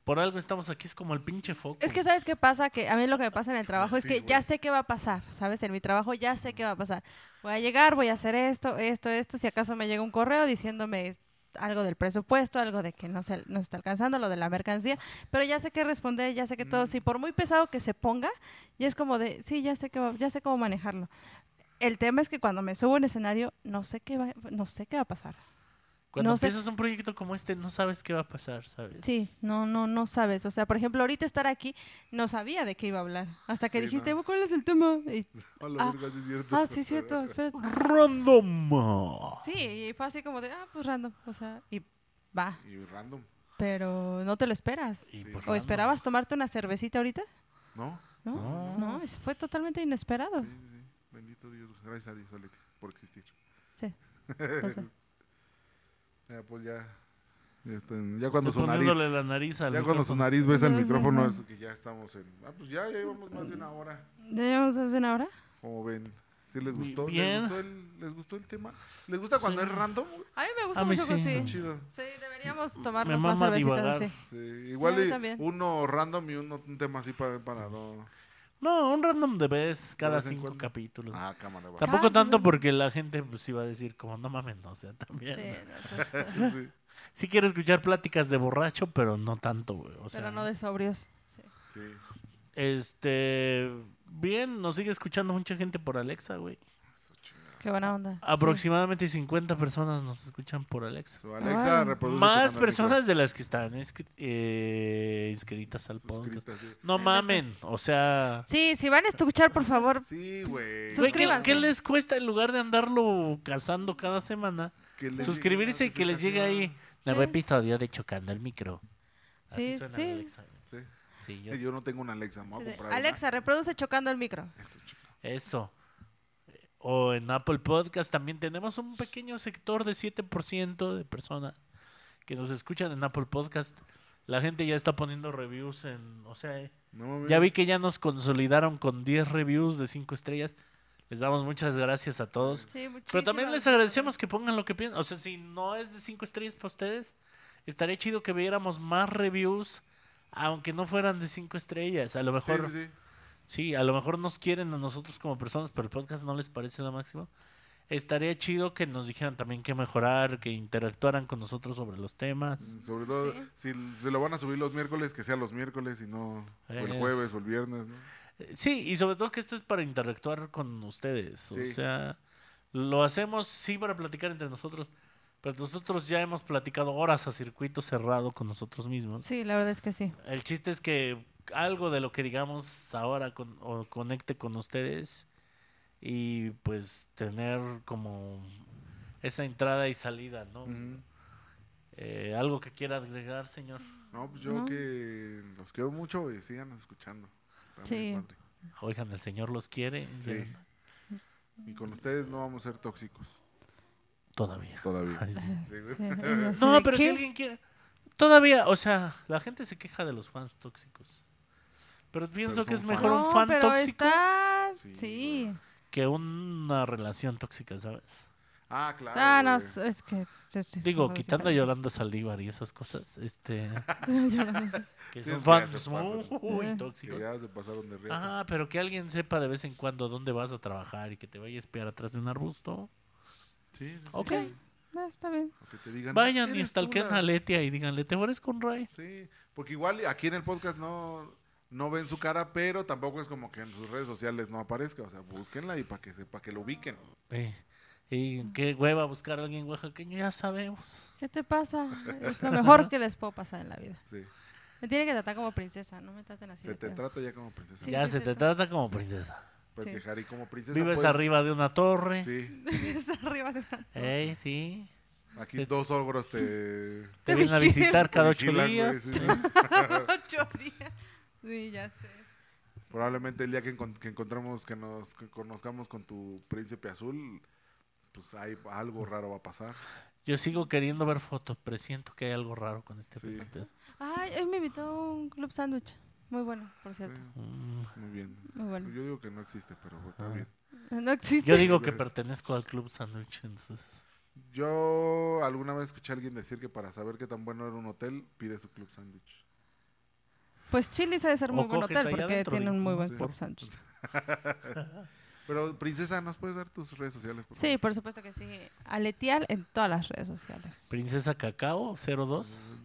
[SPEAKER 1] por algo estamos aquí, es como el pinche foco.
[SPEAKER 3] Es que sabes qué pasa, que a mí lo que me pasa en el trabajo es
[SPEAKER 2] Ah, Sí,
[SPEAKER 3] que
[SPEAKER 2] güey.
[SPEAKER 3] ya sé qué va a pasar, ¿sabes? En mi trabajo ya sé qué va a pasar. Voy a llegar, voy a hacer esto, esto, esto, si acaso me llega un correo diciéndome es- algo del presupuesto, algo de que no se, no se está alcanzando, lo de la mercancía, pero ya sé qué responder, ya sé que todo,
[SPEAKER 2] Mm.
[SPEAKER 3] si por muy pesado que se ponga, y es como de, sí, ya sé que va- ya sé cómo manejarlo. El tema es que cuando me subo en escenario no sé qué va, no sé qué va a pasar.
[SPEAKER 1] Cuando
[SPEAKER 3] no sé-
[SPEAKER 1] empiezas un proyecto como este, no sabes qué va a pasar, ¿sabes?
[SPEAKER 3] Sí, no, no, no sabes. O sea, por ejemplo, ahorita estar aquí no sabía de qué iba a hablar. Hasta que
[SPEAKER 2] Sí,
[SPEAKER 3] dijiste,
[SPEAKER 2] no.
[SPEAKER 3] "Oh, ¿cuál es el tema?
[SPEAKER 2] [laughs]
[SPEAKER 3] Y,
[SPEAKER 2] A la
[SPEAKER 3] Ah,
[SPEAKER 2] verga, sí es cierto.
[SPEAKER 3] ah, sí, es cierto, espérate.
[SPEAKER 1] Random.
[SPEAKER 3] Sí, y fue así como de, ah, pues random. O sea, y va.
[SPEAKER 2] [laughs] Y random,
[SPEAKER 3] Pero no te lo esperas.
[SPEAKER 1] Y,
[SPEAKER 2] Sí.
[SPEAKER 1] pues,
[SPEAKER 3] ¿O
[SPEAKER 1] random.
[SPEAKER 3] esperabas tomarte una cervecita ahorita?
[SPEAKER 2] ¿no?
[SPEAKER 3] No,
[SPEAKER 1] No.
[SPEAKER 3] no, eso fue totalmente inesperado.
[SPEAKER 2] Sí, sí, sí. Bendito Dios. Gracias a Dios, Leti, por existir.
[SPEAKER 3] Sí. lo sé.
[SPEAKER 2] [laughs] Ya, pues ya. Ya, están- ya cuando
[SPEAKER 1] Estoy
[SPEAKER 2] su nariz,
[SPEAKER 1] poniéndole la nariz al
[SPEAKER 2] ya cuando su
[SPEAKER 1] micrófono.
[SPEAKER 2] nariz ves el
[SPEAKER 3] Ajá.
[SPEAKER 2] micrófono, eso que ya estamos en. Ah, pues ya, ya llevamos más de una hora.
[SPEAKER 3] ¿Ya llevamos hace una hora?
[SPEAKER 2] Como ven. ¿Sí les
[SPEAKER 1] Muy
[SPEAKER 2] gustó? ¿Les
[SPEAKER 1] bien.
[SPEAKER 2] gustó, el, ¿Les gustó el tema? ¿Les gusta cuando
[SPEAKER 1] Sí.
[SPEAKER 2] es random? güey?
[SPEAKER 3] A mí me gusta
[SPEAKER 1] A mí
[SPEAKER 3] mucho que
[SPEAKER 1] sí.
[SPEAKER 3] sí. Sí,
[SPEAKER 2] Chido.
[SPEAKER 3] deberíamos tomarnos más
[SPEAKER 1] mama
[SPEAKER 3] cervecitas.
[SPEAKER 1] divagar.
[SPEAKER 3] sí.
[SPEAKER 2] Sí, igual
[SPEAKER 3] a mí
[SPEAKER 2] y
[SPEAKER 3] también.
[SPEAKER 2] uno random y uno un tema así para, para no.
[SPEAKER 1] No, un random de vez cada
[SPEAKER 2] vez en
[SPEAKER 1] cinco
[SPEAKER 2] cuando.
[SPEAKER 1] capítulos.
[SPEAKER 2] Ah, cámara, va.
[SPEAKER 1] Tampoco
[SPEAKER 3] Cada
[SPEAKER 1] tanto
[SPEAKER 3] cinco.
[SPEAKER 1] porque la gente pues iba a decir como no mames, no, o sea,
[SPEAKER 3] Sí,
[SPEAKER 1] también. [laughs]
[SPEAKER 3] no, eso es-
[SPEAKER 2] Sí.
[SPEAKER 1] Sí quiero escuchar pláticas de borracho, pero no tanto, güey. O sea,
[SPEAKER 3] Pero no de sobrios. Sí.
[SPEAKER 2] sí.
[SPEAKER 1] este bien, nos sigue escuchando mucha gente por Alexa, güey.
[SPEAKER 2] Eso, chingada.
[SPEAKER 3] Qué buena onda. sí.
[SPEAKER 1] Aproximadamente 50 personas nos escuchan por Alexa.
[SPEAKER 2] So, Alexa,
[SPEAKER 3] Ah.
[SPEAKER 2] reproduce.
[SPEAKER 1] Más
[SPEAKER 2] Fernando
[SPEAKER 1] personas de las que están inscri- eh, inscritas al
[SPEAKER 2] Nicolás.
[SPEAKER 1] podcast.
[SPEAKER 2] Suscritas, sí.
[SPEAKER 1] No mamen, o sea,
[SPEAKER 3] Sí, si van a escuchar, por favor.
[SPEAKER 2] Sí, güey.
[SPEAKER 1] güey, ¿qué,
[SPEAKER 3] Suscríbanse.
[SPEAKER 1] qué les cuesta en lugar de andarlo cazando cada semana?
[SPEAKER 2] Que les llegue
[SPEAKER 1] Suscribirse y que les llegue ahí. Nuevo
[SPEAKER 3] Sí.
[SPEAKER 1] episodio de Chocando el Micro.
[SPEAKER 3] Sí, sí.
[SPEAKER 1] Alexa.
[SPEAKER 2] Sí.
[SPEAKER 1] Sí, yo-
[SPEAKER 2] Yo no tengo una Alexa, me voy a
[SPEAKER 3] Sí, de-
[SPEAKER 2] comprar una.
[SPEAKER 3] Alexa, reproduce chocando el micro.
[SPEAKER 2] Eso, chica.
[SPEAKER 1] Eso. O en Apple Podcast también tenemos un pequeño sector de 7% de personas que nos escuchan en Apple Podcast. La gente ya está poniendo reviews en, o sea, eh,
[SPEAKER 2] No mames.
[SPEAKER 1] ya vi que ya nos consolidaron con 10 reviews de 5 estrellas. Les damos muchas gracias a todos.
[SPEAKER 3] Sí,
[SPEAKER 1] Pero también les agradecemos que pongan lo que piensan. O sea, si no es de 5 estrellas para ustedes, estaría chido que viéramos más reviews, aunque no fueran de 5 estrellas. A lo
[SPEAKER 2] Sí,
[SPEAKER 1] mejor...
[SPEAKER 2] sí, sí.
[SPEAKER 1] Sí, a lo mejor nos quieren a nosotros como personas, pero el podcast no les parece lo máximo. Estaría chido que nos dijeran también qué mejorar, que interactuaran con nosotros sobre los temas.
[SPEAKER 2] Mm, Sobre todo, si se lo van a subir los miércoles, que sea los miércoles y no o el
[SPEAKER 1] Es-
[SPEAKER 2] jueves o el viernes, ¿no?
[SPEAKER 1] Eh, Sí, y sobre todo que esto es para interactuar con ustedes. O
[SPEAKER 2] Sí.
[SPEAKER 1] sea, lo hacemos sí para platicar entre nosotros, pero nosotros ya hemos platicado horas a circuito cerrado con nosotros mismos.
[SPEAKER 3] Sí, la verdad es que sí.
[SPEAKER 1] El chiste es que algo de lo que digamos ahora con- o conecte con ustedes y pues tener como esa entrada y salida, ¿no?
[SPEAKER 2] Ujú.
[SPEAKER 1] Eh, algo que quiera agregar, señor.
[SPEAKER 2] No, pues yo
[SPEAKER 3] No.
[SPEAKER 2] que los quiero mucho y sigan escuchando. Está muy
[SPEAKER 3] Sí.
[SPEAKER 2] padre.
[SPEAKER 1] Oigan, el señor los quiere
[SPEAKER 2] Sí.
[SPEAKER 1] ya,
[SPEAKER 2] Y con ustedes no vamos a ser tóxicos
[SPEAKER 1] todavía.
[SPEAKER 2] todavía.
[SPEAKER 1] Ay, sí.
[SPEAKER 2] Sí,
[SPEAKER 3] Sí,
[SPEAKER 2] güey.
[SPEAKER 3] y así
[SPEAKER 1] No,
[SPEAKER 3] de,
[SPEAKER 1] pero si
[SPEAKER 3] ¿qué?
[SPEAKER 1] alguien quiere... Todavía, o sea, la gente se queja de los fans tóxicos. Pero pienso
[SPEAKER 2] son
[SPEAKER 1] que es
[SPEAKER 2] fans.
[SPEAKER 1] mejor
[SPEAKER 3] No,
[SPEAKER 1] un fan
[SPEAKER 3] pero
[SPEAKER 1] tóxico
[SPEAKER 3] está-
[SPEAKER 2] Sí,
[SPEAKER 3] Sí.
[SPEAKER 1] que una relación tóxica, ¿sabes?
[SPEAKER 2] [laughs] Ah, claro.
[SPEAKER 3] Ah, no,
[SPEAKER 2] güey.
[SPEAKER 3] es es que... es- es-
[SPEAKER 1] Digo,
[SPEAKER 3] somos
[SPEAKER 1] quitando a
[SPEAKER 3] diferentes.
[SPEAKER 1] Yolanda Saldívar y esas cosas,
[SPEAKER 2] [laughs]
[SPEAKER 1] este...
[SPEAKER 3] [laughs] Llorando, sí.
[SPEAKER 1] que
[SPEAKER 2] Sí,
[SPEAKER 1] son
[SPEAKER 2] es que ya se
[SPEAKER 1] fans
[SPEAKER 2] pasan.
[SPEAKER 1] muy
[SPEAKER 3] Eh.
[SPEAKER 2] Que
[SPEAKER 1] tóxicos.
[SPEAKER 2] ya se pasaron de riata.
[SPEAKER 1] Ah, pero que alguien sepa de vez en cuando dónde vas a trabajar y que te vaya a espiar atrás de un arbusto.
[SPEAKER 2] Sí, sí, sí.
[SPEAKER 1] Ok.
[SPEAKER 3] Ah, está bien.
[SPEAKER 2] O que te digan,
[SPEAKER 1] Vayan y
[SPEAKER 2] "Eres tú
[SPEAKER 1] stalken
[SPEAKER 2] la-
[SPEAKER 1] a Letia y díganle, ¿te mueres con Ray?
[SPEAKER 2] Sí, porque igual aquí en el podcast no, no ven su cara, pero tampoco es como que en sus redes sociales no aparezca. O sea, búsquenla y para que sepa que lo ubiquen.
[SPEAKER 1] Eh, Y
[SPEAKER 3] Mm.
[SPEAKER 1] qué hueva buscar a alguien oaxaqueño, ya sabemos.
[SPEAKER 3] ¿Qué te
[SPEAKER 1] [laughs]
[SPEAKER 3] pasa? Es lo mejor que les puedo pasar en la vida.
[SPEAKER 2] Sí.
[SPEAKER 3] Me tienen que tratar como princesa, no me traten así.
[SPEAKER 2] Se
[SPEAKER 3] de
[SPEAKER 2] te
[SPEAKER 3] feo.
[SPEAKER 2] trata ya como princesa.
[SPEAKER 3] Sí.
[SPEAKER 1] ya se te
[SPEAKER 3] cierto.
[SPEAKER 1] trata como princesa.
[SPEAKER 2] Porque
[SPEAKER 3] Sí.
[SPEAKER 2] Jari, como princesa.
[SPEAKER 1] Vives
[SPEAKER 2] pues,
[SPEAKER 1] arriba de una torre.
[SPEAKER 2] Sí.
[SPEAKER 3] [laughs] Es arriba de una-
[SPEAKER 1] Ey, sí.
[SPEAKER 2] Aquí
[SPEAKER 1] Te-
[SPEAKER 2] dos ogros te.
[SPEAKER 1] Te
[SPEAKER 3] Te
[SPEAKER 1] vienen a
[SPEAKER 3] vigilan.
[SPEAKER 1] visitar cada ocho
[SPEAKER 2] vigilan, güey,
[SPEAKER 1] días.
[SPEAKER 2] sí,
[SPEAKER 1] Sí.
[SPEAKER 2] sí.
[SPEAKER 1] [laughs]
[SPEAKER 3] Ocho días. Sí, ya sé.
[SPEAKER 2] Probablemente el día que, encon- que encontramos, que nos que conozcamos con tu príncipe azul, pues hay algo raro va a pasar.
[SPEAKER 1] Yo sigo queriendo ver fotos, presiento que hay algo raro con este
[SPEAKER 2] Sí.
[SPEAKER 1] príncipe.
[SPEAKER 3] Ay, hoy me invitó a un club sándwich. Muy bueno, por cierto.
[SPEAKER 2] Sí,
[SPEAKER 1] Mm.
[SPEAKER 2] muy bien.
[SPEAKER 3] Muy bueno.
[SPEAKER 2] Yo digo que no existe, pero pues, está
[SPEAKER 1] Ah.
[SPEAKER 2] bien.
[SPEAKER 3] No existe.
[SPEAKER 1] Yo digo que pertenezco al club sándwich, entonces.
[SPEAKER 2] Yo alguna vez escuché a alguien decir que para saber qué tan bueno era un hotel, pide su club sándwich.
[SPEAKER 3] Pues Chili's ha de ser
[SPEAKER 1] O
[SPEAKER 3] muy buen
[SPEAKER 1] coges
[SPEAKER 3] hotel
[SPEAKER 1] allá
[SPEAKER 3] porque
[SPEAKER 1] adentro,
[SPEAKER 3] tiene
[SPEAKER 1] digo,
[SPEAKER 3] un muy
[SPEAKER 1] no Pues,
[SPEAKER 3] buen
[SPEAKER 2] sé.
[SPEAKER 3] club sándwich.
[SPEAKER 2] Pero, princesa, ¿nos puedes dar tus redes sociales? por
[SPEAKER 3] Sí, por supuesto que sí. Aletial en todas las redes sociales.
[SPEAKER 1] Princesa Cacao 02,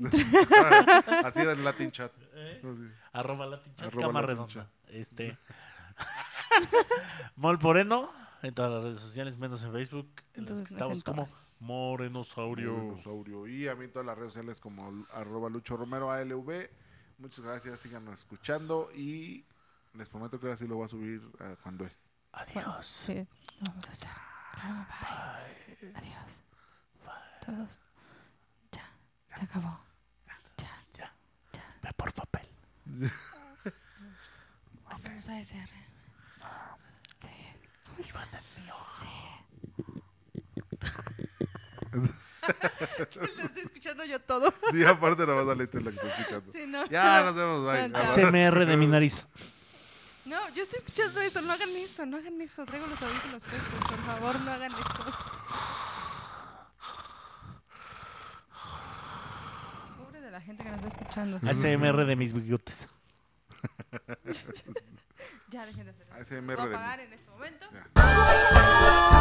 [SPEAKER 2] favor? [laughs] Así era en Latin Chat. Así.
[SPEAKER 1] arroba Latin Chat,
[SPEAKER 2] Arroba
[SPEAKER 1] cama
[SPEAKER 2] Latin
[SPEAKER 1] redonda. Este. [laughs] Mol Moreno, en todas las redes sociales, menos en Facebook, en las
[SPEAKER 3] Entonces,
[SPEAKER 1] que
[SPEAKER 3] no es en
[SPEAKER 1] estamos como
[SPEAKER 3] todas.
[SPEAKER 1] Morenosaurio.
[SPEAKER 2] Dinosaurio. Y a mí en todas las redes sociales como l- arroba Lucho Romero ALV. Muchas gracias, síganos escuchando y les prometo que ahora sí lo voy a subir ah, cuando es.
[SPEAKER 3] Bueno,
[SPEAKER 1] Adiós.
[SPEAKER 3] sí, lo vamos a hacer. Claro, bye. Adiós. Todos. Ya, se acabó. Ya,
[SPEAKER 1] Ya. Ve por papel.
[SPEAKER 3] hacemos ASR. Sí. ¿Cómo está?
[SPEAKER 1] [laughs]
[SPEAKER 3] Sí. [laughs] Lo estoy escuchando yo
[SPEAKER 1] [laughs]
[SPEAKER 3] todo.
[SPEAKER 2] Sí, [laughs] aparte no vas a leer lo que estás escuchando.
[SPEAKER 3] Sí, no.
[SPEAKER 2] Ya,
[SPEAKER 3] no.
[SPEAKER 2] nos vemos, bye.
[SPEAKER 3] No, no.
[SPEAKER 2] Bye, bye.
[SPEAKER 1] SMR
[SPEAKER 2] [laughs]
[SPEAKER 1] de mi nariz.
[SPEAKER 3] No, yo estoy escuchando eso. No hagan eso, no hagan eso. Traigo los audífonos puestos. Por favor, no hagan eso. Pobre de la gente que nos está escuchando.
[SPEAKER 1] SMR de mis bigotes.
[SPEAKER 3] Ya dejen de hacer eso. Lo
[SPEAKER 2] ASMR
[SPEAKER 3] voy a
[SPEAKER 2] de
[SPEAKER 3] apagar
[SPEAKER 2] mis-
[SPEAKER 3] en este momento.
[SPEAKER 2] Ya.